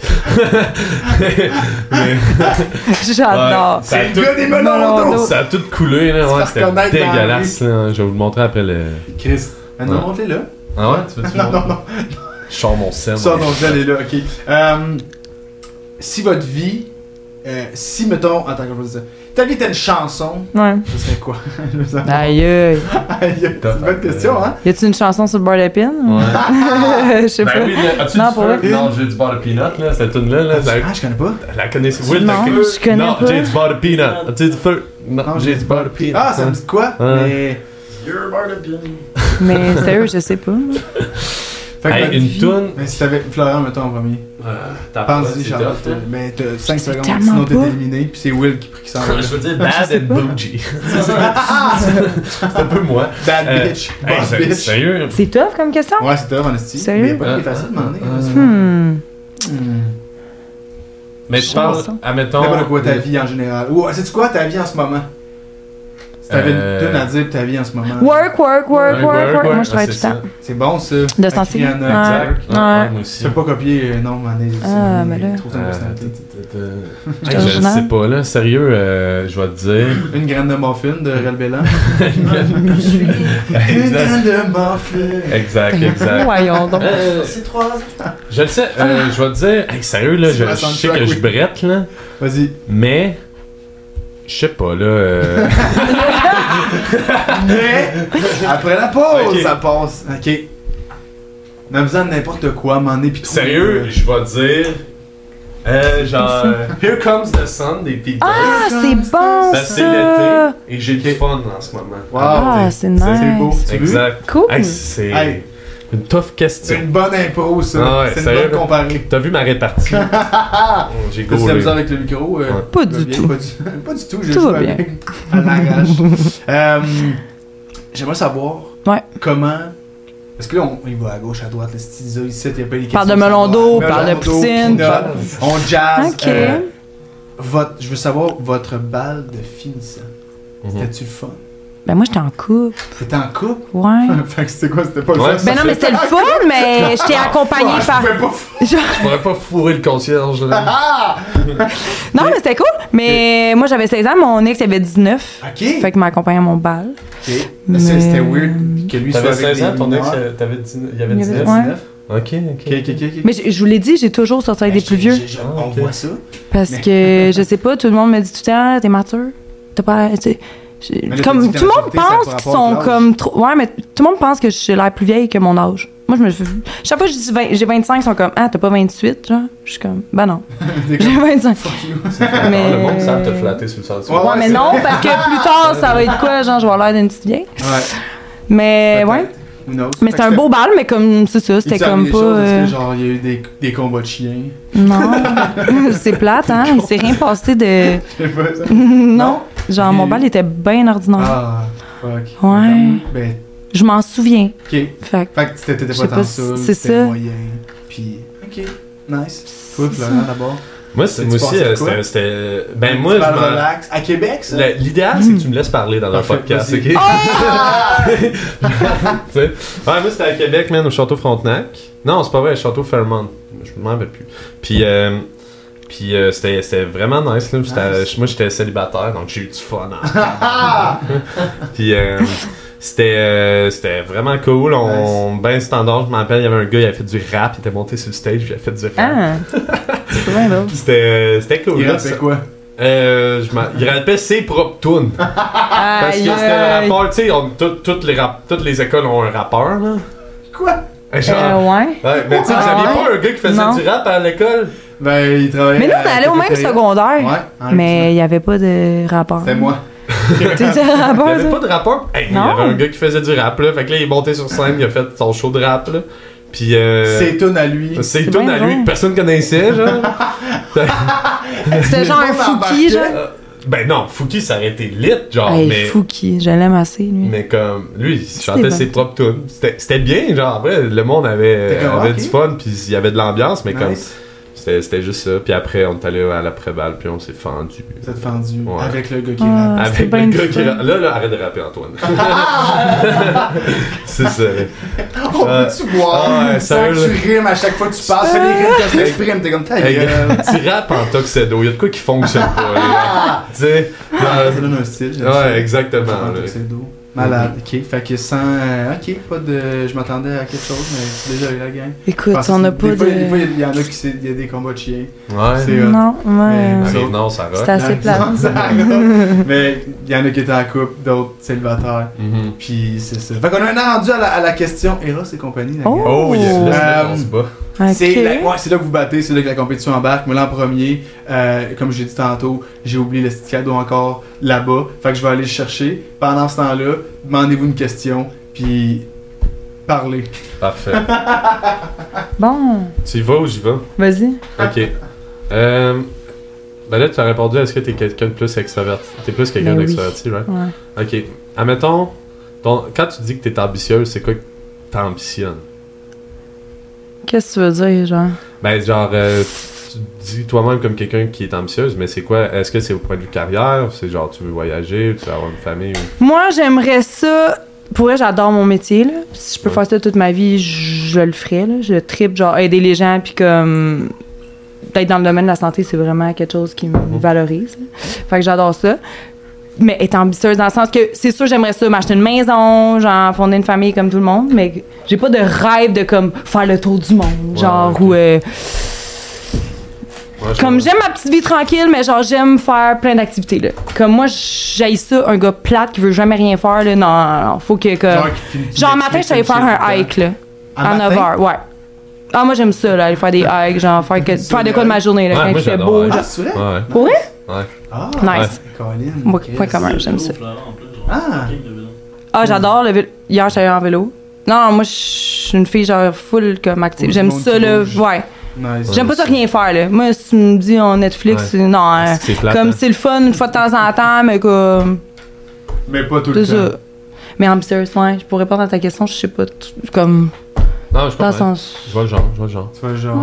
[SPEAKER 3] Mais,
[SPEAKER 2] J'adore.
[SPEAKER 3] ouais, ça, a
[SPEAKER 1] Le gars
[SPEAKER 3] tout,
[SPEAKER 1] des
[SPEAKER 2] Melon
[SPEAKER 1] melons
[SPEAKER 2] d'eau.
[SPEAKER 1] d'eau.
[SPEAKER 3] ça a tout coulé là,
[SPEAKER 1] Tu
[SPEAKER 3] ouais,
[SPEAKER 1] vas
[SPEAKER 3] c'était
[SPEAKER 1] reconnaître dans la
[SPEAKER 3] dégueulasse. là. Je vais vous le montrer après le.
[SPEAKER 1] Chris. Maintenant,
[SPEAKER 3] Ouais.
[SPEAKER 1] montre-les là.
[SPEAKER 3] Ah ouais, tu veux tu
[SPEAKER 1] Non, non, non.
[SPEAKER 3] Je sors mon sel.
[SPEAKER 1] Ça,
[SPEAKER 3] ouais.
[SPEAKER 1] non, je l'ai là, ok. Euh, si votre vie. euh, si, mettons. Attends, comment je dis ça Ta vie était une chanson,
[SPEAKER 2] Ouais.
[SPEAKER 1] ce serait quoi Je sais pas.
[SPEAKER 2] Aïe, aïe.
[SPEAKER 1] Aïe, C'est une bonne question, hein
[SPEAKER 2] Y a-tu une chanson sur le bar d'épine?
[SPEAKER 3] Ouais.
[SPEAKER 2] Je sais pas.
[SPEAKER 3] Ben oui, mais as-tu
[SPEAKER 2] Non,
[SPEAKER 3] du
[SPEAKER 2] pour
[SPEAKER 3] feu?
[SPEAKER 1] vrai.
[SPEAKER 3] Non, j'ai du bar de peanut là, cette tune là, là ça-
[SPEAKER 1] Ah, je connais pas.
[SPEAKER 3] la connaissez Will,
[SPEAKER 2] Non,
[SPEAKER 3] t'as-
[SPEAKER 2] je connais
[SPEAKER 3] Non,
[SPEAKER 2] pas.
[SPEAKER 3] j'ai du bar de peanut. As-tu du feu? Non,
[SPEAKER 1] Non,
[SPEAKER 3] j'ai du bar de peanut.
[SPEAKER 1] Ah, ça me dit de quoi
[SPEAKER 3] Ouais.
[SPEAKER 1] Mais.
[SPEAKER 4] You're part of being.
[SPEAKER 2] Mais sérieux, je sais pas.
[SPEAKER 1] Fait
[SPEAKER 3] Hey,
[SPEAKER 1] votre
[SPEAKER 3] une
[SPEAKER 1] vie-
[SPEAKER 3] toune.
[SPEAKER 1] Mais si t'avais. Florent, mettons en premier.
[SPEAKER 3] Euh, T'as
[SPEAKER 1] Pense-y, Charles.
[SPEAKER 3] tough, hein.
[SPEAKER 1] Mais t'as 5
[SPEAKER 2] sais
[SPEAKER 1] secondes,
[SPEAKER 2] tellement
[SPEAKER 1] sinon t'es
[SPEAKER 2] pas.
[SPEAKER 1] éliminé, puis c'est Will qui, qui s'en va. Ah,
[SPEAKER 4] Je veux dire, bah,
[SPEAKER 3] Bad
[SPEAKER 2] sais
[SPEAKER 3] and
[SPEAKER 2] pas.
[SPEAKER 3] bougie. C'est un peu moi.
[SPEAKER 1] Bad
[SPEAKER 3] Euh,
[SPEAKER 1] bitch,
[SPEAKER 3] Hey,
[SPEAKER 1] boss
[SPEAKER 3] c'est-
[SPEAKER 1] bitch.
[SPEAKER 3] Sérieux?
[SPEAKER 2] C'est tough comme question?
[SPEAKER 1] Ouais, c'est top, en esti.
[SPEAKER 2] Sérieux?
[SPEAKER 1] Mais pas facile de
[SPEAKER 3] Euh,
[SPEAKER 1] demander. hein, là.
[SPEAKER 2] Hmm.
[SPEAKER 1] Hmm.
[SPEAKER 3] Mais je
[SPEAKER 2] Chanson.
[SPEAKER 3] parle, admettons.
[SPEAKER 2] euh,
[SPEAKER 1] N'importe quoi, ta vie en général. Ou, sais-tu quoi, ta vie en ce moment? Si t'avais
[SPEAKER 3] Euh,
[SPEAKER 1] une toune à dire pour ta vie en ce moment.
[SPEAKER 2] Work, work, work, work,
[SPEAKER 3] Ouais,
[SPEAKER 2] work,
[SPEAKER 3] ouais,
[SPEAKER 2] Moi, je travaille
[SPEAKER 3] ouais,
[SPEAKER 2] tout le
[SPEAKER 3] c'est
[SPEAKER 2] temps.
[SPEAKER 1] C'est bon, ça.
[SPEAKER 2] De sensible.
[SPEAKER 1] Avec Rihanna,
[SPEAKER 2] Ouais.
[SPEAKER 1] exact.
[SPEAKER 3] Exact. Ouais, ouais, moi aussi.
[SPEAKER 1] Tu peux pas copier, euh, non, mais
[SPEAKER 2] Ah, ben là.
[SPEAKER 1] Trop de
[SPEAKER 3] Euh,
[SPEAKER 1] personnalité.
[SPEAKER 3] euh,
[SPEAKER 2] Je
[SPEAKER 3] hey,
[SPEAKER 2] suis
[SPEAKER 3] Je
[SPEAKER 2] originale.
[SPEAKER 3] sais pas, là. Sérieux, euh, je vais te dire.
[SPEAKER 1] Une graine de morphine de Rel Bellan. Une
[SPEAKER 3] Exact.
[SPEAKER 1] graine de morphine.
[SPEAKER 3] Exact, exact.
[SPEAKER 2] Voyons donc.
[SPEAKER 3] Euh,
[SPEAKER 4] C'est trois.
[SPEAKER 3] je le sais, euh, je vais te dire. Hey, sérieux, là,
[SPEAKER 1] C'est
[SPEAKER 3] je,
[SPEAKER 1] la
[SPEAKER 3] je sais
[SPEAKER 1] soundtrack,
[SPEAKER 3] que
[SPEAKER 1] oui.
[SPEAKER 3] je brette, là.
[SPEAKER 1] Vas-y.
[SPEAKER 3] Mais. Je sais pas, là. euh,
[SPEAKER 1] Mais, après la pause,
[SPEAKER 3] Ok.
[SPEAKER 1] ça passe. Ok. On a besoin de n'importe quoi, à un moment donné, puis trouver,
[SPEAKER 3] Sérieux,
[SPEAKER 1] euh,
[SPEAKER 3] je vais te dire. euh, genre. euh, Here comes the sun des Beatles.
[SPEAKER 2] Ah, c'est bon,
[SPEAKER 3] Ça, c'est
[SPEAKER 2] ça!
[SPEAKER 3] l'été et j'ai du fun en ce moment.
[SPEAKER 1] Wow.
[SPEAKER 2] Ah, c'est
[SPEAKER 1] C'est beau.
[SPEAKER 2] nice.
[SPEAKER 1] Tu veux?
[SPEAKER 3] Exact.
[SPEAKER 2] Cool.
[SPEAKER 3] Hey, c'est
[SPEAKER 1] Hey.
[SPEAKER 3] une tough
[SPEAKER 1] C'est
[SPEAKER 3] question.
[SPEAKER 1] une bonne impro, ça.
[SPEAKER 3] Ah ouais,
[SPEAKER 1] c'est une
[SPEAKER 3] sérieux.
[SPEAKER 1] bonne comparée.
[SPEAKER 3] T'as vu ma répartie? Oh, j'ai
[SPEAKER 1] T'as de la
[SPEAKER 3] gaulé.
[SPEAKER 1] misère avec le micro? euh,
[SPEAKER 3] Ouais.
[SPEAKER 2] Pas
[SPEAKER 1] va
[SPEAKER 2] du
[SPEAKER 1] bien,
[SPEAKER 2] tout.
[SPEAKER 1] Pas du, pas du tout, je
[SPEAKER 2] Tout
[SPEAKER 1] joue
[SPEAKER 2] va bien.
[SPEAKER 1] avec à l'arrache. Euh, J'aimerais savoir
[SPEAKER 2] Ouais.
[SPEAKER 1] comment. Est-ce que là, on, il va à gauche, à droite, les petits isolés ici, il y a pas les questions.
[SPEAKER 2] Parle de melon d'eau,
[SPEAKER 1] Melon
[SPEAKER 2] parle de
[SPEAKER 1] d'eau,
[SPEAKER 2] poutine, Ah,
[SPEAKER 1] peanut,
[SPEAKER 2] parle-
[SPEAKER 1] On jazz.
[SPEAKER 2] Ok.
[SPEAKER 1] euh, votre, je veux savoir votre balle de finissant.
[SPEAKER 3] Mhm.
[SPEAKER 1] C'était-tu le fun?
[SPEAKER 2] Ben, moi, j'étais en couple.
[SPEAKER 1] T'étais en couple?
[SPEAKER 2] Ouais.
[SPEAKER 1] fait que c'était quoi? C'était pas le
[SPEAKER 3] Ouais.
[SPEAKER 1] fun?
[SPEAKER 2] Ben non, mais c'était le fun, mais j'étais accompagnée
[SPEAKER 1] Ah,
[SPEAKER 2] par.
[SPEAKER 1] je pouvais pas f-
[SPEAKER 3] Je pourrais pas fourrer le concierge. là.
[SPEAKER 1] Ah!
[SPEAKER 2] Non, mais c'était cool. Mais moi, j'avais 16 ans, mon ex, il avait 19.
[SPEAKER 1] Ok.
[SPEAKER 2] Fait qu'il m'a accompagné à mon bal.
[SPEAKER 1] Ok.
[SPEAKER 2] Mais-
[SPEAKER 1] C'est- C'était weird que lui soit
[SPEAKER 3] T'avais
[SPEAKER 1] avec
[SPEAKER 3] 16 ans,
[SPEAKER 1] des
[SPEAKER 3] ton ex,
[SPEAKER 1] mineurs.
[SPEAKER 3] euh, t'avais 19. Il y avait
[SPEAKER 2] Il y avait-
[SPEAKER 3] 19.
[SPEAKER 2] ouais.
[SPEAKER 1] 19.
[SPEAKER 3] Ok,
[SPEAKER 1] Ok,
[SPEAKER 3] ok.
[SPEAKER 1] ok, ok, ok.
[SPEAKER 2] Mais je, je vous l'ai dit, j'ai toujours sorti
[SPEAKER 1] Bah,
[SPEAKER 2] avec des plus vieux.
[SPEAKER 1] Ben, J'ai- ben. j'ai- On voit ça.
[SPEAKER 2] Parce
[SPEAKER 1] Mais-
[SPEAKER 2] que, je sais pas, tout le monde me dit tout le temps, t'es mature. T'as pas. tu sais, j'ai-
[SPEAKER 1] là, t'as dit
[SPEAKER 2] Comme,
[SPEAKER 1] que
[SPEAKER 2] tout le monde
[SPEAKER 1] la maturité, ça a
[SPEAKER 2] pense
[SPEAKER 1] pas
[SPEAKER 2] qu'ils
[SPEAKER 1] rapport
[SPEAKER 2] sont
[SPEAKER 1] avec l'âge.
[SPEAKER 2] comme trop. Ouais, mais tout le monde pense que j'ai l'air plus vieille que mon âge. Moi, je me. fais- Chaque fois que je dis 20 j'ai 25, ils sont comme, ah, t'as pas 28, genre. Je suis comme, bah non,
[SPEAKER 1] T'es
[SPEAKER 2] j'ai
[SPEAKER 1] comme,
[SPEAKER 2] 25.
[SPEAKER 1] fuck you.
[SPEAKER 2] Mais-
[SPEAKER 3] Ah, Le monde savent te flatter sur le sens.
[SPEAKER 1] Ouais,
[SPEAKER 2] Ouais, mais
[SPEAKER 1] c'est-
[SPEAKER 2] non, parce que plus tard, ça va être quoi, genre, je vais avoir l'air d'une petite vieille.
[SPEAKER 1] Ouais.
[SPEAKER 2] Mais,
[SPEAKER 1] Peut-être.
[SPEAKER 2] Eh, ouais.
[SPEAKER 1] Who knows?
[SPEAKER 2] Mais c'était un beau bal, mais comme, c'est ça, c'était comme pas. euh,
[SPEAKER 1] genre, il y a eu des, des combats de chiens.
[SPEAKER 2] Non, c'est plate, hein? Il s'est rien passé de.
[SPEAKER 1] Je sais pas ça.
[SPEAKER 2] Non. Genre, mon
[SPEAKER 1] Et-
[SPEAKER 2] bal était bien ordinaire.
[SPEAKER 1] Ah, fuck.
[SPEAKER 2] Ouais.
[SPEAKER 1] Ben,
[SPEAKER 2] Je m'en souviens.
[SPEAKER 1] ok. Fait
[SPEAKER 2] Fait que
[SPEAKER 1] que t'étais t'étais
[SPEAKER 2] Je
[SPEAKER 1] pas
[SPEAKER 2] sais
[SPEAKER 1] tant
[SPEAKER 2] pas
[SPEAKER 1] ça.
[SPEAKER 2] si c'est
[SPEAKER 1] c'était
[SPEAKER 2] ça.
[SPEAKER 1] moyen. Puis, ok. Nice. Toi, Florent, d'abord.
[SPEAKER 3] Moi, c'est-
[SPEAKER 1] Tu
[SPEAKER 3] moi aussi,
[SPEAKER 1] pensais
[SPEAKER 3] euh,
[SPEAKER 1] quoi?
[SPEAKER 3] c'était- c'était. Ben,
[SPEAKER 1] Tu
[SPEAKER 3] moi, je
[SPEAKER 1] parles
[SPEAKER 3] m'en-
[SPEAKER 1] relax. À Québec, ça?
[SPEAKER 3] Le- L'idéal, c'est que tu me laisses parler dans un
[SPEAKER 1] Parfait,
[SPEAKER 3] podcast, ok?
[SPEAKER 1] vas-y. Ah!
[SPEAKER 3] Tu sais? ouais, moi, c'était à Québec, man, au Château Frontenac. Non, c'est pas vrai, Château Fairmont. Je m'en rappelle plus. Puis, euh, puis euh, c'était c'était vraiment nice, là. C'était- Moi, j'étais célibataire, donc j'ai eu du fun. hein. puis, euh, c'était euh, c'était vraiment cool. On, Ben standard, je m'en rappelle, il y avait un gars, il avait fait du rap, il était monté sur le stage, puis il a fait du rap.
[SPEAKER 2] Ah! C'est bien drôle.
[SPEAKER 3] Puis C'était euh, c'était cool.
[SPEAKER 1] Il
[SPEAKER 3] là,
[SPEAKER 1] rappelait
[SPEAKER 3] ça.
[SPEAKER 1] quoi?
[SPEAKER 3] Euh, je m'en- il rappelait ses propres tunes. Parce que
[SPEAKER 2] Aïe,
[SPEAKER 3] c'était un
[SPEAKER 2] aïe.
[SPEAKER 3] rappeur, tu sais, on- tout- toutes les rap- toutes les écoles ont un rappeur, là.
[SPEAKER 1] Quoi?
[SPEAKER 3] Euh, Genre,
[SPEAKER 2] Euh, ouais.
[SPEAKER 3] ouais, mais tu sais, vous
[SPEAKER 2] Ah
[SPEAKER 3] aviez
[SPEAKER 2] ouais?
[SPEAKER 3] pas un gars qui faisait
[SPEAKER 2] Non.
[SPEAKER 3] du rap à l'école?
[SPEAKER 1] Ben, il travaillait.
[SPEAKER 2] Mais nous, on
[SPEAKER 1] à la
[SPEAKER 2] allait au même
[SPEAKER 1] cafétéria.
[SPEAKER 2] secondaire.
[SPEAKER 1] Ouais, hein, en
[SPEAKER 2] Mais il n'y avait pas de rapport.
[SPEAKER 1] Haïti.
[SPEAKER 3] Euh,
[SPEAKER 1] C'était moi.
[SPEAKER 2] T'étais
[SPEAKER 3] Il y
[SPEAKER 2] rappeur,
[SPEAKER 3] avait
[SPEAKER 2] ça?
[SPEAKER 3] pas de rappeur? Hey, il y
[SPEAKER 2] Non.
[SPEAKER 3] avait un gars qui faisait du rap, là. Fait que là, il est monté sur scène, il a fait son show de rap, là. Puis, euh,
[SPEAKER 1] C'est tout à lui.
[SPEAKER 3] c'est
[SPEAKER 2] C'est
[SPEAKER 3] une tune
[SPEAKER 2] bien
[SPEAKER 3] à lui
[SPEAKER 2] bon.
[SPEAKER 3] que personne connaissait, genre.
[SPEAKER 2] C'était genre un
[SPEAKER 1] Tout le monde
[SPEAKER 2] Fouki,
[SPEAKER 1] embarquait.
[SPEAKER 2] genre.
[SPEAKER 3] ben non, Fouki, ça aurait été lit, genre,
[SPEAKER 2] Hey,
[SPEAKER 3] mais...
[SPEAKER 2] Fouki, je l'aime assez, lui.
[SPEAKER 3] Mais comme, lui, il
[SPEAKER 2] C'était
[SPEAKER 3] chantait
[SPEAKER 2] bon.
[SPEAKER 3] ses propres tunes. C'était c'était bien, genre, en vrai, le monde avait,
[SPEAKER 1] T'es comme,
[SPEAKER 3] avait
[SPEAKER 1] ok.
[SPEAKER 3] du
[SPEAKER 2] hein.
[SPEAKER 3] fun, puis il y avait de l'ambiance, mais comme,
[SPEAKER 1] Nice.
[SPEAKER 3] C'était, c'était juste ça. Puis après, on est allé à l'après-balle, puis on s'est fendu.
[SPEAKER 1] Vous êtes fendu.
[SPEAKER 3] Ouais.
[SPEAKER 1] Avec le gars qui
[SPEAKER 2] Ah.
[SPEAKER 1] rappe.
[SPEAKER 2] c'était
[SPEAKER 3] Avec
[SPEAKER 2] bien
[SPEAKER 3] le
[SPEAKER 2] le
[SPEAKER 3] gars qui...
[SPEAKER 2] fun.
[SPEAKER 3] ra- Là, là, arrête de rapper, Antoine.
[SPEAKER 1] Ah,
[SPEAKER 3] c'est ça.
[SPEAKER 1] On peut-tu boire?
[SPEAKER 3] ah ouais,
[SPEAKER 1] Sans
[SPEAKER 3] sérieux,
[SPEAKER 1] que tu rimes à chaque fois que tu parles. C'est les rimes que je t'exprime. T'es comme ta
[SPEAKER 3] Hey, euh,
[SPEAKER 1] gueule.
[SPEAKER 3] gars, tu rappes en tuxedo. Il y a de quoi qui fonctionne pas, là. Tu sais?
[SPEAKER 1] Ah,
[SPEAKER 3] dans-
[SPEAKER 1] Ça donne un style. j'aime ça.
[SPEAKER 3] euh,
[SPEAKER 1] Ah,
[SPEAKER 3] Ouais, exactement. là. Mm.
[SPEAKER 1] C'est doux. Malade, ok. Fait que sans. euh, Ok, pas de. Je m'attendais à quelque chose, mais c'est déjà eu la gang.
[SPEAKER 2] Écoute,
[SPEAKER 1] Parce
[SPEAKER 2] on n'a
[SPEAKER 1] que
[SPEAKER 2] pas
[SPEAKER 1] des fois, Des fois,
[SPEAKER 2] de.
[SPEAKER 1] il y en a qui. c'est- Il y a des combats de chiens.
[SPEAKER 3] Ouais.
[SPEAKER 1] c'est hot.
[SPEAKER 2] Non,
[SPEAKER 1] Mais-
[SPEAKER 2] ouais.
[SPEAKER 1] c'est-
[SPEAKER 3] Arrive, non, ça
[SPEAKER 2] C'était
[SPEAKER 3] va.
[SPEAKER 2] assez plat.
[SPEAKER 1] Non, ça arrête. mais il y en a qui étaient en couple, d'autres célibataires.
[SPEAKER 3] Mhm.
[SPEAKER 1] Puis c'est ça. Fait qu'on a un rendu à la, à la question Eros et compagnie. la gang.
[SPEAKER 2] Oh.
[SPEAKER 3] Oh, yes. Là, c'est là qu'on
[SPEAKER 1] Euh,
[SPEAKER 3] se bat.
[SPEAKER 1] C'est la-
[SPEAKER 2] Ok.
[SPEAKER 1] ouais, c'est là que vous battez, c'est là que la compétition embarque. Mais là, en premier, euh, comme j'ai dit tantôt, j'ai oublié le petit cadeau encore là-bas. Fait que je vais aller le chercher. Pendant ce temps-là, demandez-vous une question, puis parlez.
[SPEAKER 3] Parfait.
[SPEAKER 2] Bon,
[SPEAKER 3] tu y vas ou j'y vais?
[SPEAKER 2] vas-y.
[SPEAKER 3] Ok. Euh, ben là, tu as répondu, est-ce que t'es quelqu'un de plus extraverti? T'es plus quelqu'un
[SPEAKER 2] Ben oui.
[SPEAKER 3] d'extraverti, right?
[SPEAKER 2] Ouais.
[SPEAKER 3] Ok. Admettons, ton- quand tu dis que t'es ambitieuse, c'est quoi que t'ambitionnes?
[SPEAKER 2] Qu'est-ce que tu veux dire, genre?
[SPEAKER 3] Ben, genre, euh, tu te dis toi-même comme quelqu'un qui est ambitieuse, mais c'est quoi? Est-ce que c'est au point de vue carrière? C'est genre, tu veux voyager, tu veux avoir une famille? ou-
[SPEAKER 2] Moi, j'aimerais ça. Pour vrai, j'adore mon métier. Là. Si je peux
[SPEAKER 3] Ouais.
[SPEAKER 2] faire ça toute ma vie, je, je le ferais. Là. Je tripe, genre, aider les gens, puis comme. D'être dans le domaine de la santé, c'est vraiment quelque chose qui me valorise. là. Fait que j'adore ça. Mais être ambitieuse dans le sens que c'est sûr, j'aimerais ça, m'acheter une maison, genre, fonder une famille comme tout le monde, mais j'ai pas de rêve de comme faire le tour du monde,
[SPEAKER 3] Ouais,
[SPEAKER 2] genre,
[SPEAKER 3] ok.
[SPEAKER 2] ou. euh,
[SPEAKER 3] Ouais, je
[SPEAKER 2] comme
[SPEAKER 3] comprends.
[SPEAKER 2] j'aime ma petite vie tranquille, mais genre j'aime faire plein d'activités là. Comme moi, j'aille ça, un gars plate qui veut jamais rien faire là. Non, non, faut que comme. Euh, Genre,
[SPEAKER 1] le
[SPEAKER 2] matin, je suis allée faire un hike là, à 9h, ouais. Ah moi j'aime ça là, aller faire des hikes, genre faire que faire de quoi de ma journée là,
[SPEAKER 3] Ouais,
[SPEAKER 2] quand
[SPEAKER 3] moi,
[SPEAKER 2] il fait
[SPEAKER 3] j'adore,
[SPEAKER 2] beau.
[SPEAKER 3] ouais.
[SPEAKER 1] Ah,
[SPEAKER 2] Genre.
[SPEAKER 1] c'est vrai?
[SPEAKER 3] Ouais.
[SPEAKER 2] Pour vrai?
[SPEAKER 1] Ah,
[SPEAKER 2] Nice.
[SPEAKER 1] Colin.
[SPEAKER 2] Moi,
[SPEAKER 1] Chris.
[SPEAKER 2] point commun, Euh, j'aime ça.
[SPEAKER 1] Ah.
[SPEAKER 2] Ah j'adore le vélo. Hier j'allais en vélo. Non, non, moi je suis une fille genre full comme active.
[SPEAKER 1] Tout
[SPEAKER 2] J'aime
[SPEAKER 1] le monde
[SPEAKER 2] ça
[SPEAKER 1] qui
[SPEAKER 2] là,
[SPEAKER 1] bouge.
[SPEAKER 2] ouais.
[SPEAKER 1] Nice.
[SPEAKER 2] J'aime pas ça rien faire là. Moi si tu me dis en Netflix, non, hein,
[SPEAKER 3] C'est plate,
[SPEAKER 2] comme
[SPEAKER 3] hein.
[SPEAKER 2] c'est le fun une fois de temps en temps, mais comme
[SPEAKER 1] Mais pas tout
[SPEAKER 2] C'est
[SPEAKER 1] le temps.
[SPEAKER 2] ça. Mais ambitieuse, ouais. Pour répondre à ta question, je sais pas, t- comme,
[SPEAKER 3] Non, je
[SPEAKER 1] Ah
[SPEAKER 2] dans le
[SPEAKER 3] comprends.
[SPEAKER 2] sens...
[SPEAKER 3] Je vois le genre, je vois le genre.
[SPEAKER 1] Tu vois, genre.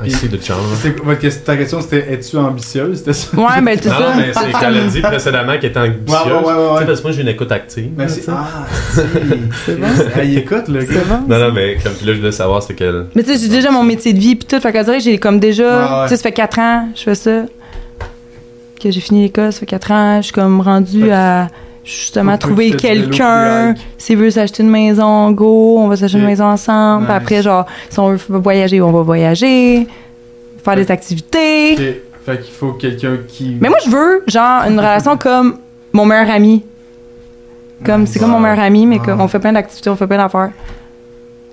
[SPEAKER 2] Ouais,
[SPEAKER 3] I see the genre.
[SPEAKER 1] C'était- votre question- ta question c'était es-tu ambitieuse? C'était ça?
[SPEAKER 2] ouais ben c'est
[SPEAKER 3] Non, non,
[SPEAKER 2] ça.
[SPEAKER 3] mais c'est qu'elle a dit précédemment qu'elle était ambitieuse.
[SPEAKER 1] Ouais, ouais, ouais, ouais,
[SPEAKER 3] Tu sais,
[SPEAKER 1] ouais.
[SPEAKER 3] parce que moi, j'ai une écoute active.
[SPEAKER 1] Mais
[SPEAKER 3] là,
[SPEAKER 1] c'est-
[SPEAKER 3] tu sais.
[SPEAKER 1] Ah, si. c'est bon. Ah, il écoute, le gars.
[SPEAKER 2] C'est bon.
[SPEAKER 3] Non, non, mais comme là, je voulais savoir c'est quelle.
[SPEAKER 2] Mais tu sais, j'ai déjà mon métier de vie pis tout, fait qu'on dirait que j'ai comme déjà,
[SPEAKER 1] Ah Ouais, ouais.
[SPEAKER 2] tu sais, ça fait 4 ans, je fais ça, que j'ai fini l'école, ça fait 4 ans, je suis comme rendue
[SPEAKER 1] Fait que-
[SPEAKER 2] à justement
[SPEAKER 1] Faut que
[SPEAKER 2] trouver
[SPEAKER 1] tu fasses du vélo
[SPEAKER 2] quelqu'un,
[SPEAKER 1] plus hike.
[SPEAKER 2] s'il veut s'acheter une maison, go, on va s'acheter une
[SPEAKER 1] Ok.
[SPEAKER 2] maison ensemble, Puis
[SPEAKER 1] Nice.
[SPEAKER 2] après, genre, si on veut voyager, on va voyager, faire des activités.
[SPEAKER 1] Ok. Fait qu'il faut quelqu'un qui.
[SPEAKER 2] Mais moi, je veux, genre, une relation comme mon meilleur ami. Comme, c'est comme mon meilleur ami, mais comme
[SPEAKER 1] Ouais.
[SPEAKER 2] on fait plein d'activités, on fait plein d'affaires.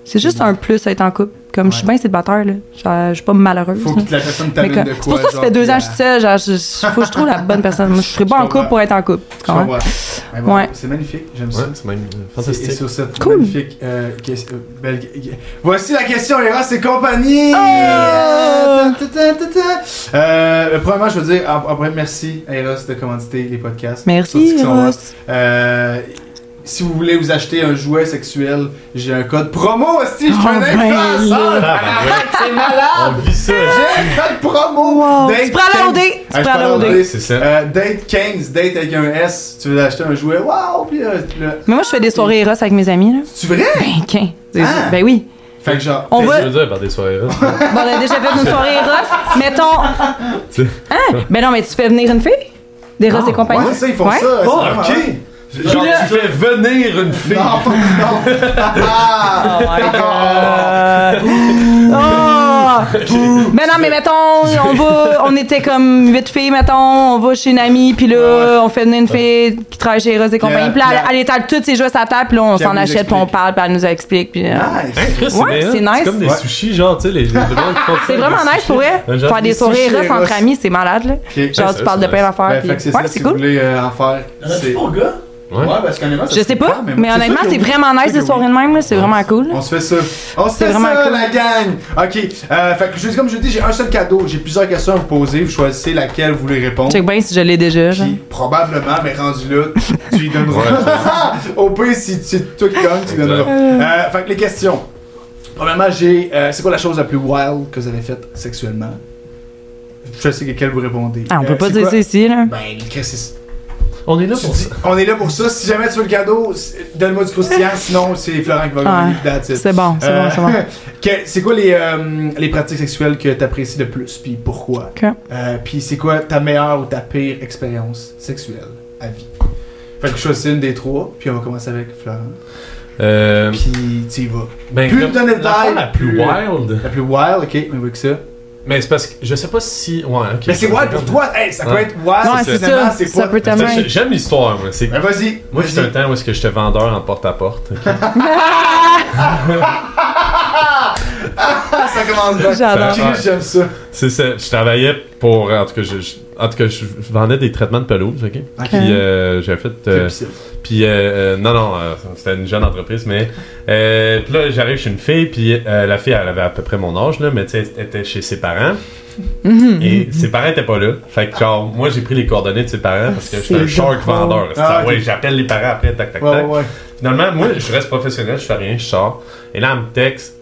[SPEAKER 2] C'est juste un plus à être en couple. Comme, je suis
[SPEAKER 1] Ouais.
[SPEAKER 2] bien célibataire, là. Je- Je suis pas malheureuse.
[SPEAKER 1] Faut
[SPEAKER 2] là.
[SPEAKER 1] que la personne
[SPEAKER 2] Mais
[SPEAKER 1] t'amène
[SPEAKER 2] comme-
[SPEAKER 1] de
[SPEAKER 2] c'est
[SPEAKER 1] quoi.
[SPEAKER 2] pour ça que ça fait
[SPEAKER 1] genre,
[SPEAKER 2] deux ans
[SPEAKER 1] la-
[SPEAKER 2] que je suis seule. Genre, je- je- faut que je trouve la bonne personne. Moi, je serais pas
[SPEAKER 1] Je
[SPEAKER 2] en couple pour être en couple. tu
[SPEAKER 1] Je
[SPEAKER 2] comprends?
[SPEAKER 1] comprends. Mais bon,
[SPEAKER 2] Ouais.
[SPEAKER 1] C'est magnifique, j'aime
[SPEAKER 3] Ouais,
[SPEAKER 1] ça.
[SPEAKER 3] c'est même euh,
[SPEAKER 1] Et
[SPEAKER 3] fantastique.
[SPEAKER 1] sur cette
[SPEAKER 2] Cool.
[SPEAKER 1] magnifique euh, ques- euh, belle- Voici la question, les races et compagnie!
[SPEAKER 2] Oh!
[SPEAKER 1] Ta, ta, ta, ta. Euh, premièrement, je veux dire, en- en premier, merci à Eros de commanditer les podcasts.
[SPEAKER 2] Merci,
[SPEAKER 1] Surtout qu'ils sont
[SPEAKER 2] Ross.
[SPEAKER 1] hot. Euh, si vous voulez vous acheter un jouet sexuel, j'ai un code promo aussi, je suis
[SPEAKER 2] Oh,
[SPEAKER 1] un
[SPEAKER 2] ben
[SPEAKER 1] influenceur!
[SPEAKER 2] Ah,
[SPEAKER 3] là.
[SPEAKER 1] tabarnak, C'est
[SPEAKER 3] On
[SPEAKER 1] malade!
[SPEAKER 3] vit ça.
[SPEAKER 1] J'ai un code promo!
[SPEAKER 2] Wow.
[SPEAKER 1] Date
[SPEAKER 2] Tu prends la OD!
[SPEAKER 1] 15.
[SPEAKER 2] Tu
[SPEAKER 1] Ah, je
[SPEAKER 2] prends la
[SPEAKER 1] prends la
[SPEAKER 2] OD.
[SPEAKER 1] OD.
[SPEAKER 3] C'est ça.
[SPEAKER 1] Euh, date 15, date avec un S, tu veux acheter un jouet, waouh! Puis euh, le-
[SPEAKER 2] Mais moi, je fais des soirées Eros avec mes amis, là.
[SPEAKER 1] C'est vrai?
[SPEAKER 2] Ben, qu'un. C'est
[SPEAKER 1] Ah.
[SPEAKER 2] sûr. Ben oui.
[SPEAKER 1] Fait que genre,
[SPEAKER 2] On
[SPEAKER 3] Qu'est-ce
[SPEAKER 2] va.
[SPEAKER 3] que tu veux dire par des soirées russes?
[SPEAKER 2] Bon, on a déjà fait une soirée Eros. Mettons.
[SPEAKER 3] Tu-
[SPEAKER 2] Hein? Ben non, mais tu fais venir une fille? Des Eros et compagnie?
[SPEAKER 1] ouais, ça, ils font
[SPEAKER 2] Ouais. Oh,
[SPEAKER 1] ça! c'est vraiment
[SPEAKER 3] ok!
[SPEAKER 1] malade.
[SPEAKER 3] Genre, tu fais venir une fille!
[SPEAKER 1] Non, non! Ah!
[SPEAKER 2] Oh my God. Oh. Ben non, mais mettons, on va, on était comme huit filles, mettons, on va chez une amie, puis là, on fait venir une fille qui travaille chez Rose et compagnie,
[SPEAKER 1] elle-
[SPEAKER 2] puis là,
[SPEAKER 1] puis
[SPEAKER 2] elle-
[SPEAKER 1] elle-
[SPEAKER 2] elle étale toutes ses jouets à table, puis là,
[SPEAKER 1] Puis
[SPEAKER 2] on
[SPEAKER 1] elle
[SPEAKER 2] s'en
[SPEAKER 1] nous
[SPEAKER 2] achète, puis on
[SPEAKER 1] explique.
[SPEAKER 2] parle, puis elle nous explique, puis... euh,
[SPEAKER 1] Nice!
[SPEAKER 3] Hein, Chris,
[SPEAKER 2] Ouais,
[SPEAKER 3] bien hot.
[SPEAKER 2] c'est nice.
[SPEAKER 3] comme des
[SPEAKER 1] Ouais.
[SPEAKER 3] sushis, genre, tu sais, les, les gens qui font ça,
[SPEAKER 2] C'est vraiment
[SPEAKER 3] des
[SPEAKER 2] nice
[SPEAKER 3] sushis.
[SPEAKER 2] pour vrai.
[SPEAKER 3] Un genre
[SPEAKER 2] Faire des
[SPEAKER 1] des
[SPEAKER 2] soirées
[SPEAKER 1] sushis
[SPEAKER 2] russes entre
[SPEAKER 1] Eros.
[SPEAKER 2] amis, c'est malade, là.
[SPEAKER 1] Ok.
[SPEAKER 2] Genre,
[SPEAKER 3] Ouais,
[SPEAKER 2] tu
[SPEAKER 3] ça,
[SPEAKER 2] parles de
[SPEAKER 3] c'est
[SPEAKER 2] plein
[SPEAKER 3] nice.
[SPEAKER 2] d'affaires,
[SPEAKER 1] Ben,
[SPEAKER 2] puis...
[SPEAKER 1] fait que c'est
[SPEAKER 2] Ouais,
[SPEAKER 1] ça,
[SPEAKER 2] c'est
[SPEAKER 1] si vous
[SPEAKER 2] cool.
[SPEAKER 1] voulez euh, en faire.
[SPEAKER 4] Y'en a-tu
[SPEAKER 1] c'est-
[SPEAKER 4] pour gars?
[SPEAKER 3] Ouais.
[SPEAKER 1] parce qu'en
[SPEAKER 2] Je sais pas, mais honnêtement, c'est vraiment nice, des soirées de même, là, c'est vraiment cool.
[SPEAKER 1] On se fait ça. On se
[SPEAKER 2] C'est
[SPEAKER 1] fait ça,
[SPEAKER 2] vraiment cool.
[SPEAKER 1] la gang! Ok, euh, fait que je dis comme je dis, j'ai un seul cadeau. J'ai plusieurs questions à vous poser. Vous choisissez laquelle vous voulez répondre.
[SPEAKER 2] Check bien si je l'ai déjà, genre.
[SPEAKER 1] Puis probablement, mais rendu là, tu lui donneras. Au pire, si tu- c'est toi qui gagne, tu lui donneras. Euh, fait que les questions. Premièrement, j'ai. euh, c'est quoi la chose la plus wild que vous avez faite sexuellement? Je sais laquelle vous répondez.
[SPEAKER 2] Ah, on
[SPEAKER 1] Euh,
[SPEAKER 2] peut pas
[SPEAKER 1] c'est
[SPEAKER 2] dire
[SPEAKER 1] quoi-
[SPEAKER 2] ça ici, là.
[SPEAKER 1] Ben, Chris, c'est
[SPEAKER 3] On est là
[SPEAKER 1] Tu
[SPEAKER 3] pour
[SPEAKER 1] dis-
[SPEAKER 3] ça.
[SPEAKER 1] on est là pour ça. Si jamais tu veux le cadeau, c'est- donne-moi du croustillant, sinon c'est Florent qui va gagner. That's it.
[SPEAKER 2] C'est bon, c'est
[SPEAKER 1] Euh,
[SPEAKER 2] bon, c'est bon.
[SPEAKER 1] que- c'est quoi les, euh, les pratiques sexuelles que t'apprécies le plus, puis pourquoi?
[SPEAKER 2] Ok.
[SPEAKER 1] Euh, puis c'est quoi ta meilleure ou ta pire expérience sexuelle à vie? Fait que je choisis une des trois, puis on va commencer avec Florent.
[SPEAKER 3] Euh,
[SPEAKER 1] Puis tu y vas.
[SPEAKER 3] ben,
[SPEAKER 1] Plus
[SPEAKER 3] la-
[SPEAKER 1] de donner de
[SPEAKER 3] l'affaire
[SPEAKER 1] taille,
[SPEAKER 3] la plus
[SPEAKER 1] plus-
[SPEAKER 3] wild.
[SPEAKER 1] La plus wild, ok, mais oui que ça.
[SPEAKER 3] Mais c'est parce que je sais pas si. Ouais, ok.
[SPEAKER 1] mais c'est wild pour toi! Hey, ça peut
[SPEAKER 3] Ouais.
[SPEAKER 1] être wild,
[SPEAKER 2] Ouais, c'est
[SPEAKER 1] finalement,
[SPEAKER 2] ça.
[SPEAKER 1] c'est
[SPEAKER 2] Ça
[SPEAKER 1] pas-
[SPEAKER 2] peut
[SPEAKER 3] Tu sais,
[SPEAKER 2] tellement...
[SPEAKER 3] j'ai- J'aime l'histoire, moi. C'est
[SPEAKER 1] Ben vas-y!
[SPEAKER 3] Moi,
[SPEAKER 1] vas-y.
[SPEAKER 3] j'étais un temps où est-ce que j'étais vendeur en porte-à-porte. ok?
[SPEAKER 1] Ah, ça commence bien!
[SPEAKER 2] J'adore.
[SPEAKER 1] Chris, J'aime ça!
[SPEAKER 3] C'est ça. Je travaillais pour. En tout cas, je, je- en tout cas, je vendais des traitements de pelouse, ok?
[SPEAKER 1] Ok.
[SPEAKER 3] Puis euh, j'ai fait. euh,
[SPEAKER 1] C'est
[SPEAKER 3] puis euh, euh, non, non, euh, c'était une jeune entreprise, mais. euh, puis là, j'arrive chez une fille, puis euh, la fille, elle avait à peu près mon âge, là, mais tu sais, elle était chez ses parents.
[SPEAKER 1] Mhm.
[SPEAKER 3] Et ses parents étaient pas là. Fait que, genre, moi, j'ai pris les coordonnées de ses parents parce que j'étais un
[SPEAKER 1] C'est
[SPEAKER 3] shark
[SPEAKER 1] drôle.
[SPEAKER 3] vendeur.
[SPEAKER 1] Ah, ok.
[SPEAKER 3] Ouais, j'appelle les parents après, tac, tac,
[SPEAKER 1] Ouais, ouais,
[SPEAKER 3] tac.
[SPEAKER 1] ouais.
[SPEAKER 3] Finalement, moi, je reste professionnel, je fais rien, je sors. Et là, elle me texte.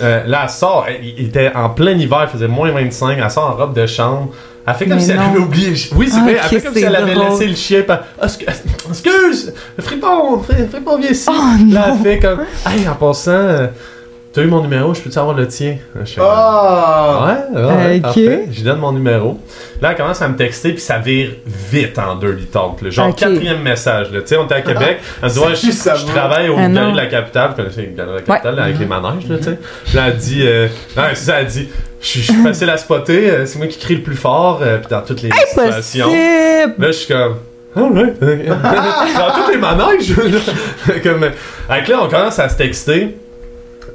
[SPEAKER 3] Euh, là, elle sort. Elle- Il il était en plein hiver, il faisait moins 25. Elle sort en robe de chambre. Elle fait comme
[SPEAKER 2] Mais
[SPEAKER 3] si elle
[SPEAKER 2] non.
[SPEAKER 3] avait oublié. le chi- Oui, c'est
[SPEAKER 2] Ah,
[SPEAKER 3] vrai.
[SPEAKER 2] ok,
[SPEAKER 3] Elle fait comme
[SPEAKER 2] c'est
[SPEAKER 3] si elle avait
[SPEAKER 2] drôle.
[SPEAKER 3] laissé le chien. puis elle- Ah, sc- excuse, Fripon, Fri- Fripon, viens ici.
[SPEAKER 2] Oh,
[SPEAKER 3] là, elle fait comme. Hey, en passant, euh, t'as eu mon numéro, je peux-tu avoir le tien? Je fais,
[SPEAKER 1] Ah!
[SPEAKER 3] Ouais, ouais, ouais,
[SPEAKER 2] Ok.
[SPEAKER 3] parfait. Je lui donne mon numéro. Là, elle commence à me texter, puis ça vire vite en dirty talk. là. Genre,
[SPEAKER 2] Ok.
[SPEAKER 3] quatrième message. là. Tu sais, on était à Québec. Elle se dit, ouais, je,
[SPEAKER 1] Ça
[SPEAKER 3] je
[SPEAKER 1] va.
[SPEAKER 3] travaille au
[SPEAKER 2] Ah, non. Mhm.
[SPEAKER 3] Galerie de la Capitale. Vous connaissez les Galeries de la Capitale, là, avec les manèges, là, tu sais. Puis là, elle dit, euh, non, c'est ça, elle dit, je suis je suis facile à spotter, euh, c'est moi qui crie le plus fort, euh, puis dans toutes les situations.
[SPEAKER 2] Impossible!
[SPEAKER 3] Là, je suis comme. Ah ouais. Dans tous les manèges. là. comme... Fait que là, on commence à se texter.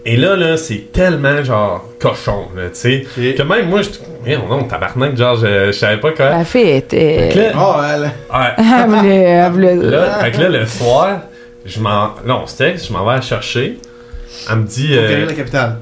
[SPEAKER 3] Et là, là, c'est tellement genre cochon, là, tu sais.
[SPEAKER 1] Ok.
[SPEAKER 3] Que même moi, je. Merde, non, tabarnak, genre, je, je savais pas quoi.
[SPEAKER 2] La fille était...
[SPEAKER 3] Fait que là,
[SPEAKER 1] Oh, elle.
[SPEAKER 3] ouais,
[SPEAKER 2] Elle voulait... Elle voulait...
[SPEAKER 3] là, fait que là, le soir, je m'en. Là, on se texte, je m'en vais la chercher. Elle me dit.
[SPEAKER 1] Pour gagner
[SPEAKER 3] euh,
[SPEAKER 1] la capitale.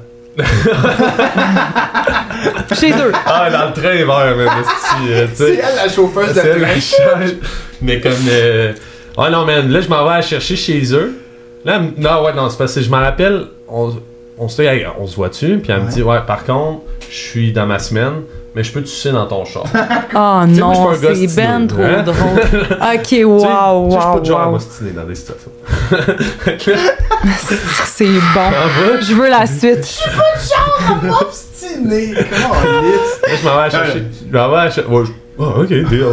[SPEAKER 2] Chez eux.
[SPEAKER 3] Ah, dans le train vert, même, esti, euh, tu
[SPEAKER 1] C'est
[SPEAKER 3] sais.
[SPEAKER 1] elle la chauffeuse de
[SPEAKER 3] C'est
[SPEAKER 1] la
[SPEAKER 3] la charge. Mais comme. Euh... Ah non, man, là, je m'en vais la chercher chez eux. Là, elle me- non, ouais, non, c'est parce que je m'en rappelle, on, on se dit, Hey, on se voit-tu? Puis elle me
[SPEAKER 1] Ouais.
[SPEAKER 3] dit, ouais, par contre, je suis dans ma semaine, mais je peux te sucer dans ton char.
[SPEAKER 2] Oh
[SPEAKER 3] sais, moi,
[SPEAKER 2] non,
[SPEAKER 3] je suis un gars
[SPEAKER 2] c'est ben
[SPEAKER 3] stylé,
[SPEAKER 2] trop
[SPEAKER 3] hein?
[SPEAKER 2] drôle. Ok,
[SPEAKER 3] Tu sais,
[SPEAKER 2] wow,
[SPEAKER 3] tu sais, Je suis pas
[SPEAKER 2] wow,
[SPEAKER 3] du genre à
[SPEAKER 2] wow.
[SPEAKER 3] m'ostiner dans des situations.
[SPEAKER 2] C'est bon.
[SPEAKER 3] Ah, ouais?
[SPEAKER 2] Je veux la suite.
[SPEAKER 1] Obstinée. Comment lisse.
[SPEAKER 3] Là, je m'en vais la chercher. Je m'en vais la chercher. Ouais, je- Ah, ok, deal. Deal,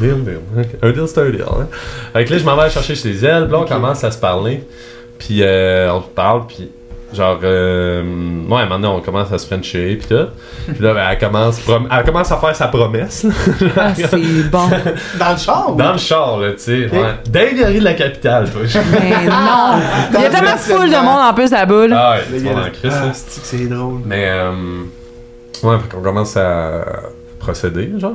[SPEAKER 3] deal, deal. Ok, Un deal, c'est un deal. Hein? Fait que là, je m'en vais la chercher chez elle. Puis là, on commence à se parler. Puis euh, on se parle. Puis genre, euh, ouais, maintenant, on commence à se frencher. Puis tout. Puis là, ben, elle, commence prom- elle commence à faire sa promesse. là.
[SPEAKER 2] Ah, c'est bon.
[SPEAKER 1] Dans le char ou-
[SPEAKER 3] Dans le char, là, tu sais. Ouais. Dinguerie de la capitale, toi.
[SPEAKER 2] Mais Ben non. Il y a
[SPEAKER 1] Dans le
[SPEAKER 2] tellement full de
[SPEAKER 1] stationnement.
[SPEAKER 2] monde en plus là-bas, là.
[SPEAKER 3] ah, ouais,
[SPEAKER 1] Les
[SPEAKER 3] tu
[SPEAKER 1] gars,
[SPEAKER 3] vas en
[SPEAKER 1] là.
[SPEAKER 3] crise,
[SPEAKER 1] Ah,
[SPEAKER 3] là.
[SPEAKER 1] c'est-tu que c'est drôle.
[SPEAKER 3] Mais, euh, ouais, fait qu'on commence à procéder, genre.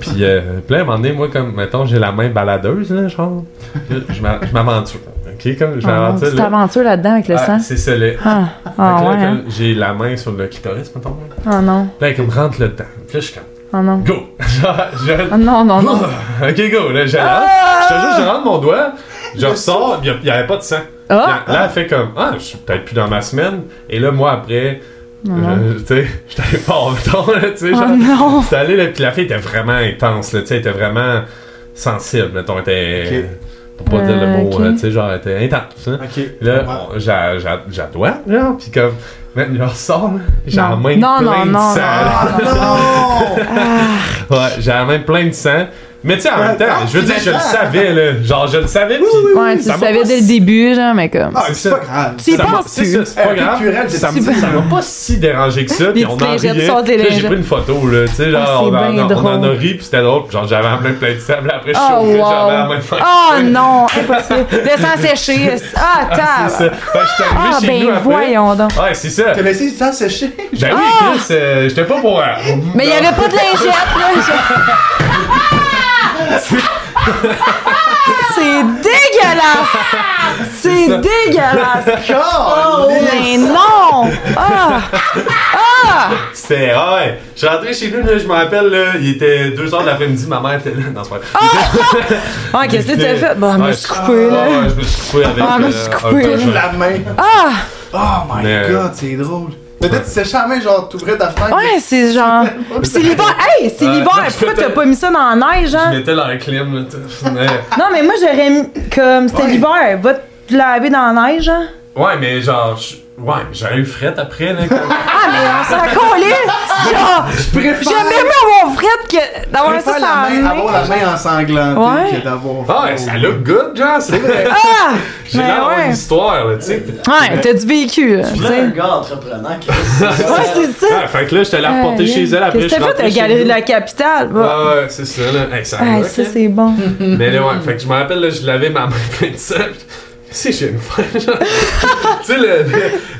[SPEAKER 3] Puis, euh, puis là, à un moment donné, moi, comme, mettons, j'ai la main baladeuse, là, genre. Là, je m'a- je m'aventure. OK? Comme je
[SPEAKER 2] Ah,
[SPEAKER 3] m'aventure.
[SPEAKER 2] tu
[SPEAKER 3] là.
[SPEAKER 2] t'aventures là-dedans avec le
[SPEAKER 3] Ah,
[SPEAKER 2] sang.
[SPEAKER 3] c'est ça, là.
[SPEAKER 2] Ah,
[SPEAKER 3] Fait
[SPEAKER 2] ah
[SPEAKER 3] que là,
[SPEAKER 2] ouais, hein.
[SPEAKER 3] comme j'ai la main sur le clitoris, mettons. là.
[SPEAKER 2] Ah non,
[SPEAKER 3] Puis Là, elle, comme, rentre le temps. Puis là, je suis comme,
[SPEAKER 2] ah non.
[SPEAKER 3] go! Genre, je-
[SPEAKER 2] Ah non, non, non.
[SPEAKER 3] Ok, go! Là, je rentre. Je te jure, je rentre mon doigt. Je ressors, il n'y avait pas de sang.
[SPEAKER 2] Ah!
[SPEAKER 3] Là, là, elle fait comme Ah, je suis peut-être plus dans ma semaine. Et là, moi, après, je- tu sais, j'étais allé fort, mettons, là, tu sais. genre,
[SPEAKER 2] Oh non!
[SPEAKER 3] J'étais allé, là, puis la fille était vraiment intense, là, tu sais, elle était vraiment sensible, mettons, elle était. Pour pas dire le
[SPEAKER 2] Euh,
[SPEAKER 3] mot,
[SPEAKER 2] ok.
[SPEAKER 3] là, tu sais, genre, elle était intense, là.
[SPEAKER 1] Ok.
[SPEAKER 3] Là, on- j'a- j'a- j'adois, là, puis comme, man, je ressors, là, j'ai la
[SPEAKER 2] Non.
[SPEAKER 3] main
[SPEAKER 2] Non,
[SPEAKER 3] plein
[SPEAKER 2] non,
[SPEAKER 3] de
[SPEAKER 2] non,
[SPEAKER 3] sang, là.
[SPEAKER 1] Ah non!
[SPEAKER 3] Ah, Ouais, j'ai la main plein de sang. Mais tu sais, en
[SPEAKER 1] Ouais,
[SPEAKER 3] même temps,
[SPEAKER 1] ah,
[SPEAKER 3] je veux dire, je le savais, là. Genre, je le savais, puis...
[SPEAKER 2] Ouais, tu
[SPEAKER 3] ça m'a
[SPEAKER 2] savais
[SPEAKER 3] pas
[SPEAKER 2] dès le début, genre, mais comme.
[SPEAKER 1] Ah, c'est pas grave.
[SPEAKER 2] Tu y
[SPEAKER 3] Ça m'a-
[SPEAKER 2] penses
[SPEAKER 3] c'est
[SPEAKER 2] plus.
[SPEAKER 3] ça, c'est pas
[SPEAKER 1] Eh,
[SPEAKER 3] grave.
[SPEAKER 1] culturel,
[SPEAKER 3] ça
[SPEAKER 1] c'est-
[SPEAKER 3] m'a ça m'a pas si dérangé que ça. Puis
[SPEAKER 2] Les
[SPEAKER 3] on en
[SPEAKER 2] petites lingettes
[SPEAKER 3] riait.
[SPEAKER 2] sortent des
[SPEAKER 3] Puis là, J'ai
[SPEAKER 2] lingettes.
[SPEAKER 3] pris une photo, là. Tu sais, genre,
[SPEAKER 2] Ah, c'est
[SPEAKER 3] on, en,
[SPEAKER 2] bien
[SPEAKER 3] on en a
[SPEAKER 2] drôle.
[SPEAKER 3] ri, puis c'était drôle. Puis genre, j'avais en plein plein de sable. Après, je suis
[SPEAKER 2] Oh,
[SPEAKER 3] au
[SPEAKER 2] wow.
[SPEAKER 3] j'avais en main plein de
[SPEAKER 2] Oh
[SPEAKER 3] sable.
[SPEAKER 2] non, impossible. Laisse-en sécher. Ah,
[SPEAKER 3] C'est ça.
[SPEAKER 2] table.
[SPEAKER 3] Fait que j'étais arrivé
[SPEAKER 2] Ah,
[SPEAKER 3] chez
[SPEAKER 2] ben
[SPEAKER 3] nous après.
[SPEAKER 2] voyons Ah! donc.
[SPEAKER 3] Ouais, c'est ça.
[SPEAKER 1] T'as laissé le sang sécher?
[SPEAKER 3] Ben oui, Chris, euh, j'étais pas pour. euh,
[SPEAKER 2] Mais il n'y avait pas de lingette, là. je- C'est dégueulasse! C'est dégueulasse!
[SPEAKER 1] Oh!
[SPEAKER 2] Oh, mais non! Ah!
[SPEAKER 3] C'était. ah Ouais. Je suis rentré chez nous, là, je me rappelle, là, il était 2h de l'après-midi, ma mère était là. Non, c'est pas vrai.
[SPEAKER 2] Ah, qu'est-ce que t'as fait? Bah, je me suis coupée,
[SPEAKER 3] Ah,
[SPEAKER 2] là.
[SPEAKER 3] ouais, je me suis coupé avec.
[SPEAKER 2] Ah, je me
[SPEAKER 3] euh,
[SPEAKER 2] suis
[SPEAKER 3] un
[SPEAKER 2] coupé.
[SPEAKER 3] peu de-
[SPEAKER 1] La main.
[SPEAKER 2] Ah!
[SPEAKER 1] Oh my
[SPEAKER 3] Mais- euh,
[SPEAKER 1] god, c'est drôle. Peut-être tu séchais la main, genre, t'ouvrais ta fenêtre. Oh,
[SPEAKER 2] Ouais, c'est genre. Pis c'est l'hiver! Hey, c'est
[SPEAKER 3] Ouais.
[SPEAKER 2] l'hiver! Pourquoi t'as pas mis ça dans la neige,
[SPEAKER 3] Je
[SPEAKER 2] hein?
[SPEAKER 3] mettais dans la clim, là, tu- mais-
[SPEAKER 2] Non, mais moi, j'aurais mis. Comme, c'était l'hiver. Va te laver dans la neige, hein?
[SPEAKER 3] Ouais, mais genre, je- ouais, mais j'aurais eu frette après, là. comme-
[SPEAKER 2] Ah, mais on s'en collait! Genre,
[SPEAKER 1] Je préfère,
[SPEAKER 2] j'aime mieux avoir frette que d'avoir
[SPEAKER 1] préfère
[SPEAKER 2] ça
[SPEAKER 1] la
[SPEAKER 2] sans
[SPEAKER 1] main, avoir la main ensanglantée
[SPEAKER 2] Ouais.
[SPEAKER 1] que d'avoir.
[SPEAKER 3] Ah, ouais, ça look good, genre, c'est vrai.
[SPEAKER 2] Ah!
[SPEAKER 3] J'ai
[SPEAKER 2] Mais
[SPEAKER 3] l'air d'avoir
[SPEAKER 2] ouais.
[SPEAKER 3] une histoire, là, tu sais.
[SPEAKER 2] Ouais, t'as du vécu, là, tu
[SPEAKER 4] Là, un
[SPEAKER 2] sais.
[SPEAKER 4] gars entreprenant qui
[SPEAKER 2] Ouais, c'est ça. Euh,
[SPEAKER 3] Ah, fait que là, j'étais allé reporter chez elle après.
[SPEAKER 2] Qu'est-ce que
[SPEAKER 3] je
[SPEAKER 2] t'as fait?
[SPEAKER 3] rentrais
[SPEAKER 2] T'as
[SPEAKER 3] chez
[SPEAKER 2] galéré
[SPEAKER 3] nous.
[SPEAKER 2] de la capitale? bah.
[SPEAKER 3] Ah, ouais, c'est ça, là. Hey, ça
[SPEAKER 2] Ah,
[SPEAKER 3] rock,
[SPEAKER 2] ça,
[SPEAKER 3] hein.
[SPEAKER 2] c'est Mm. bon.
[SPEAKER 3] Mais là, ouais, fait que je me rappelle, là, je lavais ma main plein de sang. puis- Si j'ai une fois, genre. tu sais, le-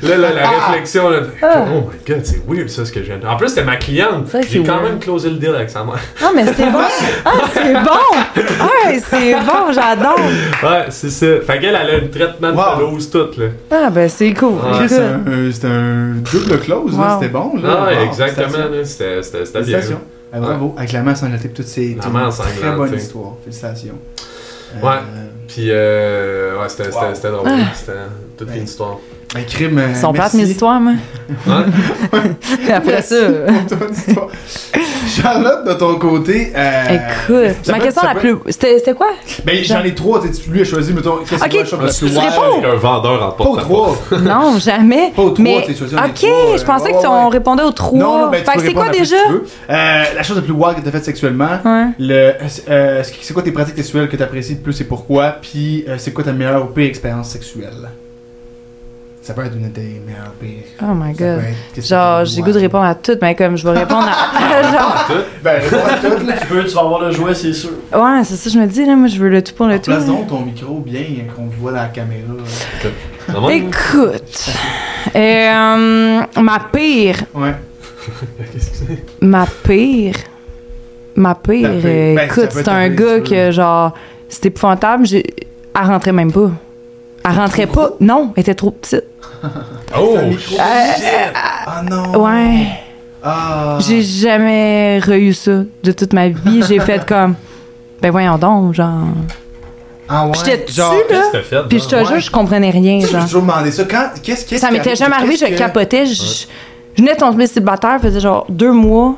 [SPEAKER 3] le- là, la, la réflexion, là. de-
[SPEAKER 2] Ah.
[SPEAKER 3] Oh my god, c'est weird, ça, ce que je viens de En plus, c'était ma cliente.
[SPEAKER 2] C'est vrai que
[SPEAKER 3] J'ai
[SPEAKER 2] c'est
[SPEAKER 3] quand
[SPEAKER 2] weird.
[SPEAKER 3] même closé le deal avec sa mère.
[SPEAKER 2] Non, mais c'est bon. Ah, c'est bon. Ah, c'est bon, j'adore.
[SPEAKER 3] Ouais, c'est ça. Fait qu'elle, elle a un traitement de
[SPEAKER 1] Wow.
[SPEAKER 3] pelouse, tout, là.
[SPEAKER 2] Ah, ben, c'est cool.
[SPEAKER 3] Ouais.
[SPEAKER 1] Chris, c'est
[SPEAKER 2] Écoute.
[SPEAKER 1] un- C'était un double close, là,
[SPEAKER 2] Wow.
[SPEAKER 1] c'était bon.
[SPEAKER 3] Ah,
[SPEAKER 1] Là.
[SPEAKER 3] ouais,
[SPEAKER 1] Wow,
[SPEAKER 3] exactement,
[SPEAKER 1] félicitations.
[SPEAKER 3] là, c'était c'était- c'était bien.
[SPEAKER 1] Félicitations. Ah, bravo, avec la main ensanglantée pour toutes ces.
[SPEAKER 3] La main
[SPEAKER 1] Très bonne
[SPEAKER 3] ensanglantée.
[SPEAKER 1] histoire, félicitations.
[SPEAKER 3] Ouais.
[SPEAKER 1] Euh,
[SPEAKER 3] Puis, euh, ouais, c'était c'était-
[SPEAKER 1] Wow.
[SPEAKER 3] c'était drôle.
[SPEAKER 2] Ah.
[SPEAKER 3] C'était toute
[SPEAKER 1] Ouais.
[SPEAKER 3] une histoire.
[SPEAKER 1] Ben, crime. euh,
[SPEAKER 2] Ils sont plates,
[SPEAKER 1] merci.
[SPEAKER 2] mes histoires, moi.
[SPEAKER 3] Hein?
[SPEAKER 2] Après ça. euh,
[SPEAKER 1] Pour ton histoire. Charlotte, de ton côté. euh,
[SPEAKER 2] Écoute,
[SPEAKER 1] ça
[SPEAKER 2] ma
[SPEAKER 1] peut-
[SPEAKER 2] question
[SPEAKER 1] ça
[SPEAKER 2] la
[SPEAKER 1] peut-
[SPEAKER 2] plus. C'était c'était quoi?
[SPEAKER 1] Ben, j'en ai trois, t'es- lui a choisi, mettons, qu'est-ce
[SPEAKER 2] Ok,
[SPEAKER 1] que tu
[SPEAKER 3] tu
[SPEAKER 1] plus
[SPEAKER 2] serais
[SPEAKER 1] wild?
[SPEAKER 2] pas au-
[SPEAKER 3] Avec un vendeur en
[SPEAKER 1] Pas aux
[SPEAKER 3] porte
[SPEAKER 1] trois.
[SPEAKER 2] Non, jamais.
[SPEAKER 1] Pas aux trois,
[SPEAKER 2] mais...
[SPEAKER 1] t'es choisi, on est
[SPEAKER 2] Ok,
[SPEAKER 1] trois,
[SPEAKER 2] je pensais
[SPEAKER 1] euh, ouais,
[SPEAKER 2] que on
[SPEAKER 1] ouais.
[SPEAKER 2] répondait aux trois.
[SPEAKER 1] Non, non, ben, tu
[SPEAKER 2] fait que
[SPEAKER 1] peux
[SPEAKER 2] c'est quoi
[SPEAKER 1] répondre à
[SPEAKER 2] déjà?
[SPEAKER 1] ce que tu veux. Euh, la chose la plus wild que t'as faite sexuellement,
[SPEAKER 2] Ouais.
[SPEAKER 1] le, euh, c'est c'est quoi tes pratiques sexuelles que t'apprécies le plus et pourquoi, puis euh, c'est quoi ta meilleure ou pire expérience sexuelle? Ça peut être une de tes meilleures ou pires.
[SPEAKER 2] Oh my
[SPEAKER 1] Ça peut
[SPEAKER 2] god.
[SPEAKER 1] être- qu'est-ce que t'as
[SPEAKER 2] Genre,
[SPEAKER 1] le
[SPEAKER 2] j'ai
[SPEAKER 1] droit?
[SPEAKER 2] goût de répondre à toutes, mais comme je vais répondre à. genre,
[SPEAKER 1] Ben, réponds à tout, là.
[SPEAKER 4] Tu peux, tu vas avoir le jouet, c'est sûr.
[SPEAKER 2] ouais, c'est ça, je me dis, là, moi, je veux le tout pour le tout.
[SPEAKER 1] Place donc ton micro bien hein, qu'on te voit dans la caméra. là.
[SPEAKER 2] Écoute. Euh, ma pire.
[SPEAKER 1] Ouais.
[SPEAKER 2] Ma pire.
[SPEAKER 1] Ta
[SPEAKER 2] Ma pire.
[SPEAKER 1] pire.
[SPEAKER 2] euh,
[SPEAKER 1] Ben, ça
[SPEAKER 2] écoute,
[SPEAKER 1] peut
[SPEAKER 2] c'est
[SPEAKER 1] être
[SPEAKER 2] un
[SPEAKER 1] ta pire,
[SPEAKER 2] gars
[SPEAKER 1] si tu veux.
[SPEAKER 2] que, genre, c'était épouvantable. J'ai... Elle rentrait même pas. Elle rentrait pas. Non, elle était trop petite.
[SPEAKER 3] Oh!
[SPEAKER 1] Le micro. Ah non.
[SPEAKER 2] Ouais.
[SPEAKER 1] Ah.
[SPEAKER 2] J'ai jamais re-eu ça de toute ma vie. J'ai fait comme. Ben voyons donc, genre.
[SPEAKER 1] Ah ouais.
[SPEAKER 2] J'étais dessus,
[SPEAKER 1] Genre,
[SPEAKER 2] là.
[SPEAKER 3] Qu'est-ce que t'as fait?
[SPEAKER 2] Puis je te
[SPEAKER 1] Ouais.
[SPEAKER 2] jure, je comprenais rien,
[SPEAKER 1] Je me
[SPEAKER 2] genre.
[SPEAKER 1] suis toujours demandé ça. Quand, qu'est-ce, qu'est-ce
[SPEAKER 2] Ça
[SPEAKER 1] qui
[SPEAKER 2] m'était
[SPEAKER 1] arrive?
[SPEAKER 2] jamais arrivé, je
[SPEAKER 1] Qu'est-ce que-
[SPEAKER 2] capotais. Je, je venais de tomber célibataire, faisait genre deux mois.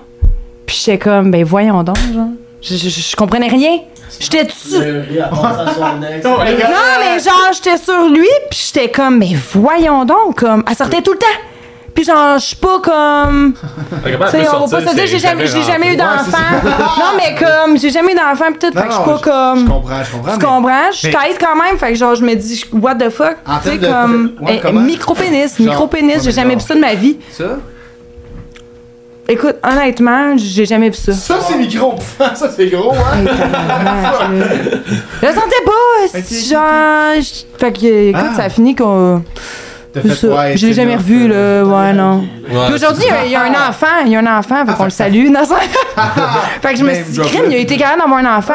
[SPEAKER 2] Puis j'étais comme, ben voyons donc, genre. Je, je, je- je comprenais rien. J'étais dessus.
[SPEAKER 4] Le riz à penser à son ex.
[SPEAKER 1] Non, les
[SPEAKER 2] Non,
[SPEAKER 1] gars,
[SPEAKER 2] mais genre, j'étais sur lui, puis j'étais comme, mais voyons donc, comme. Elle sortait tout le temps. Puis genre, je suis pas comme.
[SPEAKER 3] Comment elle
[SPEAKER 2] Tu
[SPEAKER 3] peut
[SPEAKER 2] sais, on
[SPEAKER 3] sortir
[SPEAKER 2] va pas se dire,
[SPEAKER 3] si
[SPEAKER 2] j'ai
[SPEAKER 3] elle
[SPEAKER 2] jamais,
[SPEAKER 3] est
[SPEAKER 2] j'ai jamais eu
[SPEAKER 1] rentrée? Ouais,
[SPEAKER 2] d'enfant. non, mais comme, j'ai jamais eu d'enfant, pis tout, fait que je suis
[SPEAKER 1] non,
[SPEAKER 2] pas
[SPEAKER 1] Je
[SPEAKER 2] comme.
[SPEAKER 1] comprends, je comprends.
[SPEAKER 2] Tu
[SPEAKER 1] mais-
[SPEAKER 2] comprends? Je suis
[SPEAKER 1] mais-
[SPEAKER 2] tight quand même, fait que genre, je me dis, je- what the fuck?
[SPEAKER 1] En
[SPEAKER 2] Tu sais,
[SPEAKER 1] termes de-
[SPEAKER 2] comme.
[SPEAKER 1] ouais,
[SPEAKER 2] eh,
[SPEAKER 1] comment?
[SPEAKER 2] micro-pénis,
[SPEAKER 1] Genre,
[SPEAKER 2] micro-pénis,
[SPEAKER 1] ouais,
[SPEAKER 2] j'ai
[SPEAKER 1] mais
[SPEAKER 2] jamais
[SPEAKER 1] genre.
[SPEAKER 2] vu ça de ma vie.
[SPEAKER 1] Ça?
[SPEAKER 2] Écoute, honnêtement, j'ai jamais vu ça.
[SPEAKER 1] Ça, c'est micro. ça, c'est gros, hein.
[SPEAKER 2] Hey, tabarnak, euh, Je le sentais pas,
[SPEAKER 1] Ok,
[SPEAKER 2] c'est genre. je- Fait que, euh, écoute,
[SPEAKER 1] Ah.
[SPEAKER 2] ça a fini qu'on.
[SPEAKER 1] T'as
[SPEAKER 2] c'est
[SPEAKER 1] fait, ouais,
[SPEAKER 2] ça. Je l'ai
[SPEAKER 1] c'est
[SPEAKER 2] jamais
[SPEAKER 1] neuf,
[SPEAKER 2] revu,
[SPEAKER 1] euh,
[SPEAKER 2] là, ouais, non.
[SPEAKER 3] Ouais,
[SPEAKER 2] Puis aujourd'hui, euh, il y a- il y, a un enfant, il y a un enfant, Ah, fait qu'on le salue. Non, ça- fait que je me
[SPEAKER 1] Name
[SPEAKER 2] suis dit,
[SPEAKER 1] drop.
[SPEAKER 2] crime, il a été capable d'avoir un enfant.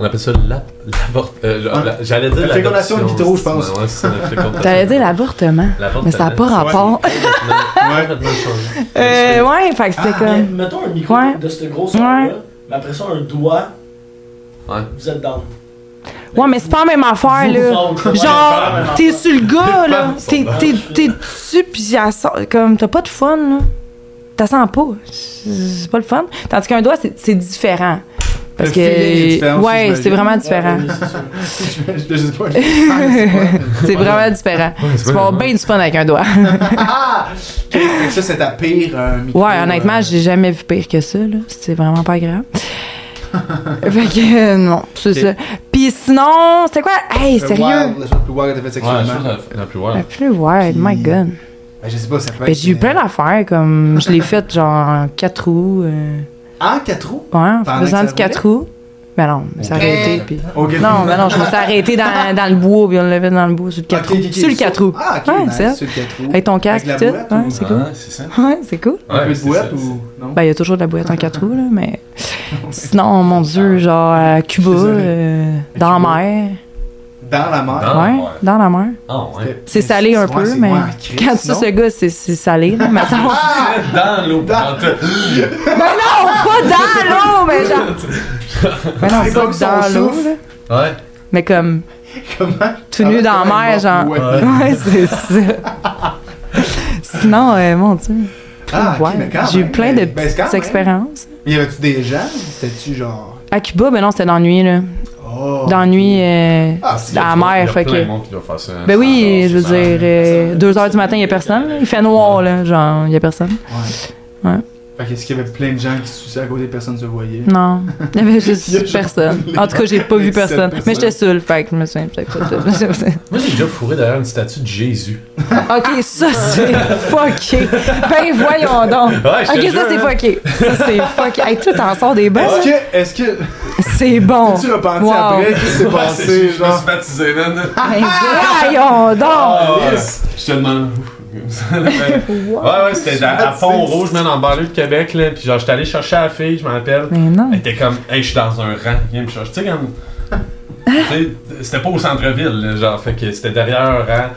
[SPEAKER 3] On appelle ça la- l'avort... euh, la- la- J'allais dire
[SPEAKER 1] La
[SPEAKER 3] la
[SPEAKER 1] fécondation in vitro, je pense.
[SPEAKER 3] Ouais, c'est la fécondation.
[SPEAKER 2] Hein? T'allais dire l'avortement.
[SPEAKER 3] L'avortement.
[SPEAKER 2] Mais ça n'a pas rapport.
[SPEAKER 1] Ouais.
[SPEAKER 3] Complètement changé.
[SPEAKER 2] Euh, ouais, fait que c'était
[SPEAKER 4] Mais
[SPEAKER 2] comme.
[SPEAKER 4] mettons un micro
[SPEAKER 2] Ouais.
[SPEAKER 4] de cette grosseur-là,
[SPEAKER 2] Ouais.
[SPEAKER 4] mais après ça, un doigt,
[SPEAKER 3] Ouais.
[SPEAKER 4] vous êtes dans.
[SPEAKER 2] Ouais, mais c'est pas la même affaire, là. Genre, t'es sur le gars, là. T'es t'es- t'es dessus, pis elle sort- comme, t'as pas de fun, là. T'as sens pas. C'est pas le fun. Tandis qu'un doigt, c'est- c'est différent. Parce
[SPEAKER 1] Le
[SPEAKER 2] que.
[SPEAKER 1] feeling est différent aussi,
[SPEAKER 2] ouais,
[SPEAKER 1] j'imagine.
[SPEAKER 2] c'est vraiment différent.
[SPEAKER 1] Je sais pas. Ah,
[SPEAKER 2] c'est vraiment différent. Tu vas avoir bien du fun avec un doigt.
[SPEAKER 1] c'est pas- Ah! Ok, Ça, c'est ta pire euh, micro,
[SPEAKER 2] Ouais, honnêtement,
[SPEAKER 1] euh,
[SPEAKER 2] j'ai jamais vu pire que ça, là. C'est vraiment pas grave. fait que, euh, non, c'est
[SPEAKER 1] Ok.
[SPEAKER 2] ça. Pis sinon, c'était quoi? Hey,
[SPEAKER 1] le
[SPEAKER 2] sérieux?
[SPEAKER 1] euh, wild, La chose la plus wild que t'as faite
[SPEAKER 3] Ouais,
[SPEAKER 1] sexuellement.
[SPEAKER 3] la chose la- la plus wild.
[SPEAKER 2] La plus wild, my
[SPEAKER 1] Puis-
[SPEAKER 2] god.
[SPEAKER 1] Ben, je sais pas, ça peut
[SPEAKER 2] Ben,
[SPEAKER 1] être,
[SPEAKER 2] j'ai eu
[SPEAKER 1] euh,
[SPEAKER 2] plein d'affaires, comme je l'ai faite genre en 4 roues. euh,
[SPEAKER 1] En 4 roues
[SPEAKER 2] ouais, en
[SPEAKER 1] Pendant
[SPEAKER 2] faisant
[SPEAKER 1] que
[SPEAKER 2] du
[SPEAKER 1] ça
[SPEAKER 2] 4 roues. Ben non, je me suis
[SPEAKER 3] Ok.
[SPEAKER 2] arrêtée. Puis...
[SPEAKER 1] Ok.
[SPEAKER 2] Non, ben non, je me suis arrêtée dans, dans le bois, puis on l'avait dans le bois, sur le
[SPEAKER 1] Ok,
[SPEAKER 2] 4 roues.
[SPEAKER 1] ok, ok.
[SPEAKER 2] sur le 4 roues.
[SPEAKER 1] Ah, ok,
[SPEAKER 2] Ouais,
[SPEAKER 1] nice,
[SPEAKER 2] c'est
[SPEAKER 1] sur le 4 roues.
[SPEAKER 2] Avec ton casque,
[SPEAKER 1] Avec
[SPEAKER 2] tout.
[SPEAKER 1] la boîte
[SPEAKER 2] Ouais,
[SPEAKER 1] ou-
[SPEAKER 2] c'est cool.
[SPEAKER 3] Ouais, c'est ça.
[SPEAKER 2] Ouais, c'est cool.
[SPEAKER 1] Un peu
[SPEAKER 3] Ouais,
[SPEAKER 1] de
[SPEAKER 3] c'est
[SPEAKER 1] boîte
[SPEAKER 3] ça,
[SPEAKER 1] ou. Non
[SPEAKER 2] Ben, il y a toujours de la boîte en 4 roues, là, mais. Sinon, mon Dieu, genre à Cuba,
[SPEAKER 1] Désolé.
[SPEAKER 2] euh, dans
[SPEAKER 1] Cuba.
[SPEAKER 2] la mer.
[SPEAKER 1] Dans la mer.
[SPEAKER 3] Dans la
[SPEAKER 2] ouais,
[SPEAKER 3] mer.
[SPEAKER 2] dans la mer.
[SPEAKER 3] Ah, ouais.
[SPEAKER 2] C'est salé un peu, mais. Quand tu sais ce gars, c'est c'est salé, là, mais attends.
[SPEAKER 1] Ah,
[SPEAKER 3] Dans l'eau.
[SPEAKER 1] Dans-
[SPEAKER 3] en tout.
[SPEAKER 2] Mais non, pas dans l'eau, mais genre. Mais
[SPEAKER 1] C'est
[SPEAKER 2] non,
[SPEAKER 1] comme son
[SPEAKER 2] pas dans l'eau,
[SPEAKER 1] souffle.
[SPEAKER 2] là.
[SPEAKER 3] Ouais.
[SPEAKER 2] Mais comme,
[SPEAKER 1] Comment Ah,
[SPEAKER 2] tout nu dans la mer, genre.
[SPEAKER 1] Ouais.
[SPEAKER 2] Ouais, c'est ça. Sinon, euh, mon Dieu.
[SPEAKER 1] Ah, ok,
[SPEAKER 2] Ouais,
[SPEAKER 1] mais quand
[SPEAKER 2] J'ai eu
[SPEAKER 1] même,
[SPEAKER 2] plein de
[SPEAKER 1] ben, ben, c'est quand
[SPEAKER 2] petites
[SPEAKER 1] même.
[SPEAKER 2] expériences.
[SPEAKER 1] Y avait-tu des gens C'était-tu genre.
[SPEAKER 2] À Cuba, ben non, c'était dans la nuit, là.
[SPEAKER 1] Oh.
[SPEAKER 2] Dans la nuit, euh,
[SPEAKER 1] Ah, c'est-
[SPEAKER 2] dans la
[SPEAKER 3] Il y
[SPEAKER 2] mer,
[SPEAKER 3] a
[SPEAKER 2] fait
[SPEAKER 3] plein
[SPEAKER 2] que...
[SPEAKER 3] de monde qui doit faire ça.
[SPEAKER 2] Ben oui,
[SPEAKER 3] Sans-
[SPEAKER 2] je veux
[SPEAKER 3] sans-
[SPEAKER 2] dire, 2h du matin, il a personne. là. Il fait noir, là, genre, il a personne.
[SPEAKER 1] Ouais.
[SPEAKER 2] Ouais.
[SPEAKER 1] Fait qu'est-ce qu'il y avait plein de gens qui se souciaient à côté personne se voyait
[SPEAKER 2] Non, il y avait
[SPEAKER 1] Il y a
[SPEAKER 2] juste
[SPEAKER 1] genre
[SPEAKER 2] personne.
[SPEAKER 1] les-
[SPEAKER 2] En tout cas, j'ai pas vu
[SPEAKER 1] les sept
[SPEAKER 2] personne.
[SPEAKER 1] personnes.
[SPEAKER 2] Mais j'étais seule, fait que je me souviens peut-être pas de ça.
[SPEAKER 3] Moi, j'ai déjà fourré derrière une statue de Jésus.
[SPEAKER 2] Ok, ça c'est fucké. Ben voyons donc.
[SPEAKER 3] Ouais, je te
[SPEAKER 2] ok,
[SPEAKER 3] jure,
[SPEAKER 2] ça c'est
[SPEAKER 3] hein.
[SPEAKER 2] fucké. Ça c'est fucké. Hey, tout en sort des bons.
[SPEAKER 1] Est-ce que. Est-ce que.
[SPEAKER 2] C'est bon.
[SPEAKER 1] Tu repenti
[SPEAKER 2] Oh. Wow.
[SPEAKER 1] après Qu'est-ce qui s'est passé,
[SPEAKER 3] Je me
[SPEAKER 1] genre
[SPEAKER 3] suis baptisé, man.
[SPEAKER 2] Ben voyons donc.
[SPEAKER 3] Ah, ouais.
[SPEAKER 1] yes.
[SPEAKER 3] Je te demande. ouais, ouais, c'était à, à Pont-Rouge, man, en banlieue de Québec, là. Puis genre, j'étais allé chercher la fille, je m'en rappelle.
[SPEAKER 2] Mais non.
[SPEAKER 3] Elle était comme, hey, je suis dans un rang, viens me chercher. Tu sais, comme.
[SPEAKER 2] Hein?
[SPEAKER 3] tu sais, c'était pas au centre-ville, là, genre, fait que c'était derrière un rang.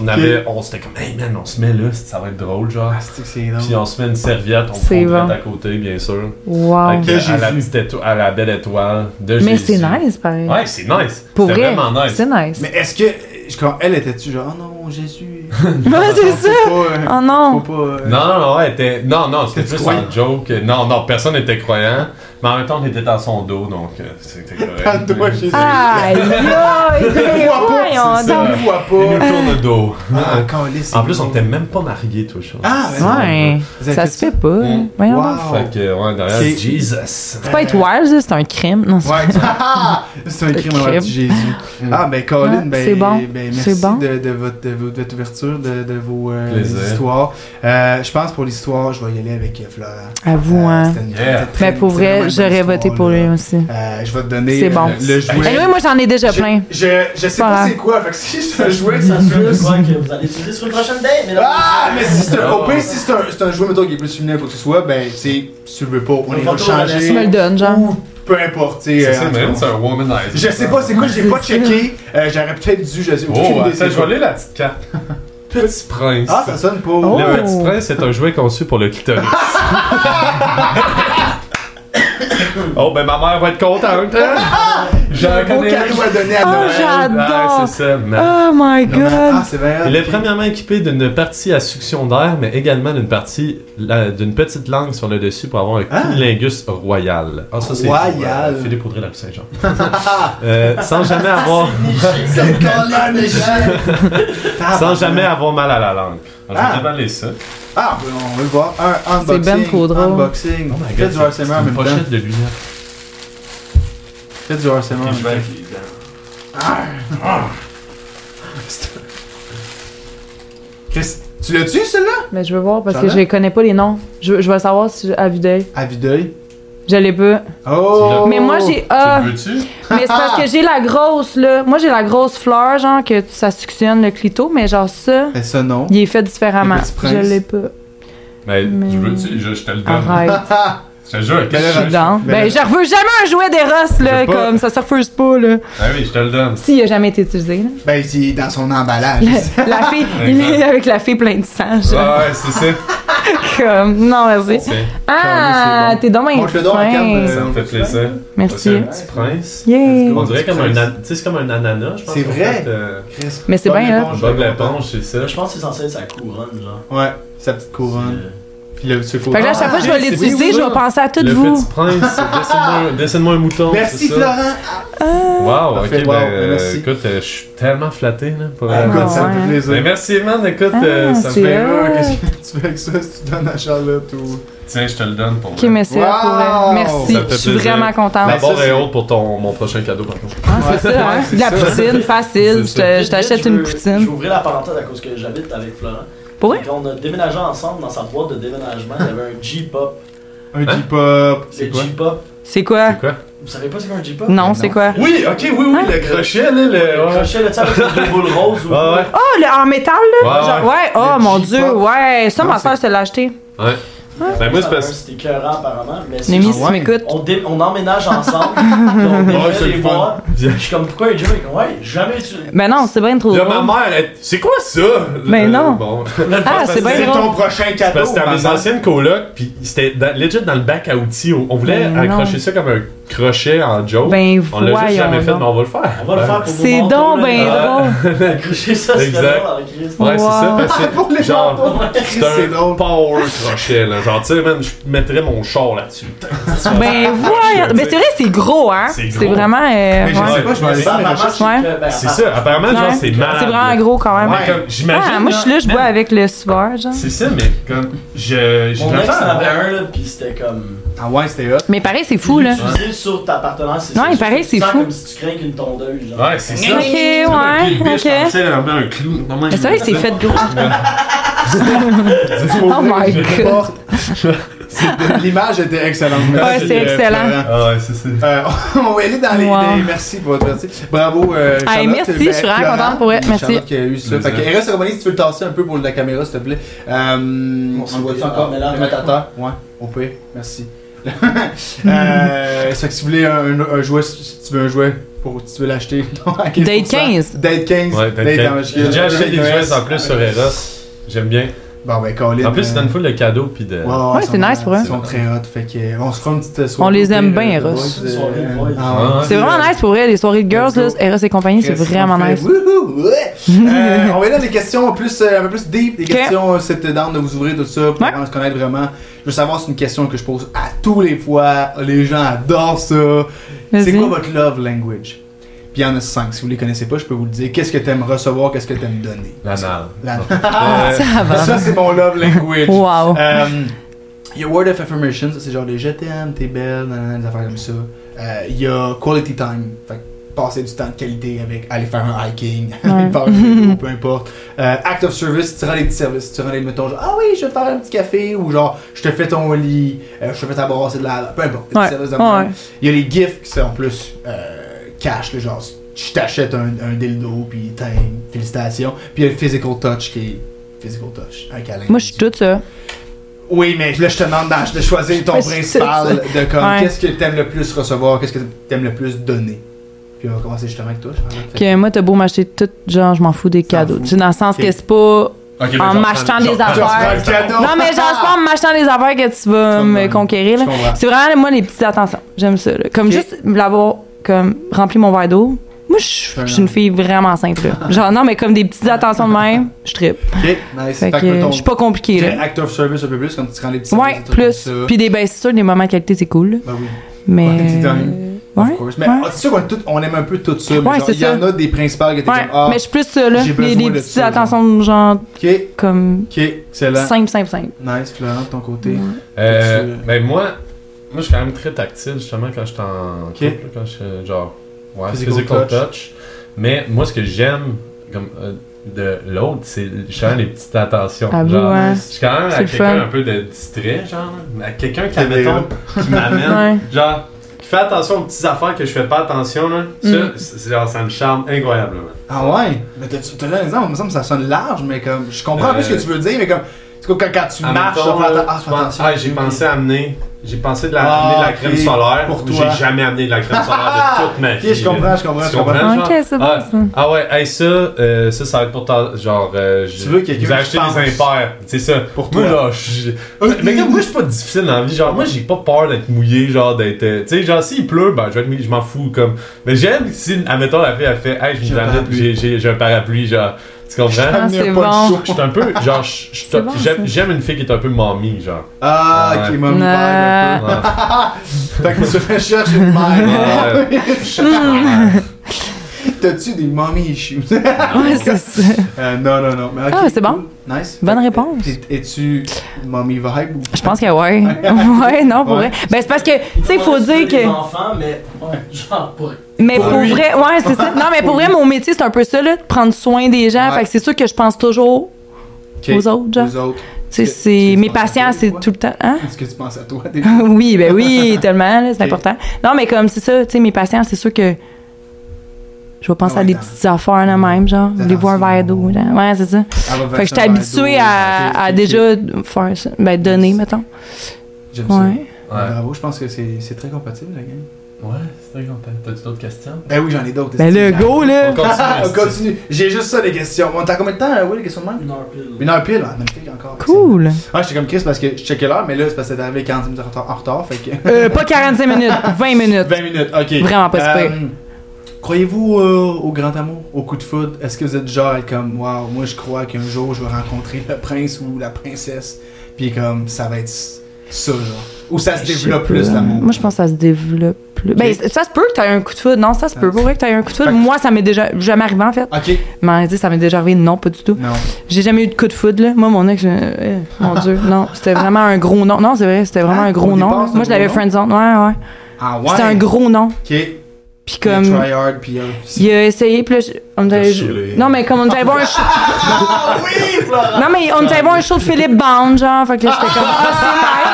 [SPEAKER 3] On avait. On s'était comme, hey man, on se met là, ça va être drôle, genre.
[SPEAKER 1] Ah, c'est que c'est
[SPEAKER 3] Puis
[SPEAKER 1] drôle.
[SPEAKER 3] on se met une serviette, on
[SPEAKER 2] C'est
[SPEAKER 3] prend
[SPEAKER 2] bon.
[SPEAKER 3] à côté, bien sûr.
[SPEAKER 2] Wow.
[SPEAKER 3] Avec,
[SPEAKER 1] De
[SPEAKER 3] euh, à, la
[SPEAKER 1] Jésus.
[SPEAKER 3] petite éto- à la belle étoile de
[SPEAKER 2] Ah, Mais
[SPEAKER 3] Jésus.
[SPEAKER 2] c'est nice pareil.
[SPEAKER 3] Ouais, c'est nice.
[SPEAKER 2] Pour
[SPEAKER 3] c'est
[SPEAKER 2] vrai.
[SPEAKER 3] vraiment nice.
[SPEAKER 2] C'est nice.
[SPEAKER 1] Mais est-ce que. Je crois, elle était-tu genre. Oh non, Jésus.
[SPEAKER 2] Ouais, c'est ça.
[SPEAKER 1] Faut pas, euh,
[SPEAKER 2] Oh
[SPEAKER 1] Faut
[SPEAKER 2] non.
[SPEAKER 1] pas. euh,
[SPEAKER 3] Non, non, non, elle était... non, non c'était
[SPEAKER 1] T'es-tu
[SPEAKER 3] plus
[SPEAKER 1] croyant?
[SPEAKER 3] un joke. Non, non, personne n'était croyant. Mais en même temps, on était dans son dos, donc euh, c'était correct.
[SPEAKER 1] Dans le dos,
[SPEAKER 3] Mais-
[SPEAKER 1] Jésus.
[SPEAKER 2] Aïe, aïe,
[SPEAKER 1] Je
[SPEAKER 2] ben
[SPEAKER 1] vois pas,
[SPEAKER 2] voyons
[SPEAKER 1] c'est ça,
[SPEAKER 2] donc.
[SPEAKER 1] je vois
[SPEAKER 3] Il nous
[SPEAKER 1] pas.
[SPEAKER 3] tourne le dos.
[SPEAKER 1] Ah, encore lisse,
[SPEAKER 3] En
[SPEAKER 1] c'est
[SPEAKER 3] plus, on
[SPEAKER 1] drôle.
[SPEAKER 3] était même pas mariés, toi, je pense.
[SPEAKER 1] Ah,
[SPEAKER 2] Ouais, ça se fait pas.
[SPEAKER 3] Mm.
[SPEAKER 2] Voyons
[SPEAKER 1] Wow.
[SPEAKER 2] donc.
[SPEAKER 3] Fait que, ouais, derrière,
[SPEAKER 1] C'est-
[SPEAKER 3] Jesus.
[SPEAKER 2] C'est pas être wild, ça, c'est un crime. Non, c'est-
[SPEAKER 1] Ouais, tu- c'est un crime envers
[SPEAKER 2] crime.
[SPEAKER 1] Jésus. Ah, ben, Colin,
[SPEAKER 2] Ouais,
[SPEAKER 1] ben,
[SPEAKER 2] c'est bon.
[SPEAKER 1] ben, merci
[SPEAKER 2] C'est bon.
[SPEAKER 1] de, de votre, de, vo- de votre ouverture, de, de vos euh,
[SPEAKER 3] Plaisir.
[SPEAKER 1] histoires. Euh, je pense pour l'histoire, je vais y aller avec euh, Florent.
[SPEAKER 2] À vous, hein.
[SPEAKER 1] c'était une-
[SPEAKER 3] Yeah.
[SPEAKER 1] c'était très-
[SPEAKER 2] Mais pour
[SPEAKER 1] c'était vraiment
[SPEAKER 2] vrai,
[SPEAKER 1] une
[SPEAKER 2] j'aurais
[SPEAKER 1] bonne
[SPEAKER 2] voté
[SPEAKER 1] histoire,
[SPEAKER 2] pour
[SPEAKER 1] là.
[SPEAKER 2] lui aussi.
[SPEAKER 1] Euh, je vais te donner
[SPEAKER 2] C'est
[SPEAKER 1] euh,
[SPEAKER 2] bon.
[SPEAKER 1] le, le jouet.
[SPEAKER 2] Anyway, moi j'en ai déjà plein.
[SPEAKER 1] je, je, je sais
[SPEAKER 2] Pas
[SPEAKER 1] pas
[SPEAKER 2] grave.
[SPEAKER 1] c'est quoi, fait que si c'est un jouet, ça
[SPEAKER 4] Ça se
[SPEAKER 1] se
[SPEAKER 4] fait, je crois que vous allez utiliser sur une prochaine date, mais là.
[SPEAKER 1] Ah, mais si c'est un,
[SPEAKER 3] Oh.
[SPEAKER 1] au pire, si c'est un, c'est un jouet, mettons, qui est plus féminin ou quoi que ce soit, ben, tu sais, si tu le veux pas, on
[SPEAKER 4] On
[SPEAKER 1] les
[SPEAKER 4] va
[SPEAKER 1] va
[SPEAKER 2] Tu me
[SPEAKER 1] changer.
[SPEAKER 2] le donnes, genre.
[SPEAKER 1] Ou peu importe, tu sais.
[SPEAKER 3] C'est
[SPEAKER 1] euh,
[SPEAKER 3] ça,
[SPEAKER 1] en tout
[SPEAKER 3] mais
[SPEAKER 1] cas.
[SPEAKER 3] c'est un womanizer.
[SPEAKER 1] Je sais pas c'est quoi, j'ai pas checké. Euh, J'aurais peut-être dû, je sais
[SPEAKER 3] Oh,
[SPEAKER 1] aucune idée,
[SPEAKER 3] attends,
[SPEAKER 1] c'est
[SPEAKER 3] je
[SPEAKER 1] quoi.
[SPEAKER 3] vais aller la petite carte. Petit prince.
[SPEAKER 1] Ah, ça sonne pour.
[SPEAKER 2] Oh.
[SPEAKER 3] Le Petit Prince est un jouet conçu pour le clitoris. oh, ben ma mère va être contente. hein? J'en
[SPEAKER 1] Un beau
[SPEAKER 3] connais
[SPEAKER 1] cadeau à donner à
[SPEAKER 2] Oh,
[SPEAKER 3] Ah,
[SPEAKER 1] Noël.
[SPEAKER 2] j'adore.
[SPEAKER 3] Ouais, c'est ça. man.
[SPEAKER 2] Oh my
[SPEAKER 1] Ah,
[SPEAKER 2] god!
[SPEAKER 1] c'est vrai.
[SPEAKER 3] Il est premièrement équipé d'une partie à succion d'air, mais également d'une partie la- d'une petite langue sur le dessus pour avoir un
[SPEAKER 1] Ah.
[SPEAKER 3] cunnilingus royal. Ah, ça, c'est pour,
[SPEAKER 1] Royal.
[SPEAKER 3] euh, Philippe Audrey la Saint-Jean. Euh, sans jamais avoir,
[SPEAKER 1] C'est Colin de Jean.
[SPEAKER 3] sans jamais avoir mal à la langue. Alors,
[SPEAKER 1] Ah.
[SPEAKER 3] Je vais déballer ça.
[SPEAKER 1] Ah, ben, on veut le voir. Un unboxing.
[SPEAKER 2] ben trop drôle.
[SPEAKER 1] Unboxing.
[SPEAKER 3] Oh my
[SPEAKER 1] Faites
[SPEAKER 3] god,
[SPEAKER 1] du
[SPEAKER 3] c'est
[SPEAKER 1] RSMR en
[SPEAKER 3] une
[SPEAKER 1] même temps.
[SPEAKER 3] pochette de lunettes.
[SPEAKER 1] Faites du RSMR en même temps. Chris, tu l'as-tu celui-là?
[SPEAKER 2] Mais je veux voir parce que
[SPEAKER 1] Charlotte?
[SPEAKER 2] je les connais pas les noms. Je, je veux savoir si à vue d'œil.
[SPEAKER 1] À vue d'œil.
[SPEAKER 2] Je l'ai pas.
[SPEAKER 1] Oh!
[SPEAKER 2] Mais moi j'ai. Ah!
[SPEAKER 3] Tu le veux-tu?
[SPEAKER 2] mais c'est parce que j'ai la grosse là. Moi j'ai la grosse fleur, genre que ça suctionne le clito, mais genre ça,
[SPEAKER 1] Mais ça, non.
[SPEAKER 2] il est fait différemment.
[SPEAKER 1] Le petit prince.
[SPEAKER 2] Je l'ai pas.
[SPEAKER 3] Ben,
[SPEAKER 2] Mais-
[SPEAKER 3] tu veux-tu? Je, je te le donne.
[SPEAKER 2] Arrête.
[SPEAKER 3] Je te jure,
[SPEAKER 1] Ben,
[SPEAKER 3] qu'est-ce
[SPEAKER 2] Je
[SPEAKER 3] que
[SPEAKER 2] suis
[SPEAKER 3] tu
[SPEAKER 2] down.
[SPEAKER 1] Ben,
[SPEAKER 2] Ben, je veux jamais un jouet d'Eros,
[SPEAKER 3] Je sais
[SPEAKER 2] là,
[SPEAKER 3] pas.
[SPEAKER 2] comme ça se refuse pas, là.
[SPEAKER 3] Ah oui, je te le donne.
[SPEAKER 2] S'il a jamais été utilisé, là.
[SPEAKER 1] Ben, c'est dans son emballage.
[SPEAKER 2] La fille, il est avec la fille pleine de sang, genre,
[SPEAKER 3] Ouais, c'est ça.
[SPEAKER 2] Ah. comme, non, merci.
[SPEAKER 3] Tiens,
[SPEAKER 2] Ah,
[SPEAKER 1] c'est
[SPEAKER 2] t'es donc
[SPEAKER 1] Bon, je te donne un
[SPEAKER 2] fin.
[SPEAKER 1] cadre,
[SPEAKER 3] Ça me fait plaisir. C'est
[SPEAKER 2] Merci.
[SPEAKER 3] un petit prince.
[SPEAKER 2] Yay.
[SPEAKER 3] On dirait comme un, an- tu sais, c'est comme un ananas, je pense.
[SPEAKER 1] C'est
[SPEAKER 3] qu'on
[SPEAKER 1] vrai.
[SPEAKER 3] fait, euh,
[SPEAKER 2] Mais c'est bien, là.
[SPEAKER 3] Bob l'éponge, c'est ça.
[SPEAKER 4] Je pense que c'est censé être sa couronne, genre.
[SPEAKER 1] Ouais, sa petite couronne.
[SPEAKER 2] Euh,
[SPEAKER 1] Puis le petit
[SPEAKER 2] Fait que là, à
[SPEAKER 1] Ah,
[SPEAKER 2] chaque fois que je vais
[SPEAKER 1] c'est- oui,
[SPEAKER 2] l'utiliser,
[SPEAKER 1] oui,
[SPEAKER 2] je vais
[SPEAKER 1] oui.
[SPEAKER 2] penser à toutes
[SPEAKER 3] Le
[SPEAKER 2] vous.
[SPEAKER 3] petit prince, dessine-moi- dessine-moi un mouton.
[SPEAKER 1] Merci
[SPEAKER 3] c'est ça.
[SPEAKER 1] Florent!
[SPEAKER 3] Wow, ok,
[SPEAKER 1] Parfait,
[SPEAKER 3] ben,
[SPEAKER 1] wow,
[SPEAKER 3] euh,
[SPEAKER 1] merci.
[SPEAKER 3] écoute, euh, je suis tellement flatté, là, pour
[SPEAKER 1] Ah,
[SPEAKER 3] la-
[SPEAKER 1] écoute, ça me fait
[SPEAKER 2] ouais.
[SPEAKER 3] Mais
[SPEAKER 1] plaisir.
[SPEAKER 3] merci, man, écoute, euh,
[SPEAKER 2] Ah,
[SPEAKER 3] ça me
[SPEAKER 2] c'est
[SPEAKER 3] fait
[SPEAKER 2] vrai.
[SPEAKER 1] Euh, Qu'est-ce que tu fais avec ça si tu donnes à Charlotte ou.
[SPEAKER 3] Tiens, je te le donne pour
[SPEAKER 2] Ok,
[SPEAKER 3] vrai.
[SPEAKER 2] mais c'est là pour
[SPEAKER 1] Wow!
[SPEAKER 2] elle.
[SPEAKER 3] Ça
[SPEAKER 2] Merci.
[SPEAKER 3] me fait
[SPEAKER 2] Je suis
[SPEAKER 3] plaisir.
[SPEAKER 2] vraiment contente.
[SPEAKER 3] La
[SPEAKER 1] Ben, ça,
[SPEAKER 3] barre
[SPEAKER 1] c'est-
[SPEAKER 3] est haute pour ton, mon prochain cadeau, par contre.
[SPEAKER 2] Ah, c'est
[SPEAKER 1] Ouais,
[SPEAKER 2] ça, hein?
[SPEAKER 1] c'est
[SPEAKER 2] De la
[SPEAKER 1] ça.
[SPEAKER 2] poutine, facile. Je te-
[SPEAKER 3] C'est
[SPEAKER 4] Vite,
[SPEAKER 2] je
[SPEAKER 4] vite,
[SPEAKER 2] t'achète
[SPEAKER 4] je
[SPEAKER 2] une
[SPEAKER 4] veux- Je
[SPEAKER 2] poutine.
[SPEAKER 4] vais ouvrir la parenthèse à cause que j'habite avec Florent.
[SPEAKER 2] Pour vrai?
[SPEAKER 4] Quand on a déménagé ensemble dans sa boîte de déménagement, il y avait un G-Pop.
[SPEAKER 1] Un
[SPEAKER 3] Hein?
[SPEAKER 1] J-pop, c'est
[SPEAKER 4] Le
[SPEAKER 1] quoi?
[SPEAKER 4] G-Pop.
[SPEAKER 2] C'est quoi?
[SPEAKER 3] C'est quoi?
[SPEAKER 4] Vous savez pas c'est quoi un G-Pop?
[SPEAKER 2] Non, c'est quoi?
[SPEAKER 3] Oui, ok, oui, oui,
[SPEAKER 2] Ah.
[SPEAKER 3] le crochet, là, le...
[SPEAKER 4] Le
[SPEAKER 3] ouais.
[SPEAKER 4] Euh, crochet, là, tu sais, avec les deux boules roses. ou-
[SPEAKER 3] Ah, ouais.
[SPEAKER 2] Oh, le, en métal,
[SPEAKER 3] Ouais,
[SPEAKER 2] là? Genre, ouais, oh
[SPEAKER 1] Le
[SPEAKER 2] mon
[SPEAKER 1] G-pop.
[SPEAKER 2] dieu, ouais. Ça,
[SPEAKER 1] Non,
[SPEAKER 2] ma
[SPEAKER 1] c'est-
[SPEAKER 2] soeur se l'a acheté.
[SPEAKER 3] Ouais. Ben, moi, c'est parce
[SPEAKER 4] C'était écœurant, apparemment. Mais c'est
[SPEAKER 2] Némi,
[SPEAKER 1] Ah
[SPEAKER 2] si
[SPEAKER 1] ouais?
[SPEAKER 2] tu m'écoutes.
[SPEAKER 4] On, dé- on emménage ensemble, puis on
[SPEAKER 3] Ouais, c'est
[SPEAKER 4] défait les
[SPEAKER 3] le fun.
[SPEAKER 4] boîtes. Je suis comme, pourquoi un Jim? Il est comme, Ouais, jamais tu.
[SPEAKER 2] Ben non, c'est bien trop
[SPEAKER 3] Là,
[SPEAKER 2] drôle.
[SPEAKER 3] ma mère, elle- c'est quoi ça?
[SPEAKER 2] Mais
[SPEAKER 3] Euh,
[SPEAKER 2] non.
[SPEAKER 3] Bon.
[SPEAKER 2] Ah, c'est bien
[SPEAKER 1] C'est
[SPEAKER 2] drôle.
[SPEAKER 1] ton prochain
[SPEAKER 3] C'est
[SPEAKER 1] cadeau!
[SPEAKER 3] Parce que c'était à mes
[SPEAKER 1] maman.
[SPEAKER 3] anciennes colocs, puis c'était dans- legit dans le bac à outils. On, on voulait
[SPEAKER 2] Mais non.
[SPEAKER 3] accrocher ça comme un crochet en joke.
[SPEAKER 2] Ben
[SPEAKER 3] on l'a juste jamais
[SPEAKER 2] voyons
[SPEAKER 3] fait,
[SPEAKER 2] donc.
[SPEAKER 3] mais on va le faire.
[SPEAKER 4] On va le faire pour
[SPEAKER 2] C'est donc ben drôle.
[SPEAKER 4] drôle. Accrocher ça, c'est
[SPEAKER 3] Exact.
[SPEAKER 4] drôle en crise.
[SPEAKER 3] Ouais, c'est ça.
[SPEAKER 2] Wow.
[SPEAKER 3] parce que
[SPEAKER 1] Ah, Pour les
[SPEAKER 3] Genre,
[SPEAKER 1] gens,
[SPEAKER 3] C'est
[SPEAKER 1] c'est
[SPEAKER 3] un
[SPEAKER 1] drôle.
[SPEAKER 3] power crochet, là. Genre, tu sais, man, je mettrais mon char là-dessus.
[SPEAKER 2] Ben voyons. Mais c'est vrai, c'est gros, hein?
[SPEAKER 3] C'est
[SPEAKER 2] C'est
[SPEAKER 3] gros.
[SPEAKER 2] vraiment. euh,
[SPEAKER 1] Mais je
[SPEAKER 2] ouais.
[SPEAKER 1] sais pas, je vais aller
[SPEAKER 4] Ça,
[SPEAKER 1] faire mes
[SPEAKER 4] apparemment,
[SPEAKER 1] recherches.
[SPEAKER 4] c'est
[SPEAKER 2] Ouais.
[SPEAKER 4] que- ben,
[SPEAKER 3] C'est ça. Apparemment, genre,
[SPEAKER 2] Ouais.
[SPEAKER 3] c'est malade.
[SPEAKER 2] C'est vraiment
[SPEAKER 3] là.
[SPEAKER 2] gros quand même.
[SPEAKER 3] Ouais, comme, j'imagine.
[SPEAKER 2] Ah, moi, je suis là, je
[SPEAKER 3] man,
[SPEAKER 2] bois avec le souverain, genre.
[SPEAKER 3] C'est ça, mais comme, je. hein. j'ai
[SPEAKER 4] Mon
[SPEAKER 3] de la
[SPEAKER 4] ex en
[SPEAKER 3] misère à-
[SPEAKER 4] avait un, là, pis c'était comme.
[SPEAKER 1] Ah ouais, c'était hot.
[SPEAKER 2] Mais pareil, c'est fou, là.
[SPEAKER 4] L'utiliser sur ta partenaire, c'est
[SPEAKER 2] Non,
[SPEAKER 4] ça.
[SPEAKER 2] il paraît, c'est
[SPEAKER 4] Tu sens
[SPEAKER 2] fou.
[SPEAKER 4] comme si tu crains qu'une tondeuse. genre.
[SPEAKER 3] Ouais, c'est ça.
[SPEAKER 2] Ok,
[SPEAKER 3] C'est comme un
[SPEAKER 2] ouais,
[SPEAKER 3] petit biche,
[SPEAKER 2] ok.
[SPEAKER 3] comme ça, elle a mis un clou. Maman,
[SPEAKER 2] Mais c'est vrai que c'est fait gros.
[SPEAKER 3] c'est
[SPEAKER 2] Oh my god.
[SPEAKER 1] Porte. C'était- L'image était excellente.
[SPEAKER 2] Ouais, c'est
[SPEAKER 1] euh,
[SPEAKER 2] excellent.
[SPEAKER 1] Florent.
[SPEAKER 3] Ah, ouais, c'est ça.
[SPEAKER 1] Euh, on va aller dans les,
[SPEAKER 2] Wow.
[SPEAKER 1] les- Merci pour votre merci. Bravo. Euh,
[SPEAKER 2] Ah,
[SPEAKER 1] Charlotte,
[SPEAKER 2] merci, je suis vraiment
[SPEAKER 1] Florent,
[SPEAKER 2] contente pour elle.
[SPEAKER 1] puis
[SPEAKER 2] Merci.
[SPEAKER 1] Charlotte qui a eu ça.
[SPEAKER 3] Merci.
[SPEAKER 1] Fait que, RS Cérémonie, si tu veux le tasser un peu pour la caméra, s'il te plaît. Euh, on le voit-tu
[SPEAKER 4] bien.
[SPEAKER 1] encore?
[SPEAKER 4] Mais là,
[SPEAKER 1] Le mettre à terre? Ouais, au pire. Merci. euh, ça fait que si vous voulez un, un- un jouet, si tu veux un jouet, pour, si tu veux l'acheter. non, à 15%.
[SPEAKER 2] Date 15.
[SPEAKER 1] Date 15.
[SPEAKER 3] Ouais,
[SPEAKER 1] Date
[SPEAKER 3] t'as le-
[SPEAKER 1] en-
[SPEAKER 3] J'ai déjà acheté des
[SPEAKER 1] Date
[SPEAKER 3] jouets en
[SPEAKER 1] en-
[SPEAKER 3] plus sur Eros. J'aime bien.
[SPEAKER 1] Bon, ben, Colin.
[SPEAKER 3] En plus,
[SPEAKER 1] euh,
[SPEAKER 3] c'est une foule de cadeaux pis de.
[SPEAKER 1] Ouais,
[SPEAKER 2] Ouais,
[SPEAKER 1] ils
[SPEAKER 2] c'est
[SPEAKER 1] sont-
[SPEAKER 2] nice pour eux.
[SPEAKER 1] Ils sont très hot, fait que euh, on se fera une petite soirée.
[SPEAKER 2] On les aime
[SPEAKER 1] au pire,
[SPEAKER 2] bien,
[SPEAKER 1] de
[SPEAKER 2] Ross.
[SPEAKER 1] boys, euh,
[SPEAKER 4] Soirée de boys.
[SPEAKER 1] ah ouais.
[SPEAKER 2] C'est vraiment nice pour vrai, les soirées de girls, là,
[SPEAKER 1] Let's go.
[SPEAKER 2] Eros et compagnie, c'est
[SPEAKER 1] Qu'est-ce qu'on
[SPEAKER 2] vraiment
[SPEAKER 1] fait?
[SPEAKER 2] nice.
[SPEAKER 1] Wouhou, ouais. Euh, on va aller dans des questions plus, euh, un peu plus deep, des
[SPEAKER 2] Ok.
[SPEAKER 1] questions euh, cette dame de vous ouvrir tout ça pour
[SPEAKER 2] Ouais.
[SPEAKER 1] vraiment se connaître vraiment. Je veux savoir, c'est une question que je pose à tous les fois. Les gens adorent ça. C'est
[SPEAKER 2] Vas-y.
[SPEAKER 1] quoi votre love language? Puis il y en a cinq. Si vous les connaissez pas, je peux vous le dire. Qu'est-ce que t'aimes recevoir? Qu'est-ce que t'aimes donner?
[SPEAKER 3] La nalle.
[SPEAKER 1] La-
[SPEAKER 3] Euh,
[SPEAKER 2] Ah, Ça va.
[SPEAKER 1] Ça, c'est mon love language.
[SPEAKER 2] Wow.
[SPEAKER 1] Euh, Il y a Word of Affirmation, ça, c'est genre les je t'aime, t'es belle, nanana, des affaires comme ça. Euh, Il y a Quality Time, fait que passer du temps de qualité avec aller faire un hiking, aller
[SPEAKER 2] Ouais.
[SPEAKER 1] faire un vélo, peu importe. Euh, act of Service, tu rends les petits services, tu rends les, mettons, genre, ah oui, je vais te faire un petit café, ou genre, je te fais ton lit, euh, je te fais ta brassée de la. Peu importe, des petits
[SPEAKER 2] Ouais.
[SPEAKER 1] services de
[SPEAKER 2] Ouais.
[SPEAKER 1] même. Il y a les gifts qui sont en plus euh, cash, le genre je t'achète un, un dildo puis t'as félicitations. Puis il y a le physical touch qui est physical touch, un câlin.
[SPEAKER 2] Moi, je suis toute ça.
[SPEAKER 1] Oui, mais là je te demande d'ach- de choisir ton
[SPEAKER 2] Moi, je suis
[SPEAKER 1] principal de comme
[SPEAKER 2] Ouais.
[SPEAKER 1] qu'est-ce que t'aimes le plus recevoir, qu'est-ce que t'aimes le plus donner. Puis on va commencer justement avec toi. Charlotte. Fait
[SPEAKER 2] Que moi, t'as beau m'acheter tout, genre, je m'en fous des
[SPEAKER 1] S'en
[SPEAKER 2] cadeaux.
[SPEAKER 1] fout.
[SPEAKER 2] C'est dans le sens
[SPEAKER 1] Ok.
[SPEAKER 2] que c'est pas.
[SPEAKER 3] Ok, ben,
[SPEAKER 2] En
[SPEAKER 3] j'en
[SPEAKER 2] m'achetant
[SPEAKER 3] prends-
[SPEAKER 2] des
[SPEAKER 3] j'en prends-
[SPEAKER 2] affaires.
[SPEAKER 1] le cadeau.
[SPEAKER 2] Non, mais genre, c'est pas en m'achetant des affaires que tu vas
[SPEAKER 1] vas
[SPEAKER 2] me
[SPEAKER 1] me-
[SPEAKER 2] conquérir,
[SPEAKER 1] euh, je
[SPEAKER 2] là.
[SPEAKER 1] comprends.
[SPEAKER 2] C'est vraiment, moi, les petites attentions. J'aime ça, là. Comme
[SPEAKER 1] Ok.
[SPEAKER 2] juste l'avoir, comme, rempli mon verre d'eau. Moi, je
[SPEAKER 1] un
[SPEAKER 2] je suis une fille vraiment simple, là. Genre, non, mais comme des petites attentions de même, je trippe.
[SPEAKER 1] Ok, nice.
[SPEAKER 2] Fait que
[SPEAKER 1] mettons,
[SPEAKER 2] euh, je suis pas compliquée, là.
[SPEAKER 1] Act of service un peu plus, comme tu rends les petits
[SPEAKER 2] Ouais,
[SPEAKER 1] services, des trucs
[SPEAKER 2] plus.
[SPEAKER 1] comme ça.
[SPEAKER 2] Puis des, ben, c'est sûr, des moments de qualité, c'est cool, là.
[SPEAKER 1] Ben oui. Ouais,
[SPEAKER 2] Mais.
[SPEAKER 1] c'est dingue.
[SPEAKER 2] euh,
[SPEAKER 1] Of course.
[SPEAKER 2] Ouais.
[SPEAKER 1] Mais
[SPEAKER 2] ouais.
[SPEAKER 1] ah, c'est sûr qu'on est tout- on aime un peu tout ça. mais
[SPEAKER 2] Ouais,
[SPEAKER 1] genre,
[SPEAKER 2] c'est
[SPEAKER 1] il y en
[SPEAKER 2] ça.
[SPEAKER 1] a des principales que t'es
[SPEAKER 2] Ouais,
[SPEAKER 1] comme ah,
[SPEAKER 2] mais je suis plus ça, là.
[SPEAKER 1] j'ai
[SPEAKER 2] Les,
[SPEAKER 1] besoin
[SPEAKER 2] les
[SPEAKER 1] de
[SPEAKER 2] petites
[SPEAKER 1] ça,
[SPEAKER 2] attentions, genre,
[SPEAKER 1] ok,
[SPEAKER 2] comme.
[SPEAKER 1] ok, excellent.
[SPEAKER 2] Simple, simple, simple.
[SPEAKER 1] Nice, Florent, de ton côté.
[SPEAKER 3] Euh,
[SPEAKER 1] Tu-
[SPEAKER 3] ben moi, moi je suis quand même très tactile justement quand je suis en
[SPEAKER 1] Ok.
[SPEAKER 3] couple, quand je suis genre ouais,
[SPEAKER 1] Physical
[SPEAKER 3] physical,
[SPEAKER 1] touch.
[SPEAKER 3] touch. Mais moi ce que j'aime comme euh, de l'autre, c'est justement les petites attentions.
[SPEAKER 2] À vous,
[SPEAKER 3] genre,
[SPEAKER 2] Ah, ouais.
[SPEAKER 3] Je suis quand même
[SPEAKER 2] C'est
[SPEAKER 3] à
[SPEAKER 2] le
[SPEAKER 3] quelqu'un
[SPEAKER 2] fun.
[SPEAKER 3] un peu de distrait, genre à quelqu'un qui
[SPEAKER 1] C'est
[SPEAKER 3] admettons, qui m'amène,
[SPEAKER 2] Ouais.
[SPEAKER 3] genre qui fait attention aux petites affaires que je fais pas attention là. Ça,
[SPEAKER 2] Mm.
[SPEAKER 3] c'est- c'est genre ça me charme incroyablement.
[SPEAKER 1] Ah ouais? Mais t'as-tu- t'as là un exemple, il me semble que ça sonne large, mais comme. Je comprends un peu ce que tu veux dire, mais comme. C'est quoi, quand, quand tu
[SPEAKER 3] En
[SPEAKER 1] marches,
[SPEAKER 3] même temps,
[SPEAKER 1] ça fait
[SPEAKER 3] là,
[SPEAKER 1] atten- ah,
[SPEAKER 3] tu
[SPEAKER 1] fais
[SPEAKER 3] penses,
[SPEAKER 1] attention.
[SPEAKER 3] ah, j'ai pensé à amener J'ai pensé de la,
[SPEAKER 1] Ah,
[SPEAKER 3] amener de la crème
[SPEAKER 1] ok.
[SPEAKER 3] solaire.
[SPEAKER 1] Pour
[SPEAKER 3] mais
[SPEAKER 1] toi.
[SPEAKER 3] J'ai jamais amené de la crème solaire de toute ma vie.
[SPEAKER 1] Ok, je comprends, je comprends,
[SPEAKER 3] là.
[SPEAKER 1] je
[SPEAKER 3] Tu
[SPEAKER 1] comprends.
[SPEAKER 3] comprends, genre?
[SPEAKER 2] Ok, c'est bon,
[SPEAKER 3] ah,
[SPEAKER 2] ça.
[SPEAKER 3] ah ouais, hey, ça, euh, ça, ça va être pour ta. Genre, euh, je-
[SPEAKER 1] Tu veux quelqu'un
[SPEAKER 3] vous
[SPEAKER 1] qui
[SPEAKER 3] achetez
[SPEAKER 1] pense.
[SPEAKER 3] des impairs. C'est ça.
[SPEAKER 1] Pour
[SPEAKER 3] Moi,
[SPEAKER 1] toi.
[SPEAKER 3] là, je. euh, Mais regarde, moi, je suis pas difficile dans la vie. Genre, moi, j'ai pas peur d'être mouillé, genre, d'être. euh, Tu sais, genre, s'il pleut, ben, je vais être mouillé, je m'en fous, comme. Mais j'aime si, admettons, la fille, elle fait, hey, je
[SPEAKER 1] J'ai
[SPEAKER 3] vous
[SPEAKER 1] un
[SPEAKER 3] amène-
[SPEAKER 1] parapluie.
[SPEAKER 3] j'ai- j'ai j'ai un parapluie, genre. Tu comprends?
[SPEAKER 2] Ah,
[SPEAKER 1] Amener un
[SPEAKER 2] c'est
[SPEAKER 1] pot de
[SPEAKER 2] bon.
[SPEAKER 1] chaud.
[SPEAKER 3] Je suis un peu, genre, je- je-
[SPEAKER 2] C'est bon,
[SPEAKER 3] j'aime-
[SPEAKER 2] ça.
[SPEAKER 3] j'aime une fille qui est un peu mamie, genre.
[SPEAKER 1] Ah,
[SPEAKER 3] Ouais.
[SPEAKER 1] ok, m'a mis un
[SPEAKER 2] Euh,
[SPEAKER 1] peu.
[SPEAKER 3] Ouais.
[SPEAKER 1] Fait que tu recherches une mère.
[SPEAKER 3] Ouais.
[SPEAKER 1] T'as-tu des mommy issues?
[SPEAKER 2] Ouais, c'est ça.
[SPEAKER 1] Euh, non, non, non. Mais ok,
[SPEAKER 2] Ah, c'est bon.
[SPEAKER 1] cool. Nice.
[SPEAKER 2] Bonne
[SPEAKER 1] Fait que,
[SPEAKER 2] réponse.
[SPEAKER 1] t'es- Es-tu mommy vibe ou.
[SPEAKER 2] Je pense que ouais. ouais, non, pour
[SPEAKER 1] Ouais.
[SPEAKER 2] vrai. Ben, c'est parce que, tu sais, il faut dire
[SPEAKER 4] Les
[SPEAKER 2] que.
[SPEAKER 4] enfants, mais ouais, genre pour.
[SPEAKER 2] Mais
[SPEAKER 1] Pour
[SPEAKER 2] pour,
[SPEAKER 1] lui.
[SPEAKER 2] vrai, ouais, c'est ça. Non, mais pour vrai, mon métier, c'est un peu ça, là, de prendre soin des gens.
[SPEAKER 1] Ouais.
[SPEAKER 2] Fait que c'est sûr que je pense toujours.
[SPEAKER 1] Ok.
[SPEAKER 2] Aux autres, genre.
[SPEAKER 1] Aux autres.
[SPEAKER 2] Tu sais,
[SPEAKER 1] Est-ce que- est-ce
[SPEAKER 2] c'est.
[SPEAKER 1] que tu
[SPEAKER 2] Mes
[SPEAKER 1] penses à
[SPEAKER 2] patients,
[SPEAKER 1] toi,
[SPEAKER 2] c'est
[SPEAKER 1] toi?
[SPEAKER 2] tout le temps. Hein?
[SPEAKER 1] Est-ce que tu penses à toi? Des...
[SPEAKER 2] oui, ben oui, tellement, là, c'est
[SPEAKER 1] Ok.
[SPEAKER 2] important. Non, mais comme c'est ça, tu sais, mes patients, c'est sûr que je vais penser
[SPEAKER 1] Ah ouais,
[SPEAKER 2] à des
[SPEAKER 1] dans-
[SPEAKER 2] petites affaires là même, genre,
[SPEAKER 1] Dans
[SPEAKER 2] les voir un
[SPEAKER 1] l'ancien
[SPEAKER 2] verre d'eau.
[SPEAKER 1] monde.
[SPEAKER 2] genre. Ouais, c'est ça. Fait que j'étais habituée à, à déjà faire ça, ben donner,
[SPEAKER 1] Yes.
[SPEAKER 2] mettons.
[SPEAKER 1] J'aime ça. Ah,
[SPEAKER 2] Ouais.
[SPEAKER 1] Bravo, je pense que c'est c'est très compatible, la gang.
[SPEAKER 3] Ouais, c'est très content. T'as-tu d'autres questions?
[SPEAKER 1] Ben oui, j'en ai d'autres.
[SPEAKER 2] Ben le go là.
[SPEAKER 3] On continue.
[SPEAKER 1] On continue. J'ai juste ça, les questions. On t'a combien de temps, euh, Will, les questions de même?
[SPEAKER 4] Une heure pile.
[SPEAKER 1] Une heure pile, ah, magnifique encore.
[SPEAKER 2] Cool.
[SPEAKER 1] Ah, j'étais comme Chris parce que je checkais l'heure, mais là, c'est parce que t'es arrivé 40 minutes en retard, en retard, fait que...
[SPEAKER 2] Euh, pas 45 minutes, 20 minutes.
[SPEAKER 1] 20 minutes, ok.
[SPEAKER 2] Vraiment pas si
[SPEAKER 1] Euh,
[SPEAKER 2] pire.
[SPEAKER 1] Croyez-vous euh, au grand amour, au coup de foudre? Est-ce que vous êtes du genre à être comme, waouh, moi je crois qu'un jour je vais rencontrer le prince ou la princesse, puis comme ça va être ça, genre. Ou ça se
[SPEAKER 2] Je sais
[SPEAKER 1] développe
[SPEAKER 2] pas.
[SPEAKER 1] plus l'amour.
[SPEAKER 2] Moi, je pense que ça se développe plus. Ben,
[SPEAKER 1] Ok.
[SPEAKER 2] ça- ça se peut que t'aies un coup de foudre. Non, ça se peut. Pour vrai que t'aies un coup de foudre.
[SPEAKER 1] Fait que-
[SPEAKER 2] Moi, ça m'est déjà jamais arrivé, en fait.
[SPEAKER 1] Ok,
[SPEAKER 2] Mais dit, ça m'est déjà arrivé. Non, pas du tout.
[SPEAKER 1] non.
[SPEAKER 2] J'ai jamais eu de coup de foudre, là. Moi, mon ex, je- euh, mon Dieu, non, c'était vraiment un gros nom. Non, c'est vrai, c'était vraiment
[SPEAKER 1] Ah,
[SPEAKER 2] un
[SPEAKER 1] au
[SPEAKER 2] gros nom.
[SPEAKER 1] départ, c'était
[SPEAKER 2] Moi, je
[SPEAKER 1] un
[SPEAKER 2] l'avais
[SPEAKER 1] gros nom?
[SPEAKER 2] friendzone, ouais, ouais.
[SPEAKER 1] Ah ouais?
[SPEAKER 2] C'était un gros nom.
[SPEAKER 1] Ok,
[SPEAKER 2] Puis
[SPEAKER 1] comme...
[SPEAKER 2] comme,
[SPEAKER 1] tryhard, puis euh,
[SPEAKER 2] il a essayé, puis là, je- on était allé-
[SPEAKER 3] saoulé.
[SPEAKER 2] Non, mais comme on était allé voir un show... Non, mais on était allé voir un show de Philippe Bond, genre, fait que là, j'étais comme, ah,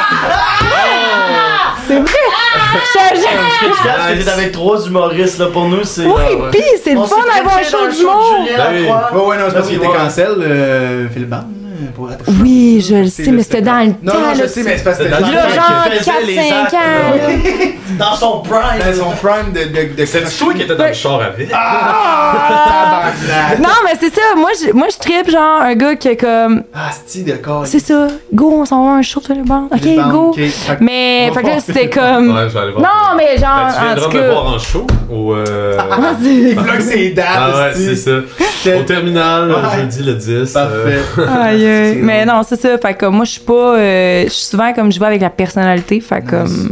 [SPEAKER 2] c'est nice! C'est vrai! Je te jure.
[SPEAKER 4] Ce que tu fais, c'est que t'es Ah, avec trois humoristes là pour nous, c'est.
[SPEAKER 3] Ah,
[SPEAKER 2] Oui, pis c'est le
[SPEAKER 4] On s'est
[SPEAKER 2] fun d'avoir un
[SPEAKER 4] crunché dans
[SPEAKER 2] show
[SPEAKER 4] le
[SPEAKER 2] d'humour!
[SPEAKER 4] de Julien
[SPEAKER 3] Ben oui.
[SPEAKER 4] Lacroix.
[SPEAKER 1] Ouais, ouais, non, c'est parce qu'il
[SPEAKER 4] Ben oui,
[SPEAKER 1] était
[SPEAKER 4] ouais.
[SPEAKER 1] cancel, euh, Phil Ban. euh, pour être-
[SPEAKER 2] Oui, je le
[SPEAKER 1] C'est
[SPEAKER 2] sais, mais
[SPEAKER 1] juste
[SPEAKER 2] c'était dans le
[SPEAKER 1] Non,
[SPEAKER 2] temps,
[SPEAKER 1] non, je
[SPEAKER 2] là,
[SPEAKER 1] sais, mais c'est parce que
[SPEAKER 3] C'était dans
[SPEAKER 1] c'était
[SPEAKER 3] le
[SPEAKER 2] Là,
[SPEAKER 3] temps
[SPEAKER 2] genre,
[SPEAKER 3] qu'il faisait les
[SPEAKER 2] 4-5
[SPEAKER 3] actes,
[SPEAKER 2] ans,
[SPEAKER 3] là.
[SPEAKER 2] là.
[SPEAKER 4] Dans son prime.
[SPEAKER 1] dans son prime de. de, de
[SPEAKER 3] C'est toi qui étais dans le char avec.
[SPEAKER 1] Ah, tabarnak.
[SPEAKER 2] Non, mais c'est ça, moi, je, moi, je tripe, genre, un gars qui est comme,
[SPEAKER 1] Ah, c'est de corps.
[SPEAKER 2] C'est ça. Go, on s'en va à un show de Philippe Bond. Ok,
[SPEAKER 1] Philippe Bond,
[SPEAKER 2] go.
[SPEAKER 1] ok. Fait que-
[SPEAKER 2] Mais,
[SPEAKER 1] on va
[SPEAKER 2] fait que là,
[SPEAKER 1] voir
[SPEAKER 2] c'était
[SPEAKER 1] Philippe Bond.
[SPEAKER 2] comme.
[SPEAKER 3] Ouais, je vais aller voir.
[SPEAKER 2] non, mais genre,
[SPEAKER 3] Ben, tu
[SPEAKER 2] en
[SPEAKER 3] viendras
[SPEAKER 2] tout
[SPEAKER 3] me
[SPEAKER 2] cas. Ah,
[SPEAKER 3] voir en show au. euh,
[SPEAKER 1] Ah, Il bloque ses dates.
[SPEAKER 3] Ah ouais, c'est
[SPEAKER 1] esti.
[SPEAKER 3] ça.
[SPEAKER 2] Euh,
[SPEAKER 3] Au terminal,
[SPEAKER 2] ah,
[SPEAKER 1] Ouais.
[SPEAKER 3] jeudi le 10.
[SPEAKER 1] Parfait.
[SPEAKER 3] euh,
[SPEAKER 2] Aïe, aïe.
[SPEAKER 1] C'est
[SPEAKER 2] Mais
[SPEAKER 1] drôle.
[SPEAKER 2] non, c'est ça. Fait que moi, je suis pas. euh, je suis souvent comme je vais avec la personnalité. Fait que,
[SPEAKER 1] Nice.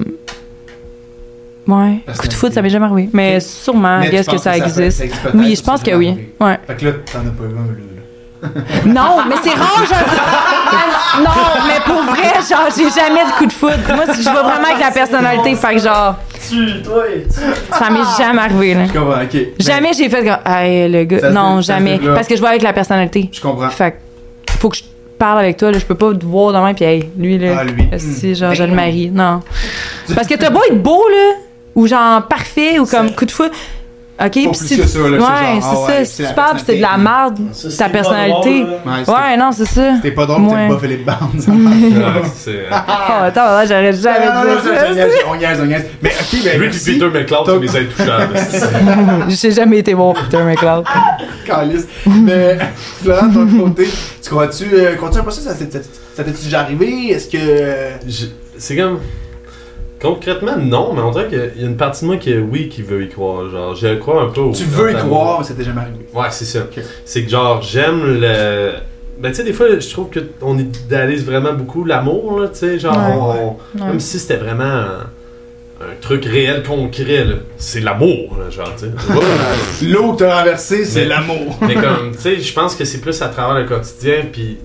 [SPEAKER 2] comme. Ouais. Coup de
[SPEAKER 1] Personnalité.
[SPEAKER 2] foot, ça m'est jamais arrivé. Mais
[SPEAKER 1] Ok.
[SPEAKER 2] sûrement,
[SPEAKER 1] Mais
[SPEAKER 2] je
[SPEAKER 1] tu
[SPEAKER 2] guess que
[SPEAKER 1] penses
[SPEAKER 2] ça
[SPEAKER 1] peut-
[SPEAKER 2] existe.
[SPEAKER 1] peut-être,
[SPEAKER 2] Oui, je
[SPEAKER 1] ça
[SPEAKER 2] pense que
[SPEAKER 1] peut
[SPEAKER 2] oui.
[SPEAKER 1] arriver.
[SPEAKER 2] Ouais.
[SPEAKER 1] Fait que là, t'en as pas eu un, là.
[SPEAKER 2] Non, mais c'est rare, genre. Ah, Non, mais pour vrai, genre, j'ai jamais de coup de foot. Moi, je vais vraiment avec la personnalité. Fait que, genre,
[SPEAKER 4] Tu, toi, tu.
[SPEAKER 2] ça m'est jamais arrivé, là.
[SPEAKER 1] Je comprends, ok. Mais
[SPEAKER 2] Jamais j'ai fait comme. Hey, le
[SPEAKER 1] Ça
[SPEAKER 2] gars.
[SPEAKER 1] se
[SPEAKER 2] Non,
[SPEAKER 1] dé- ça se
[SPEAKER 2] jamais.
[SPEAKER 1] développe.
[SPEAKER 2] Parce que je vois avec la personnalité.
[SPEAKER 1] Je comprends.
[SPEAKER 2] Fait que faut que je parle avec toi, là. Je peux pas te voir demain, puis hey, lui, là.
[SPEAKER 1] Ah, lui.
[SPEAKER 2] Si,
[SPEAKER 1] Hmm.
[SPEAKER 2] genre, je le marie. Non. Parce que t'as beau être beau, là, ou genre parfait, ou comme coup de fou. Ok, puis
[SPEAKER 1] plus
[SPEAKER 2] si.
[SPEAKER 1] que ça, là, c'est
[SPEAKER 2] ouais,
[SPEAKER 1] genre, ah
[SPEAKER 2] c'est
[SPEAKER 1] ouais, c'est
[SPEAKER 2] ça. Si
[SPEAKER 1] la
[SPEAKER 2] tu parles, puis c'est de la merde,
[SPEAKER 4] Ça, c'est
[SPEAKER 2] ta
[SPEAKER 4] pas
[SPEAKER 2] personnalité.
[SPEAKER 4] drôle, là.
[SPEAKER 1] Ouais, c'était-
[SPEAKER 2] Ouais, non, c'est ça.
[SPEAKER 1] C'était pas drôle, t'aimes
[SPEAKER 2] Ouais. Mm.
[SPEAKER 1] pas Philippe Barnes.
[SPEAKER 3] ouais, c'est. euh,
[SPEAKER 2] Oh, attends, là, j'aurais jamais
[SPEAKER 1] Non, non, non,
[SPEAKER 2] dit ça.
[SPEAKER 1] on niaise, on niaise, on niaise. Mais ok, ben
[SPEAKER 3] Lui et
[SPEAKER 1] merci.
[SPEAKER 3] Peter McLeod sont mes intouchables.
[SPEAKER 2] J'ai jamais été bon, Peter McLeod.
[SPEAKER 1] Calice. Mais Florent, de ton côté, tu crois-tu euh, crois-tu un peu ça? Ça t'est- ça t'est-tu déjà arrivé? Est-ce que. euh,
[SPEAKER 3] Je- C'est comme. Concrètement, non, mais on dirait qu'il y a une partie de moi qui, est- oui, qui veut y croire. Genre, je crois un peu au.
[SPEAKER 1] Tu veux y
[SPEAKER 3] notamment.
[SPEAKER 1] croire, mais ça t'est jamais arrivé?
[SPEAKER 3] Ouais, c'est ça. C'est que genre, j'aime le. Ben, tu sais, des fois, je trouve qu'on idéalise vraiment beaucoup l'amour, là, tu sais, genre,
[SPEAKER 2] Ouais.
[SPEAKER 3] on- on-
[SPEAKER 2] Ouais.
[SPEAKER 3] Comme si c'était vraiment un, un truc réel, concret, là. C'est l'amour, là, genre, tu sais. C'est pas-
[SPEAKER 1] L'eau que t'as renversée, c'est
[SPEAKER 3] Mais-
[SPEAKER 1] l'amour.
[SPEAKER 3] Mais comme, tu sais, je pense que c'est plus à travers le quotidien, puis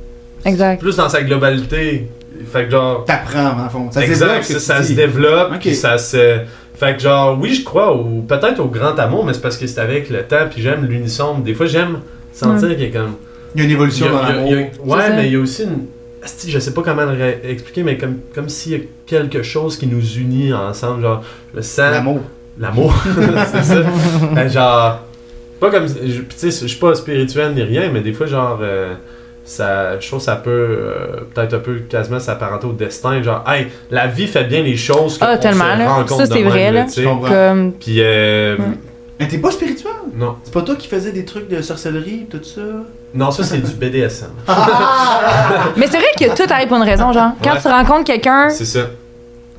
[SPEAKER 2] Exact.
[SPEAKER 3] plus dans sa globalité. Fait que genre,
[SPEAKER 1] T'apprends, en fond. Ça se
[SPEAKER 3] exact,
[SPEAKER 1] développe, ce
[SPEAKER 3] ça,
[SPEAKER 1] que
[SPEAKER 3] ça
[SPEAKER 1] tu
[SPEAKER 3] se
[SPEAKER 1] dis.
[SPEAKER 3] développe,
[SPEAKER 1] Ok.
[SPEAKER 3] puis ça se... Fait que genre, oui, je crois, au, peut-être au grand amour, mais c'est parce que c'est avec le temps, puis j'aime l'unisson. Des fois, j'aime sentir qu'il y a comme...
[SPEAKER 1] Il y a une
[SPEAKER 3] il y a-
[SPEAKER 1] évolution dans
[SPEAKER 3] il y a- il y a-
[SPEAKER 1] l'amour.
[SPEAKER 2] C'est
[SPEAKER 3] ouais,
[SPEAKER 2] ça.
[SPEAKER 3] mais il y a aussi une... Asti, Je sais pas comment le ré- expliquer, mais comme, comme s'il y a quelque chose qui nous unit ensemble, genre, le sang,
[SPEAKER 1] L'amour.
[SPEAKER 3] L'amour, c'est ça. Ben, genre, pas comme. je- Pis tu sais, je suis pas spirituel ni rien, mais des fois, genre, euh, ça, je trouve que ça peut euh, peut-être un peu quasiment s'apparenter au destin. Genre, hey, la vie fait bien les choses que
[SPEAKER 2] Ah,
[SPEAKER 3] on
[SPEAKER 2] tellement,
[SPEAKER 3] se
[SPEAKER 2] là.
[SPEAKER 3] rend compte
[SPEAKER 2] Ça,
[SPEAKER 3] de
[SPEAKER 2] c'est
[SPEAKER 3] même,
[SPEAKER 2] vrai, là.
[SPEAKER 3] tu sais.
[SPEAKER 1] Je comprends.
[SPEAKER 2] Comme,
[SPEAKER 3] Puis, euh,
[SPEAKER 2] Ouais.
[SPEAKER 1] Mais t'es pas spirituel?
[SPEAKER 3] non.
[SPEAKER 1] C'est pas toi qui faisais des trucs de sorcellerie tout ça?
[SPEAKER 3] Non, ça, c'est du BDSM.
[SPEAKER 2] Mais c'est vrai que tout arrive pour une raison, genre. Quand
[SPEAKER 3] Ouais.
[SPEAKER 2] tu rencontres quelqu'un,
[SPEAKER 3] C'est ça.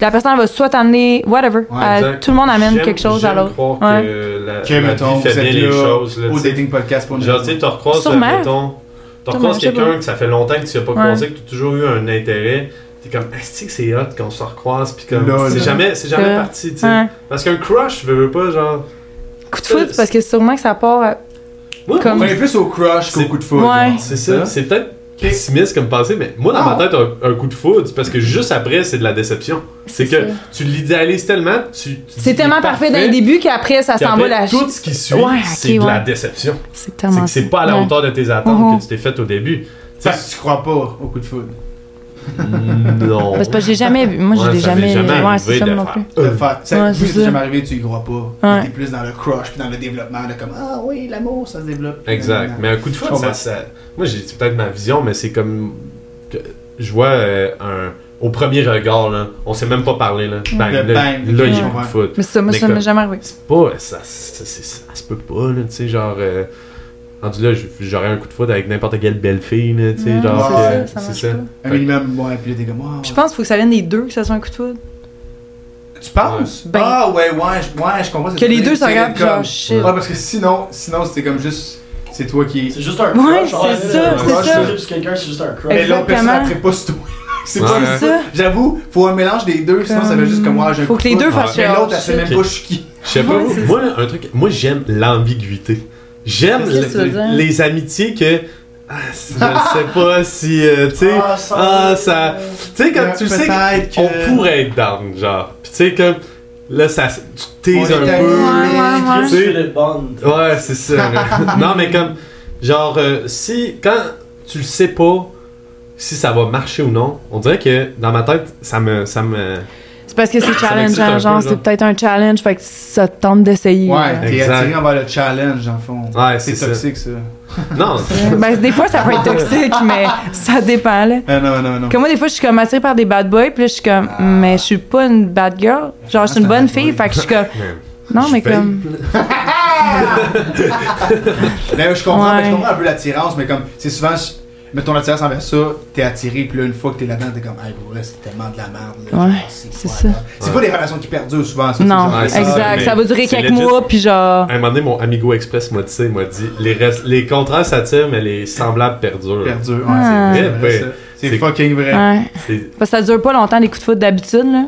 [SPEAKER 2] la personne elle va soit t'amener, whatever.
[SPEAKER 1] Ouais,
[SPEAKER 2] Euh,
[SPEAKER 3] Exact.
[SPEAKER 2] tout le monde amène
[SPEAKER 3] J'aime-
[SPEAKER 2] quelque chose à
[SPEAKER 3] j'aime
[SPEAKER 2] l'autre.
[SPEAKER 3] croire
[SPEAKER 2] Ouais.
[SPEAKER 3] que la,
[SPEAKER 1] Que,
[SPEAKER 3] la
[SPEAKER 1] mettons,
[SPEAKER 3] vie
[SPEAKER 1] vous
[SPEAKER 3] fait bien
[SPEAKER 1] êtes
[SPEAKER 3] les
[SPEAKER 1] là
[SPEAKER 3] choses. Là,
[SPEAKER 1] au
[SPEAKER 3] tu sais.
[SPEAKER 1] dating podcast pour nous.
[SPEAKER 3] Genre, tu sais, tu recroises, euh,
[SPEAKER 2] Sûrement.
[SPEAKER 3] mettons, tu
[SPEAKER 2] Sûrement,
[SPEAKER 3] recroises
[SPEAKER 2] je sais
[SPEAKER 3] quelqu'un
[SPEAKER 2] pas.
[SPEAKER 3] que ça fait longtemps que tu n'as pas
[SPEAKER 2] Ouais.
[SPEAKER 3] croisé, que tu as toujours eu un intérêt. T'es comme, est-ce que c'est hot qu'on se recroise? Puis comme,
[SPEAKER 1] Lol.
[SPEAKER 3] c'est jamais, c'est
[SPEAKER 2] C'est
[SPEAKER 3] jamais
[SPEAKER 2] vrai.
[SPEAKER 3] parti, tu sais.
[SPEAKER 2] Ouais.
[SPEAKER 3] Parce qu'un crush, je veux, veux pas, genre.
[SPEAKER 2] Coup de foudre,
[SPEAKER 3] Ça,
[SPEAKER 2] parce que sûrement que ça part. à-
[SPEAKER 3] Moi,
[SPEAKER 2] Comme-
[SPEAKER 1] On est plus au crush qu'au
[SPEAKER 3] C'est-
[SPEAKER 1] coup de foudre.
[SPEAKER 2] Ouais.
[SPEAKER 1] genre.
[SPEAKER 3] C'est ça, c'est peut-être pessimiste comme pensée, mais moi, dans
[SPEAKER 1] Ah.
[SPEAKER 3] ma tête, un, un coup de foudre, c'est parce que juste après, c'est de la déception. C'est que
[SPEAKER 2] ça.
[SPEAKER 3] tu l'idéalises tellement, tu. tu dis,
[SPEAKER 2] C'est tellement parfait dès le début qu'après, ça
[SPEAKER 3] puis
[SPEAKER 2] s'en va
[SPEAKER 3] après,
[SPEAKER 2] la
[SPEAKER 3] Tout ce qui suit,
[SPEAKER 2] Ouais, ok,
[SPEAKER 3] c'est de la
[SPEAKER 2] ouais.
[SPEAKER 3] déception.
[SPEAKER 2] C'est
[SPEAKER 3] C'est
[SPEAKER 2] tellement.
[SPEAKER 3] que c'est pas à la
[SPEAKER 2] Ouais.
[SPEAKER 3] hauteur de tes attentes
[SPEAKER 2] Mhm.
[SPEAKER 3] que tu t'es faite au début.
[SPEAKER 1] Fait que tu crois pas au coup de foudre.
[SPEAKER 3] non.
[SPEAKER 2] Parce Bah, que j'ai jamais vu. Moi, je
[SPEAKER 3] Ouais,
[SPEAKER 2] l'ai
[SPEAKER 3] ça m'est
[SPEAKER 2] jamais. Ouais, c'est
[SPEAKER 3] arrivé
[SPEAKER 2] ça,
[SPEAKER 3] de
[SPEAKER 2] moi non
[SPEAKER 3] faire.
[SPEAKER 2] plus.
[SPEAKER 1] De faire- ça,
[SPEAKER 2] Ouais,
[SPEAKER 1] vu
[SPEAKER 2] c'est
[SPEAKER 1] que c'est
[SPEAKER 2] ça.
[SPEAKER 1] jamais arrivé, tu y crois pas.
[SPEAKER 2] Ouais.
[SPEAKER 1] T'es plus dans le crush, puis dans le développement, de comme Ah oui, l'amour, ça se développe.
[SPEAKER 3] Exact. Mais un coup de
[SPEAKER 1] Je
[SPEAKER 3] foudre,
[SPEAKER 1] comprends.
[SPEAKER 3] ça, ça- Moi, j'ai c'est peut-être ma vision, mais c'est comme. que- Je vois euh, un. Au premier regard, là, on s'est même pas parlé. Là, Bang,
[SPEAKER 1] Le
[SPEAKER 3] là,
[SPEAKER 1] bang.
[SPEAKER 3] là, il y a
[SPEAKER 1] Ouais.
[SPEAKER 3] un coup de foudre.
[SPEAKER 2] Mais ça, moi,
[SPEAKER 3] Mais
[SPEAKER 2] ça
[SPEAKER 3] comme-
[SPEAKER 2] m'est jamais arrivé.
[SPEAKER 3] C'est pas. Ça, ça, c'est- ça se peut pas, là, tu sais, genre. euh, rendu là, j- j'aurais un coup de foudre avec n'importe quelle belle fille, là, tu sais,
[SPEAKER 2] Non,
[SPEAKER 3] genre.
[SPEAKER 1] c'est
[SPEAKER 2] ça,
[SPEAKER 3] euh,
[SPEAKER 2] ça
[SPEAKER 3] c'est
[SPEAKER 2] marche
[SPEAKER 3] ça.
[SPEAKER 2] pas.
[SPEAKER 1] Un minimum, ouais, puis là, t'es comme Ah,
[SPEAKER 2] Puis je pense qu'il faut que ça vienne des deux, que ça soit un coup de foudre.
[SPEAKER 1] Tu penses?
[SPEAKER 2] Ben-
[SPEAKER 1] ah ouais, ouais, je- ouais, je comprends. ce
[SPEAKER 2] Que les
[SPEAKER 1] tu
[SPEAKER 2] deux
[SPEAKER 1] dis,
[SPEAKER 2] se regardent,
[SPEAKER 1] c'est
[SPEAKER 2] genre,
[SPEAKER 1] comme-
[SPEAKER 2] shit.
[SPEAKER 1] Ouais, parce que sinon, sinon c'était comme juste. C'est toi qui.
[SPEAKER 4] C'est juste un
[SPEAKER 2] Ouais,
[SPEAKER 4] crush.
[SPEAKER 2] c'est
[SPEAKER 4] en fait,
[SPEAKER 2] ça,
[SPEAKER 4] là,
[SPEAKER 1] c'est
[SPEAKER 4] un crush,
[SPEAKER 1] ça.
[SPEAKER 4] tu tripes sur quelqu'un, c'est juste un crush.
[SPEAKER 1] Mais l'autre personne,
[SPEAKER 2] Exactement.
[SPEAKER 1] elle traite pas sur toi. C'est
[SPEAKER 3] Ouais.
[SPEAKER 1] pas
[SPEAKER 2] C'est ça.
[SPEAKER 1] J'avoue, faut un mélange des deux, sinon ça fait juste comme moi, j'ai un
[SPEAKER 2] Faut
[SPEAKER 1] coup
[SPEAKER 2] que
[SPEAKER 1] de
[SPEAKER 2] les deux
[SPEAKER 1] foudre.
[SPEAKER 2] fassent
[SPEAKER 1] Mais
[SPEAKER 2] genre,
[SPEAKER 1] l'autre, elle sait
[SPEAKER 2] shit.
[SPEAKER 1] même pas je suis qui.
[SPEAKER 3] Je sais pas,
[SPEAKER 2] Ouais,
[SPEAKER 3] vous,
[SPEAKER 2] c'est
[SPEAKER 3] moi, là, un truc. Moi, j'aime l'ambiguïté. J'aime
[SPEAKER 2] Qu'est-ce que tu
[SPEAKER 3] le-
[SPEAKER 2] veux dire?
[SPEAKER 3] les amitiés que. Ah, je sais pas si. euh, tu sais.
[SPEAKER 4] Ah,
[SPEAKER 3] ah, ça- Tu sais, comme tu le sais,
[SPEAKER 1] euh, Peut-être
[SPEAKER 3] on
[SPEAKER 1] que-
[SPEAKER 3] pourrait être down, genre. Puis tu sais, comme. Là, ça. se- Tu
[SPEAKER 1] On
[SPEAKER 3] teases
[SPEAKER 1] est
[SPEAKER 3] un
[SPEAKER 1] allé-
[SPEAKER 3] peu.
[SPEAKER 4] Tu
[SPEAKER 3] Tu sais.
[SPEAKER 4] sais, le bond.
[SPEAKER 3] Ouais, c'est ça. là. non, mais comme. Genre, euh, si. Quand tu le sais pas si ça va marcher ou non, on dirait que dans ma tête, ça me. Ça me...
[SPEAKER 2] C'est parce que c'est
[SPEAKER 3] m'excite un
[SPEAKER 2] challengeant,
[SPEAKER 3] peu,
[SPEAKER 2] genre,
[SPEAKER 3] là.
[SPEAKER 2] c'est peut-être un challenge, fait que ça te tente d'essayer.
[SPEAKER 1] Ouais, t'es
[SPEAKER 3] Exact.
[SPEAKER 1] attiré envers le challenge, en fond.
[SPEAKER 3] Ouais,
[SPEAKER 1] C'est
[SPEAKER 3] c'est ça.
[SPEAKER 1] toxique, ça.
[SPEAKER 3] Non,
[SPEAKER 2] Ben, des fois, ça peut être toxique, mais ça dépend, là.
[SPEAKER 1] Ah non, non, non.
[SPEAKER 2] Comme moi, des fois, je suis comme attirée par des bad boys, puis là, je suis comme, mais je suis pas une bad girl. Genre,
[SPEAKER 3] Ah,
[SPEAKER 2] je suis une bonne fille, fait que je suis comme,
[SPEAKER 3] man.
[SPEAKER 2] non,
[SPEAKER 3] Je
[SPEAKER 2] mais
[SPEAKER 3] vape,
[SPEAKER 2] comme.
[SPEAKER 3] là.
[SPEAKER 1] Mais je comprends, mais je
[SPEAKER 2] Ouais.
[SPEAKER 1] comprends un peu l'attirance, mais comme, c'est souvent, je- mettons l'attirance envers ça, t'es attiré, puis là, une fois que t'es là-dedans, t'es comme, hey, pour vrai, c'est tellement de la merde. là.
[SPEAKER 2] Ouais,
[SPEAKER 1] Genre,
[SPEAKER 2] c'est
[SPEAKER 1] quoi,
[SPEAKER 2] ça.
[SPEAKER 1] là? C'est pas des relations qui perdurent souvent, ça. ah,
[SPEAKER 2] Non,
[SPEAKER 3] Ouais, c'est ça,
[SPEAKER 2] exact.
[SPEAKER 3] mais
[SPEAKER 2] Ça va durer
[SPEAKER 3] c'est
[SPEAKER 2] quelques
[SPEAKER 3] legit.
[SPEAKER 2] mois, puis genre.
[SPEAKER 3] À un moment donné, mon Amigo Express m'a dit, ça, il m'a dit les, rest- les contrats s'attirent, mais les semblables perdurent.
[SPEAKER 1] Perdure, ouais,
[SPEAKER 2] Ah.
[SPEAKER 1] c'est vrai,
[SPEAKER 3] Ouais.
[SPEAKER 1] ça. C'est
[SPEAKER 3] Eh, ben, C'est-
[SPEAKER 1] fucking vrai.
[SPEAKER 2] Ouais.
[SPEAKER 3] C'est-
[SPEAKER 2] Parce que ça dure pas longtemps, les coups de foot d'habitude, là.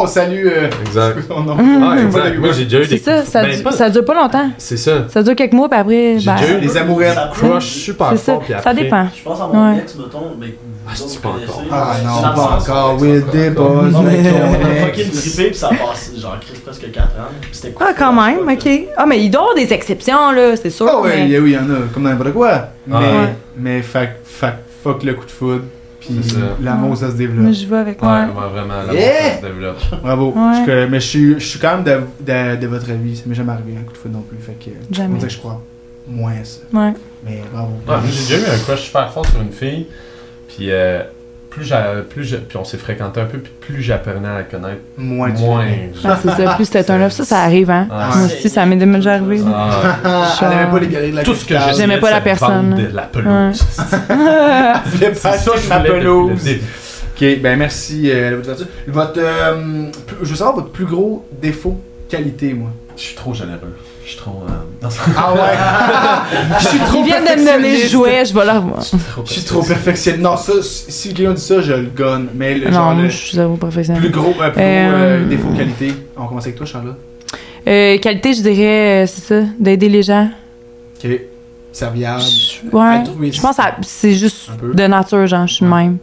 [SPEAKER 1] Oh, salut, euh,
[SPEAKER 3] Ah. Exact.
[SPEAKER 1] son nom. C'est pas
[SPEAKER 3] Ah, exact.
[SPEAKER 1] d'amigo.
[SPEAKER 3] Moi, j'ai déjà eu
[SPEAKER 2] C'est
[SPEAKER 3] des.
[SPEAKER 2] ça, ça,
[SPEAKER 3] Ben,
[SPEAKER 2] du-
[SPEAKER 3] pas-
[SPEAKER 2] ça dure pas longtemps.
[SPEAKER 3] C'est ça.
[SPEAKER 2] Ça dure quelques mois, puis après,
[SPEAKER 3] J'ai
[SPEAKER 2] ben,
[SPEAKER 3] déjà eu
[SPEAKER 1] Les amourettes.
[SPEAKER 4] Ça crush.
[SPEAKER 3] crush super
[SPEAKER 2] c'est
[SPEAKER 3] fort,
[SPEAKER 2] ça.
[SPEAKER 3] puis
[SPEAKER 2] Ça
[SPEAKER 3] après,
[SPEAKER 2] dépend.
[SPEAKER 4] Je pense à mon
[SPEAKER 2] Ouais.
[SPEAKER 4] ex, mettons, mais que vous
[SPEAKER 3] Ah,
[SPEAKER 4] autres
[SPEAKER 3] c'est pas
[SPEAKER 4] connaissez.
[SPEAKER 3] encore.
[SPEAKER 1] Ah non,
[SPEAKER 4] Dans le
[SPEAKER 1] pas
[SPEAKER 4] sens-
[SPEAKER 1] encore with the boys,
[SPEAKER 4] Non, mais
[SPEAKER 1] mais
[SPEAKER 4] on a
[SPEAKER 1] on
[SPEAKER 4] fucking
[SPEAKER 1] est-
[SPEAKER 4] trippé, puis ça a passé, genre, Chris, presque 4 ans. puis c'était cool.
[SPEAKER 2] Ah, quand même, ok. Ah, mais il doit y avoir des exceptions, là, c'est sûr.
[SPEAKER 1] Ah ouais,
[SPEAKER 2] mais-
[SPEAKER 1] il y, oui, il y en a, comme dans n'importe quoi. Mais,
[SPEAKER 3] Ah
[SPEAKER 2] ouais.
[SPEAKER 1] mais fuck, fuck, fuck le coup de foudre, puis
[SPEAKER 3] C'est ça.
[SPEAKER 1] l'amour, ça se développe.
[SPEAKER 2] Moi, je vais avec.
[SPEAKER 3] Ouais,
[SPEAKER 2] Ouais.
[SPEAKER 3] ouais, vraiment, la
[SPEAKER 1] Yeah!
[SPEAKER 3] yeah! se développe.
[SPEAKER 1] Bravo.
[SPEAKER 2] Ouais.
[SPEAKER 1] Je que- mais je suis, je suis quand même de, de, de votre avis. Ça m'est jamais arrivé un coup de foudre non plus. Fait que, on
[SPEAKER 2] Jamais.
[SPEAKER 1] dirait que je crois moins à ça.
[SPEAKER 2] Ouais.
[SPEAKER 1] Mais bravo.
[SPEAKER 3] Ouais, moi, Ah, j'ai déjà eu un crush super fort sur une fille, puis euh, plus j'a- plus j'a- puis on s'est fréquenté un peu, puis plus j'apprenais à la connaître,
[SPEAKER 1] Moins du
[SPEAKER 3] moins.
[SPEAKER 2] Ah, c'est ça, plus c'était un love. Ça, ça arrive, hein.
[SPEAKER 3] Ah,
[SPEAKER 2] Moi aussi, ça m'est déjà arrivé. là.
[SPEAKER 3] Ah,
[SPEAKER 1] Ah, elle aimait pas les guerriers de la
[SPEAKER 3] tout ce que
[SPEAKER 1] capitale.
[SPEAKER 3] j'essayais,
[SPEAKER 2] J'aimais pas la
[SPEAKER 3] c'est de
[SPEAKER 2] personne.
[SPEAKER 3] vendre de la pelouse. Ah.
[SPEAKER 1] Elle voulait
[SPEAKER 3] C'est ça que
[SPEAKER 1] passer
[SPEAKER 3] je
[SPEAKER 1] la
[SPEAKER 3] voulais depuis le
[SPEAKER 1] pelouse.
[SPEAKER 3] début.
[SPEAKER 1] Ok, ben merci euh, de votre ouverture. Votre, euh, plus- je veux savoir votre plus gros défaut, qualité, moi.
[SPEAKER 3] Je suis trop généreux. Je suis trop. euh, non,
[SPEAKER 1] Ah ouais? je suis trop
[SPEAKER 2] Ils viennent de me donner le
[SPEAKER 1] perfectionniste.
[SPEAKER 2] jouet, je vais leur voir.
[SPEAKER 1] Je suis trop perfectionniste. Non, ça, si si Cléon dit ça, je le gonne. Mais le, genre,
[SPEAKER 2] Non, moi,
[SPEAKER 1] le
[SPEAKER 2] je suis zéro
[SPEAKER 1] plus
[SPEAKER 2] professionnel.
[SPEAKER 1] gros, euh, plus gros euh,
[SPEAKER 2] Euh,
[SPEAKER 1] défaut, qualité. On commence avec toi, Charlotte.
[SPEAKER 2] Euh, qualité, je dirais, euh, c'est ça, d'aider les gens.
[SPEAKER 1] Ok. Serviable.
[SPEAKER 2] Je- Ouais.
[SPEAKER 1] altruiste.
[SPEAKER 2] Je pense à. C'est juste
[SPEAKER 1] Un peu.
[SPEAKER 2] de nature, genre, je suis de même.
[SPEAKER 1] Mommy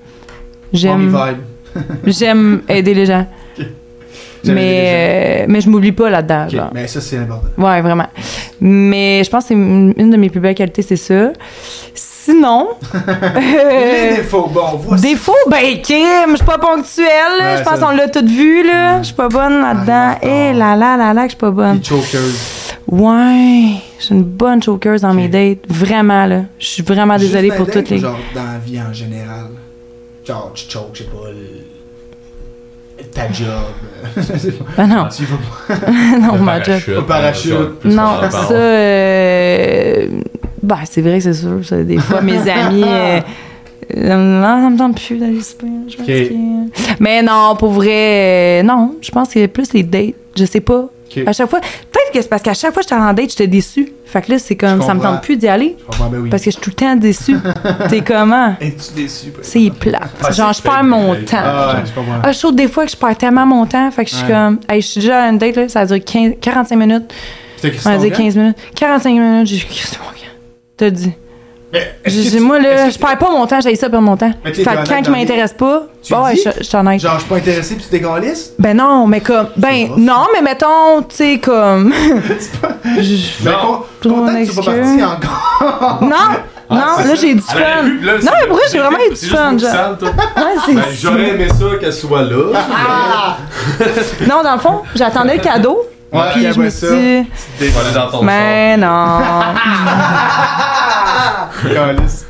[SPEAKER 2] J'aime.
[SPEAKER 1] vibe.
[SPEAKER 2] J'aime aider les gens.
[SPEAKER 1] J'aime
[SPEAKER 2] Mais, euh, mais je m'oublie pas là-dedans.
[SPEAKER 1] Ok,
[SPEAKER 2] genre.
[SPEAKER 1] Mais ça, c'est important.
[SPEAKER 2] Ouais, vraiment. Mais je pense que c'est une une de mes plus belles qualités, c'est ça. Sinon.
[SPEAKER 1] Les
[SPEAKER 2] euh,
[SPEAKER 1] défauts, bon, voici.
[SPEAKER 2] Défaut, ben Kim, je suis pas ponctuelle, là.
[SPEAKER 1] Ouais,
[SPEAKER 2] je pense
[SPEAKER 1] ça-
[SPEAKER 2] qu'on l'a toutes vu là, je suis pas bonne là-dedans.
[SPEAKER 1] Ah, il
[SPEAKER 2] Eh
[SPEAKER 1] est en retard.
[SPEAKER 2] là là là là que je suis pas bonne.
[SPEAKER 1] Les chokers.
[SPEAKER 2] Ouais, je suis une bonne chokeuse dans mes
[SPEAKER 1] Ok.
[SPEAKER 2] dates, vraiment là. Je suis vraiment
[SPEAKER 1] Juste
[SPEAKER 2] désolée
[SPEAKER 1] dans
[SPEAKER 2] Ah, pour
[SPEAKER 1] les
[SPEAKER 2] toutes
[SPEAKER 1] dates
[SPEAKER 2] les.
[SPEAKER 1] ou Genre, dans la vie en général. Genre, tu chokes, je sais pas, le... ta job. Je sais pas.
[SPEAKER 3] Ah,
[SPEAKER 2] Ben non,
[SPEAKER 1] Tu vas pas.
[SPEAKER 2] non,
[SPEAKER 3] Le
[SPEAKER 2] ma job.
[SPEAKER 3] parachute,
[SPEAKER 1] Le parachute.
[SPEAKER 3] euh, genre, plus
[SPEAKER 2] Oh Non,
[SPEAKER 3] on en
[SPEAKER 2] ça.
[SPEAKER 3] parle.
[SPEAKER 2] euh, Ben, c'est vrai que c'est sûr. ça, des fois, mes amis. euh, euh, non, ça me tente plus d'aller souper. Je suis
[SPEAKER 1] Ok.
[SPEAKER 2] fatiguée. Mais non, pour vrai, euh, non. Je pense que plus les dates, je sais pas.
[SPEAKER 1] Ok.
[SPEAKER 2] À chaque fois, peut-être que c'est parce qu'à chaque fois que j'étais en date, j'étais déçue. Fait que là, c'est comme,
[SPEAKER 1] Je
[SPEAKER 2] ça me
[SPEAKER 1] comprends.
[SPEAKER 2] tente plus d'y aller.
[SPEAKER 1] Je comprends, ben oui.
[SPEAKER 2] Parce que je suis tout le temps déçue. T'es comment?
[SPEAKER 1] Es-tu déçu? par
[SPEAKER 2] C'est
[SPEAKER 1] exemple?
[SPEAKER 2] plat.
[SPEAKER 3] Ah,
[SPEAKER 2] Genre,
[SPEAKER 3] c'est
[SPEAKER 2] je perds
[SPEAKER 3] fake,
[SPEAKER 2] mon
[SPEAKER 3] fake.
[SPEAKER 2] temps.
[SPEAKER 1] Ah, ouais, je comprends.
[SPEAKER 2] Ah, je trouve des fois que je perds tellement mon temps. Fait que je suis
[SPEAKER 1] Ouais.
[SPEAKER 2] comme, hey, je suis déjà à une date, là, ça dure 15, 45 minutes.
[SPEAKER 1] T'as écrit
[SPEAKER 2] On
[SPEAKER 1] ça
[SPEAKER 2] a
[SPEAKER 1] en
[SPEAKER 2] dit
[SPEAKER 1] vrai?
[SPEAKER 2] 15 minutes. 45 minutes, j'ai écrit c'est mon gars. T'as dit.
[SPEAKER 1] Mais est-ce que
[SPEAKER 2] J'ai-
[SPEAKER 1] tu-
[SPEAKER 2] Moi, là,
[SPEAKER 1] est-ce
[SPEAKER 2] je perds pas mon temps, j'ai ça perdre mon temps.
[SPEAKER 1] Mais
[SPEAKER 2] Fait
[SPEAKER 1] t'es
[SPEAKER 2] que
[SPEAKER 1] honnête
[SPEAKER 2] quand
[SPEAKER 1] dans
[SPEAKER 2] il m'intéresse pas,
[SPEAKER 1] Tu
[SPEAKER 2] bah ouais,
[SPEAKER 1] dis?
[SPEAKER 2] je je t'en
[SPEAKER 1] que-
[SPEAKER 2] aide.
[SPEAKER 1] Genre, je suis pas intéressé puis tu t'es gaulliste?
[SPEAKER 2] Ben non, mais comme.
[SPEAKER 1] C'est
[SPEAKER 2] Ben
[SPEAKER 1] rough.
[SPEAKER 2] non, mais mettons, tu sais, comme.
[SPEAKER 1] Ah, Ben,
[SPEAKER 3] Non.
[SPEAKER 1] con- content que tu sois
[SPEAKER 2] excuse.
[SPEAKER 1] pas parti encore.
[SPEAKER 2] Non!
[SPEAKER 1] ah,
[SPEAKER 2] Non, là, j'ai du
[SPEAKER 3] Elle aurait
[SPEAKER 2] fun.
[SPEAKER 3] pu, là, c'est-
[SPEAKER 2] Non, mais pour vrai, j'ai vraiment eu du
[SPEAKER 3] c'est juste
[SPEAKER 2] fun,
[SPEAKER 3] pour que
[SPEAKER 2] genre. Ah.
[SPEAKER 3] ça, toi.
[SPEAKER 2] Ouais, c'est-
[SPEAKER 3] Ben, J'aurais aimé ça qu'elle soit là.
[SPEAKER 1] Ah!
[SPEAKER 2] Non, dans le fond, j'attendais le cadeau.
[SPEAKER 1] Ouais,
[SPEAKER 2] Puis je me suis dit,
[SPEAKER 3] Voilà, dans ton
[SPEAKER 2] mais non.
[SPEAKER 1] Gaulliste.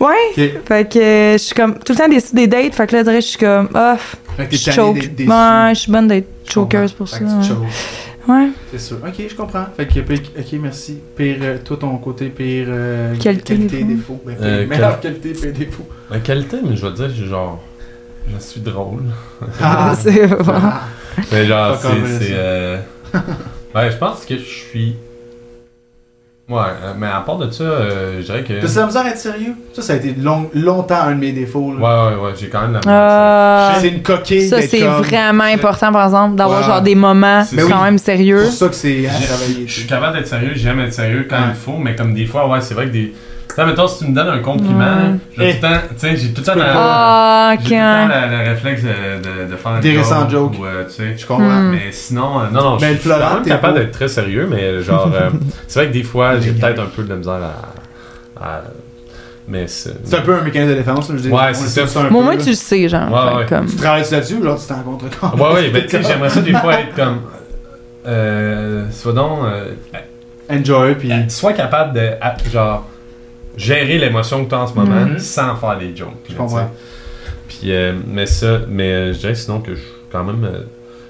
[SPEAKER 2] Ouais.
[SPEAKER 1] Ok.
[SPEAKER 2] Fait que euh, je suis comme tout le temps déçue des dates. Fait que là, je dirais, je suis comme, off.
[SPEAKER 1] Fait que
[SPEAKER 2] Je
[SPEAKER 1] t'es
[SPEAKER 2] choke.
[SPEAKER 1] tanné d'être déçu.
[SPEAKER 2] Ouais, je suis bonne d'être chokeuse pour
[SPEAKER 1] Fait
[SPEAKER 2] ça.
[SPEAKER 1] que tu
[SPEAKER 2] ouais.
[SPEAKER 1] chokes.
[SPEAKER 2] Ouais.
[SPEAKER 1] C'est sûr. Ok, je comprends. Fait que, pic- ok, merci. Pire, euh, toi, ton côté, pire euh,
[SPEAKER 2] Qualité,
[SPEAKER 1] défaut. Ben, pire-
[SPEAKER 3] Euh,
[SPEAKER 1] meilleure qualité, pire défaut.
[SPEAKER 3] La qualité, mais je vais te dire, genre, je suis drôle.
[SPEAKER 1] Ah,
[SPEAKER 2] C'est bon.
[SPEAKER 3] Mais genre,
[SPEAKER 1] Fuck off,
[SPEAKER 3] c'est. c'est
[SPEAKER 1] ça.
[SPEAKER 3] euh, ouais, je pense que je suis. Ouais, euh, mais à part de ça, euh, je dirais que.
[SPEAKER 1] T'as de la misère à être sérieux? Ça, ça a été long- longtemps un de mes défauts.
[SPEAKER 3] Ouais,
[SPEAKER 1] là.
[SPEAKER 3] ouais, ouais, j'ai quand même la
[SPEAKER 2] Euh,
[SPEAKER 1] C'est une coquille.
[SPEAKER 2] ça,
[SPEAKER 1] d'être
[SPEAKER 2] c'est
[SPEAKER 1] comme-
[SPEAKER 2] vraiment important, par exemple, d'avoir
[SPEAKER 1] Ouais.
[SPEAKER 2] genre des moments
[SPEAKER 3] C'est
[SPEAKER 1] ça.
[SPEAKER 2] quand même
[SPEAKER 1] C'est
[SPEAKER 2] sérieux.
[SPEAKER 1] pour ça que c'est à
[SPEAKER 3] Je-
[SPEAKER 1] travailler.
[SPEAKER 3] Je suis Ah. capable d'être sérieux, j'aime être sérieux quand
[SPEAKER 1] Ouais.
[SPEAKER 3] il faut, mais comme des fois, ouais, c'est vrai que des. Tu sais, mettons, si tu me donnes un compliment,
[SPEAKER 2] Ouais.
[SPEAKER 3] j'ai
[SPEAKER 1] Eh.
[SPEAKER 3] tout le temps. Tu sais, j'ai tout le temps
[SPEAKER 1] peux
[SPEAKER 3] la.
[SPEAKER 2] Ah,
[SPEAKER 3] J'ai tout le temps
[SPEAKER 2] quand.
[SPEAKER 3] la- le réflexe de, de, de faire un
[SPEAKER 1] Des récents jokes.
[SPEAKER 3] Ou, euh, tu sais,
[SPEAKER 1] Je comprends.
[SPEAKER 2] Hmm.
[SPEAKER 3] Mais sinon, euh, non, non,
[SPEAKER 1] Mais
[SPEAKER 3] je
[SPEAKER 1] le
[SPEAKER 3] suis quand
[SPEAKER 1] Florent,
[SPEAKER 3] même
[SPEAKER 1] t'es
[SPEAKER 3] capable
[SPEAKER 1] beau.
[SPEAKER 3] d'être très sérieux, mais genre, euh, c'est vrai que des fois, j'ai peut-être un peu de la misère à. à- mais c'est.
[SPEAKER 1] C'est un peu un mécanisme de défense. là, je veux dire.
[SPEAKER 3] Ouais,
[SPEAKER 1] On
[SPEAKER 3] c'est
[SPEAKER 1] le
[SPEAKER 3] ça.
[SPEAKER 1] sait un
[SPEAKER 2] Bon, au
[SPEAKER 1] peu,
[SPEAKER 2] moins,
[SPEAKER 1] là.
[SPEAKER 2] tu le sais, genre.
[SPEAKER 3] Ouais,
[SPEAKER 2] Fait
[SPEAKER 3] ouais.
[SPEAKER 2] Comme...
[SPEAKER 1] Tu travailles là-dessus, genre, tu t'en rencontres quand
[SPEAKER 3] Ouais, ouais, ben, tu sais, j'aimerais ça des fois être comme. Euh, sois donc. euh,
[SPEAKER 1] Enjoy, puis.
[SPEAKER 3] sois capable de. à- genre. gérer l'émotion que tu as en ce moment
[SPEAKER 1] Mhm.
[SPEAKER 3] sans faire des jokes.
[SPEAKER 1] Je
[SPEAKER 3] là,
[SPEAKER 1] comprends.
[SPEAKER 3] tu sais. Puis, euh, mais ça, mais euh, je dirais sinon que je suis quand même. euh,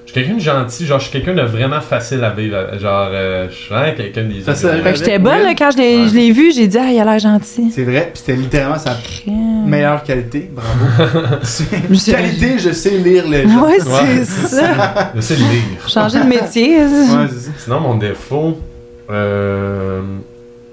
[SPEAKER 3] je suis quelqu'un de gentil, genre, je suis quelqu'un de vraiment facile à vivre. euh, Genre, euh, je suis vraiment quelqu'un des.
[SPEAKER 1] Facile à
[SPEAKER 2] Fait
[SPEAKER 1] vivre.
[SPEAKER 2] que j'étais bonne, là, quand je l'ai
[SPEAKER 3] Ouais.
[SPEAKER 2] je l'ai vu, j'ai dit, ah, il a l'air gentil.
[SPEAKER 1] C'est vrai, puis c'était littéralement sa
[SPEAKER 2] Crème.
[SPEAKER 1] meilleure qualité. Bravo.
[SPEAKER 2] Mm. Je-
[SPEAKER 1] qualité, je sais lire les gens.
[SPEAKER 2] Ouais,
[SPEAKER 3] Ouais.
[SPEAKER 2] c'est ça.
[SPEAKER 3] Je sais le lire.
[SPEAKER 2] Changer de métier.
[SPEAKER 1] Ouais, c'est ça.
[SPEAKER 3] Sinon, mon défaut. Euh,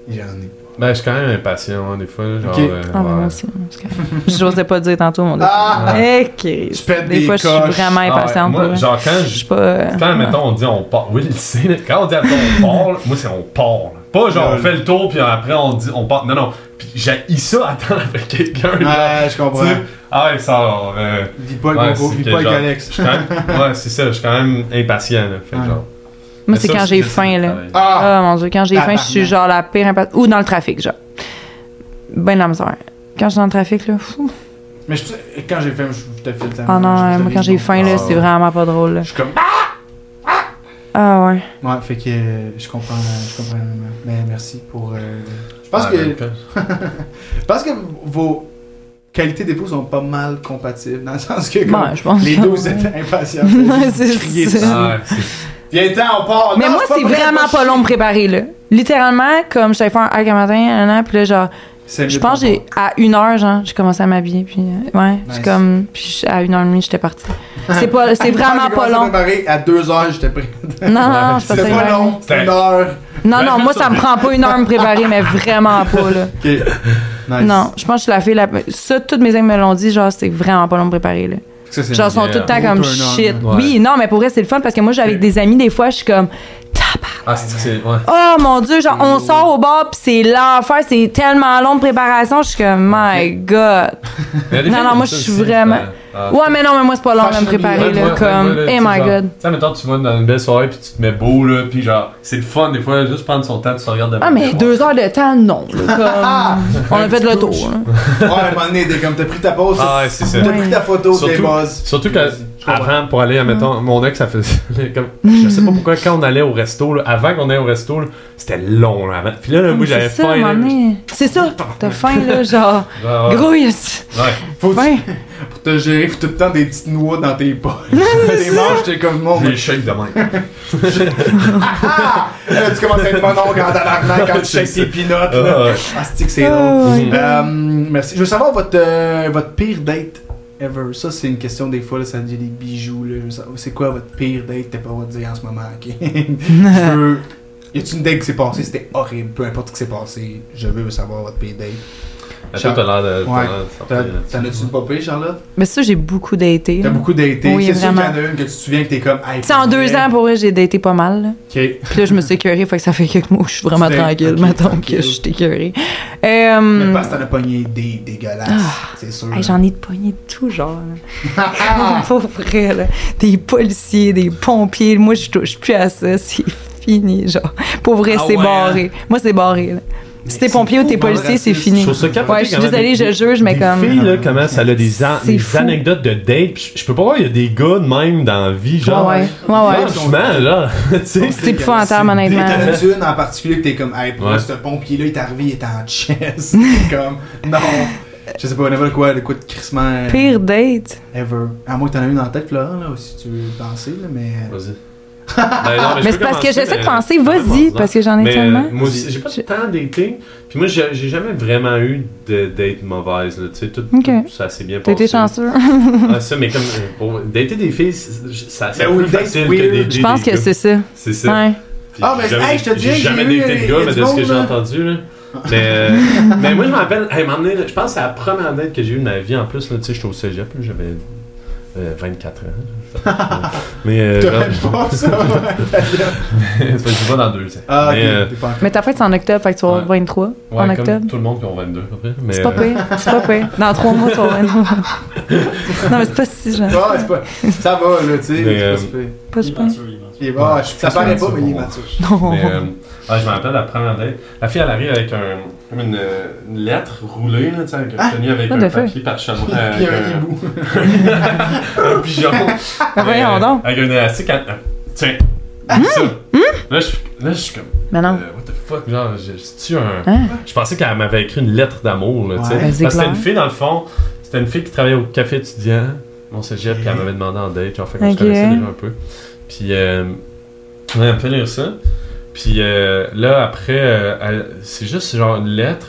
[SPEAKER 1] Il y en a.
[SPEAKER 3] ben, je suis quand même impatient, hein, des fois. Genre,
[SPEAKER 1] Ok.
[SPEAKER 3] euh,
[SPEAKER 2] Ah, mais moi
[SPEAKER 3] ouais.
[SPEAKER 2] aussi. en tout cas. J'osais pas dire tantôt mon défaut.
[SPEAKER 1] Ah!
[SPEAKER 2] Eh, Christ.
[SPEAKER 1] Je pète
[SPEAKER 2] Des
[SPEAKER 1] des
[SPEAKER 2] fois, je suis
[SPEAKER 1] coches.
[SPEAKER 2] vraiment
[SPEAKER 3] Ah ouais,
[SPEAKER 2] impatiente.
[SPEAKER 3] moi,
[SPEAKER 2] pour vrai.
[SPEAKER 3] genre, quand
[SPEAKER 2] Je
[SPEAKER 3] je
[SPEAKER 2] suis pas. euh,
[SPEAKER 3] Quand, mettons, on dit on part. Oui, il sait, là. Quand on dit attends, on part, là, moi, c'est on part. là. Pas genre on
[SPEAKER 1] Lol.
[SPEAKER 3] fait le tour, puis après on dit on part. Non, non. Puis j'ai ça attendre avec quelqu'un. là.
[SPEAKER 1] Ouais, je
[SPEAKER 3] Tu sais,
[SPEAKER 1] comprends.
[SPEAKER 3] Ah, ouais, ça. alors, euh,
[SPEAKER 1] Dis pas le
[SPEAKER 3] Ouais,
[SPEAKER 1] concours,
[SPEAKER 3] c'est
[SPEAKER 1] dis
[SPEAKER 3] que
[SPEAKER 1] pas le
[SPEAKER 3] genre-
[SPEAKER 1] Galex.
[SPEAKER 3] je suis quand même- ouais, c'est ça. Je suis quand même impatient. Là, fait que
[SPEAKER 1] Ouais.
[SPEAKER 3] genre,
[SPEAKER 2] Moi,
[SPEAKER 3] mais
[SPEAKER 2] c'est
[SPEAKER 3] ça,
[SPEAKER 2] quand j'ai
[SPEAKER 3] c'est-
[SPEAKER 2] faim, là.
[SPEAKER 3] c'est-
[SPEAKER 1] Ah!
[SPEAKER 2] Ah mon dieu, quand j'ai faim, je suis
[SPEAKER 1] Tabarnak.
[SPEAKER 2] genre la pire impasse. Ou dans le trafic, genre. Ben de la misère. Quand je suis dans le trafic, là. fou.
[SPEAKER 1] Mais je, quand j'ai faim, je te file tellement.
[SPEAKER 2] Ah non,
[SPEAKER 1] je te
[SPEAKER 2] moi
[SPEAKER 1] file
[SPEAKER 2] quand j'ai
[SPEAKER 1] mon-
[SPEAKER 2] faim, là,
[SPEAKER 3] Ah,
[SPEAKER 2] c'est
[SPEAKER 3] ouais.
[SPEAKER 2] vraiment pas drôle, là.
[SPEAKER 1] Je suis comme.
[SPEAKER 2] Ah ouais.
[SPEAKER 1] Ouais, fait que euh, je comprends. euh, Je comprends. euh, Mais merci pour. euh, je pense
[SPEAKER 3] en
[SPEAKER 1] que.
[SPEAKER 3] même temps.
[SPEAKER 1] Je pense que vos qualités d'époux sont pas mal compatibles, dans le sens que. comme,
[SPEAKER 2] Ouais, je pense.
[SPEAKER 1] les deux, vous êtes impatients.
[SPEAKER 2] Ouais, c'est
[SPEAKER 1] Crier
[SPEAKER 2] ça.
[SPEAKER 1] dessus.
[SPEAKER 3] Ah, ouais, c'est-
[SPEAKER 1] Viens, temps, on part.
[SPEAKER 2] Mais
[SPEAKER 1] Ah, Non,
[SPEAKER 2] moi,
[SPEAKER 1] pas
[SPEAKER 2] c'est
[SPEAKER 1] prêt,
[SPEAKER 2] vraiment
[SPEAKER 1] moi, je
[SPEAKER 2] pas
[SPEAKER 1] suis-
[SPEAKER 2] long de préparer, là. Littéralement, comme j'avais fait un hack un matin, un an, puis là, genre,
[SPEAKER 1] C'est
[SPEAKER 2] je
[SPEAKER 1] mieux
[SPEAKER 2] pense que
[SPEAKER 1] pour
[SPEAKER 2] j'ai, à une heure, genre, j'ai commencé à m'habiller, puis, euh, ouais,
[SPEAKER 1] Nice.
[SPEAKER 2] c'est comme, puis je- à une heure et demie, j'étais partie. C'est pas, c'est vraiment
[SPEAKER 1] J'ai
[SPEAKER 2] pas
[SPEAKER 1] commencé à
[SPEAKER 2] long.
[SPEAKER 1] préparer, À deux heures, j'étais prêt.
[SPEAKER 2] Non, non, non, je
[SPEAKER 1] C'était
[SPEAKER 2] pensais-
[SPEAKER 1] pas long.
[SPEAKER 3] C'était-
[SPEAKER 1] Une heure.
[SPEAKER 2] Non,
[SPEAKER 3] Ben,
[SPEAKER 2] non, moi, ça me prend pas une heure à me préparer, mais vraiment pas, là.
[SPEAKER 1] Ok. Nice.
[SPEAKER 2] Non, je pense que je la fille la. Ça, toutes mes amis me l'ont dit, genre, c'est vraiment pas long de préparer, là.
[SPEAKER 1] Ça, c'est
[SPEAKER 2] Genre, ils sont
[SPEAKER 3] yeah.
[SPEAKER 2] tout le temps
[SPEAKER 1] Gros
[SPEAKER 2] comme
[SPEAKER 1] turn on,
[SPEAKER 2] shit.
[SPEAKER 3] ouais.
[SPEAKER 2] Oui, non, mais pour vrai, c'est le fun parce que moi, j'ai avec des amis, des fois, je suis comme.
[SPEAKER 3] Ah, c'est- c'est. Ouais.
[SPEAKER 2] Oh mon dieu, genre on sort au bar pis c'est l'enfer, c'est tellement long de préparation, je suis comme my god.
[SPEAKER 3] Mais des
[SPEAKER 2] Non,
[SPEAKER 3] films
[SPEAKER 2] non,
[SPEAKER 3] comme
[SPEAKER 2] moi,
[SPEAKER 3] ça
[SPEAKER 2] je suis
[SPEAKER 3] aussi,
[SPEAKER 2] vraiment-
[SPEAKER 3] ça- ah.
[SPEAKER 2] Ouais mais non mais moi c'est pas long à me
[SPEAKER 1] Fashion
[SPEAKER 2] préparer
[SPEAKER 3] Ouais,
[SPEAKER 2] là,
[SPEAKER 3] moi, ouais,
[SPEAKER 2] comme
[SPEAKER 3] moi, là,
[SPEAKER 2] hey
[SPEAKER 3] tu
[SPEAKER 2] my
[SPEAKER 3] genre-
[SPEAKER 2] god.
[SPEAKER 3] Tu sais, mettons, tu vas dans une belle soirée, puis tu te mets beau, là, puis genre, c'est le fun, des fois, juste prendre son temps, tu te regardes devant
[SPEAKER 2] Ah
[SPEAKER 3] le
[SPEAKER 2] mais
[SPEAKER 3] miroir.
[SPEAKER 2] deux heures de temps non, là, comme on a fait hein. le tour. là.
[SPEAKER 1] Ouais, à un moment donné, t'es comme, t'as pris ta pause.
[SPEAKER 3] Ah, ouais, c'est ça.
[SPEAKER 1] T'as pris ta photo, t'es
[SPEAKER 3] Surtout-
[SPEAKER 1] buzz.
[SPEAKER 3] Surtout que
[SPEAKER 1] Je comprends.
[SPEAKER 3] avant pour aller, admettons,
[SPEAKER 2] Mm.
[SPEAKER 3] mon ex, ça faisait comme, je sais pas pourquoi quand on allait au resto, là, avant qu'on aille au resto, là, c'était long là. Avant. Puis là, là moi j'avais
[SPEAKER 2] Ah, C'est ça,
[SPEAKER 3] faim.
[SPEAKER 2] à un
[SPEAKER 3] là.
[SPEAKER 2] moment donné. C'est ça, t'as faim là, genre
[SPEAKER 3] Ah, ouais.
[SPEAKER 2] grouille.
[SPEAKER 3] Ouais.
[SPEAKER 1] Faut que
[SPEAKER 2] Faim.
[SPEAKER 1] tu- pour te gérer, faut tout le temps des petites noix dans tes poches. Les manches, t'es comme mon.
[SPEAKER 3] J'ai le shake de même.
[SPEAKER 1] Ah! Là, tu commences à être mon oncle en tabarnak quand tu shakes tes peanuts. là.
[SPEAKER 3] Ah, ouais.
[SPEAKER 1] Ah, c'est que c'est
[SPEAKER 2] Oh
[SPEAKER 1] drôle.
[SPEAKER 3] my God.
[SPEAKER 1] Euh, merci. Je veux savoir votre, euh, votre pire date ever. Ça, c'est une question des fois, là, ça me dit des bijoux. Là. Je veux savoir, C'est quoi votre pire date T'as pas le droit de dire en ce moment, ok? je veux... Y a-t-il une date qui s'est passée? C'était horrible. Peu importe ce qui s'est passé, je veux savoir votre pire date.
[SPEAKER 3] Attends, t'as l'air de.
[SPEAKER 1] Ouais. T'en
[SPEAKER 3] t'as
[SPEAKER 1] t'en
[SPEAKER 3] l'air de sortir
[SPEAKER 1] as-tu
[SPEAKER 3] là-dessus.
[SPEAKER 1] une popée, Charlotte?
[SPEAKER 2] Mais ça j'ai beaucoup daté.
[SPEAKER 1] T'as
[SPEAKER 2] là.
[SPEAKER 1] beaucoup daté.
[SPEAKER 2] Oui,
[SPEAKER 1] c'est sûr qu'il y en
[SPEAKER 2] vraiment.
[SPEAKER 1] a une que tu te souviens que t'es comme... Hey,
[SPEAKER 2] Tu sais, en
[SPEAKER 1] pour
[SPEAKER 2] deux
[SPEAKER 1] vrai.
[SPEAKER 2] ans, pour vrai, j'ai daté pas mal. là.
[SPEAKER 1] Ok.
[SPEAKER 2] Puis là, je me suis écœurée, fait que ça fait quelques mois que je suis vraiment
[SPEAKER 1] C'est-
[SPEAKER 2] tranquille,
[SPEAKER 1] ok,
[SPEAKER 2] maintenant
[SPEAKER 1] tranquille.
[SPEAKER 2] que je suis écœurée.
[SPEAKER 1] Mais
[SPEAKER 2] Euh,
[SPEAKER 1] parce que t'en as pogné des dégueulasses. C'est sûr.
[SPEAKER 2] Ah. hey, J'en ai de poignées de tout genre. là.
[SPEAKER 1] Ah!
[SPEAKER 2] Pour vrai, là. Des policiers, des pompiers. Moi, je touche plus à ça. C'est fini, genre. Pour vrai,
[SPEAKER 1] Ah
[SPEAKER 2] c'est
[SPEAKER 1] ouais,
[SPEAKER 2] barré. Moi, c'est barré, là. Si t'es
[SPEAKER 1] c'est
[SPEAKER 2] pompier ou
[SPEAKER 1] fou,
[SPEAKER 2] t'es
[SPEAKER 1] hein,
[SPEAKER 2] policier, c'est
[SPEAKER 1] raciste.
[SPEAKER 2] fini.
[SPEAKER 3] Je trouve ça capoté
[SPEAKER 2] Mm. Ouais, je suis
[SPEAKER 3] quand même,
[SPEAKER 2] désolée, je
[SPEAKER 3] des-
[SPEAKER 2] juge, mais
[SPEAKER 3] des
[SPEAKER 2] comme-
[SPEAKER 3] filles, là, comment ça a des, an-
[SPEAKER 2] C'est
[SPEAKER 3] des
[SPEAKER 2] fou.
[SPEAKER 3] anecdotes de date. puis Je je peux pas voir, il y a des gars de même dans la vie, genre.
[SPEAKER 1] hein.
[SPEAKER 2] ouais, ouais, ouais.
[SPEAKER 3] Franchement, là, tu sais.
[SPEAKER 2] C'est épouvantable,
[SPEAKER 1] Puis
[SPEAKER 2] honnêtement.
[SPEAKER 1] t'en as une en particulier que t'es comme, hey, pour
[SPEAKER 3] Ouais.
[SPEAKER 1] ce pompier-là, il est arrivé, il est en chess. T'es comme, non. Je sais pas, n'importe quoi, le coup de crissement euh,
[SPEAKER 2] Pire date.
[SPEAKER 1] ever. À moins que t'en aies une en tête, Florent, là, si tu veux penser, là, mais.
[SPEAKER 3] Vas-y. Ben non, je
[SPEAKER 2] Mais
[SPEAKER 3] peux
[SPEAKER 2] c'est parce que
[SPEAKER 3] commencer,
[SPEAKER 2] j'essaie de
[SPEAKER 3] mais-
[SPEAKER 2] penser,
[SPEAKER 3] Ouais,
[SPEAKER 2] vas-y,
[SPEAKER 3] vas-y.
[SPEAKER 2] parce que j'en ai
[SPEAKER 3] Mais
[SPEAKER 2] tellement.
[SPEAKER 3] euh, moi aussi, j'ai pas
[SPEAKER 2] Je-
[SPEAKER 3] tant dating. Puis moi, j'ai j'ai jamais vraiment eu de date mauvaise. là. Tu sais, tout,
[SPEAKER 2] Ok.
[SPEAKER 3] tout ça s'est bien
[SPEAKER 2] T'as
[SPEAKER 3] passé.
[SPEAKER 2] été chanceux.
[SPEAKER 3] Ah, ça, mais comme euh, pour dater des filles, c'est- je- ça c'est
[SPEAKER 1] Ben oui,
[SPEAKER 3] plus
[SPEAKER 1] date
[SPEAKER 3] facile
[SPEAKER 1] weird.
[SPEAKER 3] que dater
[SPEAKER 2] Je pense
[SPEAKER 3] des
[SPEAKER 2] que
[SPEAKER 3] gars.
[SPEAKER 2] c'est ça.
[SPEAKER 3] c'est ça.
[SPEAKER 2] Ouais.
[SPEAKER 3] Puis
[SPEAKER 1] Ah,
[SPEAKER 3] j'ai
[SPEAKER 1] mais
[SPEAKER 3] jamais-
[SPEAKER 1] hey, je te dis,
[SPEAKER 3] j'ai jamais
[SPEAKER 1] j'ai eu-
[SPEAKER 3] daté
[SPEAKER 1] il
[SPEAKER 3] de
[SPEAKER 1] y a
[SPEAKER 3] gars,
[SPEAKER 1] du
[SPEAKER 3] mais de ce
[SPEAKER 1] monde,
[SPEAKER 3] que j'ai
[SPEAKER 1] là.
[SPEAKER 3] entendu là. Mais, euh, mais moi je me rappelle, hey, m'en venir, je pense que c'est la première date que j'ai eue de ma vie en plus, là, tu sais, j'étais au Cégep, là, j'avais euh, 24 ans. mais euh,
[SPEAKER 1] T'as
[SPEAKER 3] genre,
[SPEAKER 1] même pas ça.
[SPEAKER 3] c'est parce que je vais dans deux ans.
[SPEAKER 1] Ah, ok,
[SPEAKER 3] Mais, euh,
[SPEAKER 1] t'es pas encore.
[SPEAKER 2] Mais ta fête, c'est en octobre, fait que tu vas avoir 23
[SPEAKER 3] Ouais,
[SPEAKER 2] en
[SPEAKER 3] comme
[SPEAKER 2] octobre.
[SPEAKER 3] tout le monde qui ont 22 à peu près. Mais,
[SPEAKER 2] C'est pas
[SPEAKER 3] euh,
[SPEAKER 2] pire, c'est pas pire. Dans trois mois, tu vas avoir 23. Non, mais c'est pas si jeune.
[SPEAKER 1] Ah, c'est pas- Ça va, là, tu sais.
[SPEAKER 3] Mais,
[SPEAKER 1] c'est
[SPEAKER 3] euh,
[SPEAKER 1] pas super.
[SPEAKER 2] Pas
[SPEAKER 4] Il
[SPEAKER 2] si
[SPEAKER 4] est
[SPEAKER 2] pire.
[SPEAKER 4] mature, il est mature.
[SPEAKER 1] Il est- ah, je- Ça
[SPEAKER 3] Ça
[SPEAKER 1] paraît
[SPEAKER 3] se
[SPEAKER 1] pas,
[SPEAKER 3] fait,
[SPEAKER 1] mais il est
[SPEAKER 3] ça.
[SPEAKER 1] mature.
[SPEAKER 2] Non.
[SPEAKER 3] Mais, euh, ah, je me rappelle la première date. La fille, elle arrive avec un, comme une, euh, une lettre roulée, là, tu sais, avec- tenue avec
[SPEAKER 2] Ah, what
[SPEAKER 3] un
[SPEAKER 2] the fuck?
[SPEAKER 3] papier parchemin. euh,
[SPEAKER 1] Il y
[SPEAKER 3] avec
[SPEAKER 1] a un
[SPEAKER 3] un,
[SPEAKER 1] hibou.
[SPEAKER 3] un pigeon.
[SPEAKER 2] Ah, voyons
[SPEAKER 3] Euh,
[SPEAKER 2] donc. Ah.
[SPEAKER 3] Avec un élastique. elle- elle- Tiens. Ça.
[SPEAKER 2] Hmm?
[SPEAKER 3] Là, je, là, je suis comme.
[SPEAKER 2] Mais Ah non.
[SPEAKER 3] euh, what the fuck, genre, je, c'est-tu un.
[SPEAKER 2] Hein?
[SPEAKER 3] Je pensais qu'elle m'avait écrit une lettre d'amour, là, tu sais.
[SPEAKER 1] Ouais.
[SPEAKER 2] Ben, c'est
[SPEAKER 3] Parce que
[SPEAKER 2] clair.
[SPEAKER 3] c'était une fille, dans le fond, c'était une fille qui travaillait au café étudiant, mon cégep, puis elle m'avait demandé en date, genre, fait qu'on
[SPEAKER 2] Ok.
[SPEAKER 3] se connaissait déjà un peu. Puis, euh, ouais, elle me fait lire ça. Puis euh, là, après, euh, elle- c'est juste genre une lettre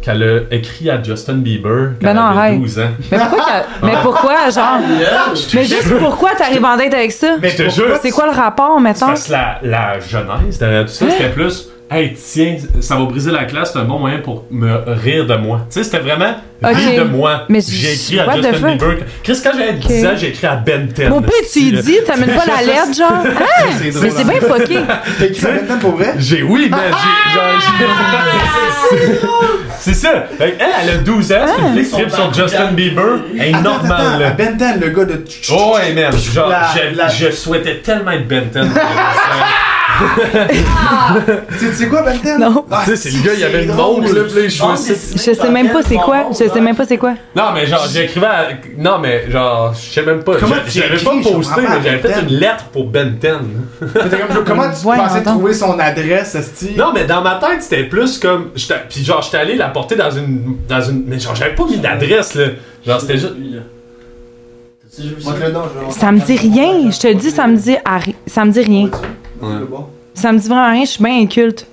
[SPEAKER 3] qu'elle a écrite à Justin Bieber quand
[SPEAKER 2] Ben non,
[SPEAKER 3] elle avait
[SPEAKER 2] arrête.
[SPEAKER 3] 12 ans.
[SPEAKER 2] Mais pourquoi, qu'elle- mais pourquoi
[SPEAKER 4] Ah,
[SPEAKER 2] genre? Mais juste pourquoi t'arrives en date avec ça?
[SPEAKER 3] Mais je te jure,
[SPEAKER 2] C'est quoi le rapport,
[SPEAKER 3] C'est
[SPEAKER 2] mettons?
[SPEAKER 3] Parce que la, la jeunesse derrière
[SPEAKER 2] Hein?
[SPEAKER 3] tout ça, c'était plus Hey, tiens, ça va briser la classe, c'est un bon moyen pour me rire de moi. Tu sais, c'était vraiment
[SPEAKER 2] Ok.
[SPEAKER 3] rire de moi.
[SPEAKER 2] Mais
[SPEAKER 3] j'ai
[SPEAKER 2] je-
[SPEAKER 3] écrit à
[SPEAKER 2] what the
[SPEAKER 3] Justin
[SPEAKER 2] fuck?
[SPEAKER 3] Bieber. Chris, quand j'avais 10
[SPEAKER 2] Ok.
[SPEAKER 3] ans, j'ai écrit à Ben 10.
[SPEAKER 2] Mon père, tu y dis, t'amènes pas la lettre, genre? Hein?
[SPEAKER 1] C'est drôle.
[SPEAKER 2] Mais c'est bien fucké.
[SPEAKER 1] T'as écrit ça maintenant pour vrai?
[SPEAKER 3] J'ai oui, mais
[SPEAKER 2] Ah!
[SPEAKER 3] j'ai. genre, j'ai- C'est ça. Fait que Elle, elle a 12 ans, c'est
[SPEAKER 2] Ah!
[SPEAKER 3] une fille qui tripe sur Justin Bieber. Elle est
[SPEAKER 1] Attends, attends,
[SPEAKER 3] normale,
[SPEAKER 1] à
[SPEAKER 3] là.
[SPEAKER 1] Ben 10, le gars de.
[SPEAKER 3] Oh, ouais, man. Genre,
[SPEAKER 1] La-
[SPEAKER 3] je,
[SPEAKER 1] la-
[SPEAKER 3] je souhaitais tellement être Ben 10.
[SPEAKER 1] Tu sais- tu sais quoi, Ben 10?
[SPEAKER 2] Non.
[SPEAKER 1] Ah,
[SPEAKER 3] Tu sais, c'est le gars, il y avait une
[SPEAKER 1] drôle, Ah,
[SPEAKER 3] montre,
[SPEAKER 1] là.
[SPEAKER 3] là, puis là, il
[SPEAKER 4] Ah,
[SPEAKER 3] jouait ça.
[SPEAKER 2] Je sais même pas c'est quoi. Je sais même pas c'est quoi.
[SPEAKER 3] Non, mais genre, j'écrivais à... Non, mais genre, je sais même pas.
[SPEAKER 1] Comment
[SPEAKER 3] J'a-
[SPEAKER 1] tu
[SPEAKER 3] J'avais
[SPEAKER 1] écris,
[SPEAKER 3] pas
[SPEAKER 1] je
[SPEAKER 3] posté,
[SPEAKER 1] comprends pas,
[SPEAKER 3] mais j'avais fait
[SPEAKER 1] Ben.
[SPEAKER 3] une lettre pour Ben 10.
[SPEAKER 1] T'es comme, comment tu
[SPEAKER 2] Voyons
[SPEAKER 1] pensais
[SPEAKER 2] donc.
[SPEAKER 1] trouver son adresse, Asti?
[SPEAKER 3] Non, mais dans ma tête, c'était plus comme. j'étais- Puis genre, j'étais allé la porter dans une. dans une. Mais genre, j'avais pas mis d'adresse, là. Genre, c'était juste.
[SPEAKER 4] Lui, là. T'as-tu déjà vu ça?
[SPEAKER 1] Montre-le donc, je vais-
[SPEAKER 2] Ça me dit rien. Je te dis, ça me dit, arri- ça me dit rien.
[SPEAKER 1] C'est bon.
[SPEAKER 2] Ça me dit vraiment rien. Je suis bien inculte.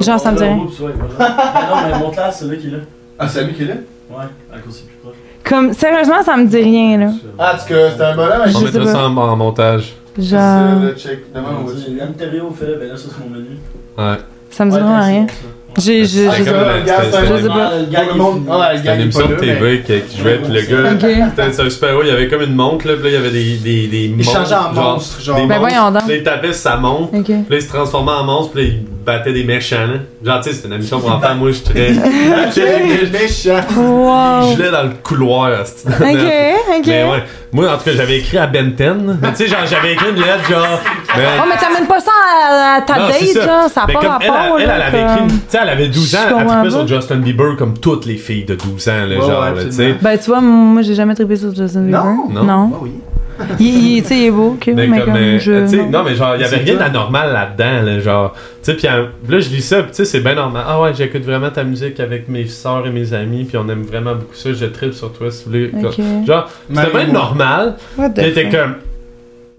[SPEAKER 2] Genre, Ah, ça me dit
[SPEAKER 4] Montre-le
[SPEAKER 2] rien.
[SPEAKER 4] au bout, puis ouais, voilà. Mais Non, mais montre-le à celui qui est là.
[SPEAKER 1] Ah, c'est lui qui est là?
[SPEAKER 4] Ouais, à cause c'est plus proche.
[SPEAKER 2] Comme, sérieusement, ça me dit rien, là.
[SPEAKER 1] Ah, parce que c'est un bonhomme avec
[SPEAKER 2] Je
[SPEAKER 3] On
[SPEAKER 2] sais
[SPEAKER 3] mettra
[SPEAKER 2] pas.
[SPEAKER 3] ça en, en montage.
[SPEAKER 2] Genre,
[SPEAKER 1] check.
[SPEAKER 4] L'intérieur fait, ben là, ça c'est mon menu.
[SPEAKER 3] Ouais.
[SPEAKER 2] ça me dit
[SPEAKER 4] Ouais,
[SPEAKER 2] vraiment
[SPEAKER 4] t'as-
[SPEAKER 2] rien.
[SPEAKER 4] c'est bon, ça.
[SPEAKER 2] J'ai, j'ai,
[SPEAKER 3] Ah,
[SPEAKER 2] je sais
[SPEAKER 3] comme
[SPEAKER 2] pas.
[SPEAKER 3] la- c'était-
[SPEAKER 2] Je
[SPEAKER 3] c'était-
[SPEAKER 2] sais pas.
[SPEAKER 4] Le gars,
[SPEAKER 1] Tout
[SPEAKER 4] il
[SPEAKER 1] le monde.
[SPEAKER 4] finit.
[SPEAKER 1] Ah, le
[SPEAKER 3] C'était
[SPEAKER 1] gars,
[SPEAKER 3] une
[SPEAKER 1] il est
[SPEAKER 3] émission
[SPEAKER 1] pas
[SPEAKER 3] de
[SPEAKER 1] là, mais-
[SPEAKER 3] TV qui, qui jouait, puis le gars,
[SPEAKER 2] Ok.
[SPEAKER 3] c'était un super-héros, il y avait comme une montre, là, puis là, il y avait des, des, des
[SPEAKER 1] Il changeait en
[SPEAKER 3] genre,
[SPEAKER 1] monstre, genre.
[SPEAKER 3] des
[SPEAKER 1] Ben
[SPEAKER 3] monstres.
[SPEAKER 2] voyons donc.
[SPEAKER 3] Puis là, il tapait sur sa montre,
[SPEAKER 2] Ok.
[SPEAKER 3] puis là, il se transformait en monstre, puis là, il battait des méchants, là. Genre, tu sais, c'était une émission pour enfants, moi, je très.
[SPEAKER 1] Ah, Quel est méchant!
[SPEAKER 2] Wow.
[SPEAKER 3] Je l'ai dans le couloir, c'est-
[SPEAKER 2] Oh. Ok, ok.
[SPEAKER 3] Mais ouais, moi en tout cas j'avais écrit à Benten, mais tu sais genre j'avais écrit une lettre genre.
[SPEAKER 2] Oh, mais t'amènes pas ça à, à ta
[SPEAKER 3] Non, c'est
[SPEAKER 2] date,
[SPEAKER 3] ça.
[SPEAKER 2] là. Ça n'a
[SPEAKER 3] Mais
[SPEAKER 2] pas
[SPEAKER 3] comme elle,
[SPEAKER 2] rapport,
[SPEAKER 3] elle,
[SPEAKER 2] là.
[SPEAKER 3] elle avait écrit,
[SPEAKER 2] comme-
[SPEAKER 3] une- tu sais, elle avait 12
[SPEAKER 2] Je
[SPEAKER 3] ans, elle
[SPEAKER 2] comprends
[SPEAKER 3] trippait sur
[SPEAKER 2] pas.
[SPEAKER 3] Justin Bieber comme toutes les filles de 12 ans, là,
[SPEAKER 1] Ouais,
[SPEAKER 3] genre,
[SPEAKER 1] ouais,
[SPEAKER 3] là, tu sais.
[SPEAKER 1] absolument.
[SPEAKER 2] Ben, tu vois, moi, j'ai jamais trippé sur Justin Bieber.
[SPEAKER 1] Non?
[SPEAKER 3] Non.
[SPEAKER 2] Hein?
[SPEAKER 1] Ah oui.
[SPEAKER 2] Il, il, tu sais, il est beau, ok, mais,
[SPEAKER 3] Mais
[SPEAKER 2] comme,
[SPEAKER 3] comme, euh, tu
[SPEAKER 2] je.
[SPEAKER 3] sais, non, mais genre, il y avait
[SPEAKER 1] C'est
[SPEAKER 3] rien
[SPEAKER 1] toi.
[SPEAKER 3] d'anormal là-dedans, là, genre, tu sais, puis euh, là, je lis ça, puis tu sais, c'est bien normal. Ah ouais, j'écoute vraiment ta musique avec mes soeurs et mes amis, puis on aime vraiment beaucoup ça, je tripe sur toi, si vous voulez.
[SPEAKER 2] Ok.
[SPEAKER 3] Genre, c'était
[SPEAKER 1] Même
[SPEAKER 3] bien
[SPEAKER 1] moi.
[SPEAKER 3] normal,
[SPEAKER 2] What
[SPEAKER 3] Puis
[SPEAKER 2] the
[SPEAKER 3] il était
[SPEAKER 2] fuck?
[SPEAKER 3] comme.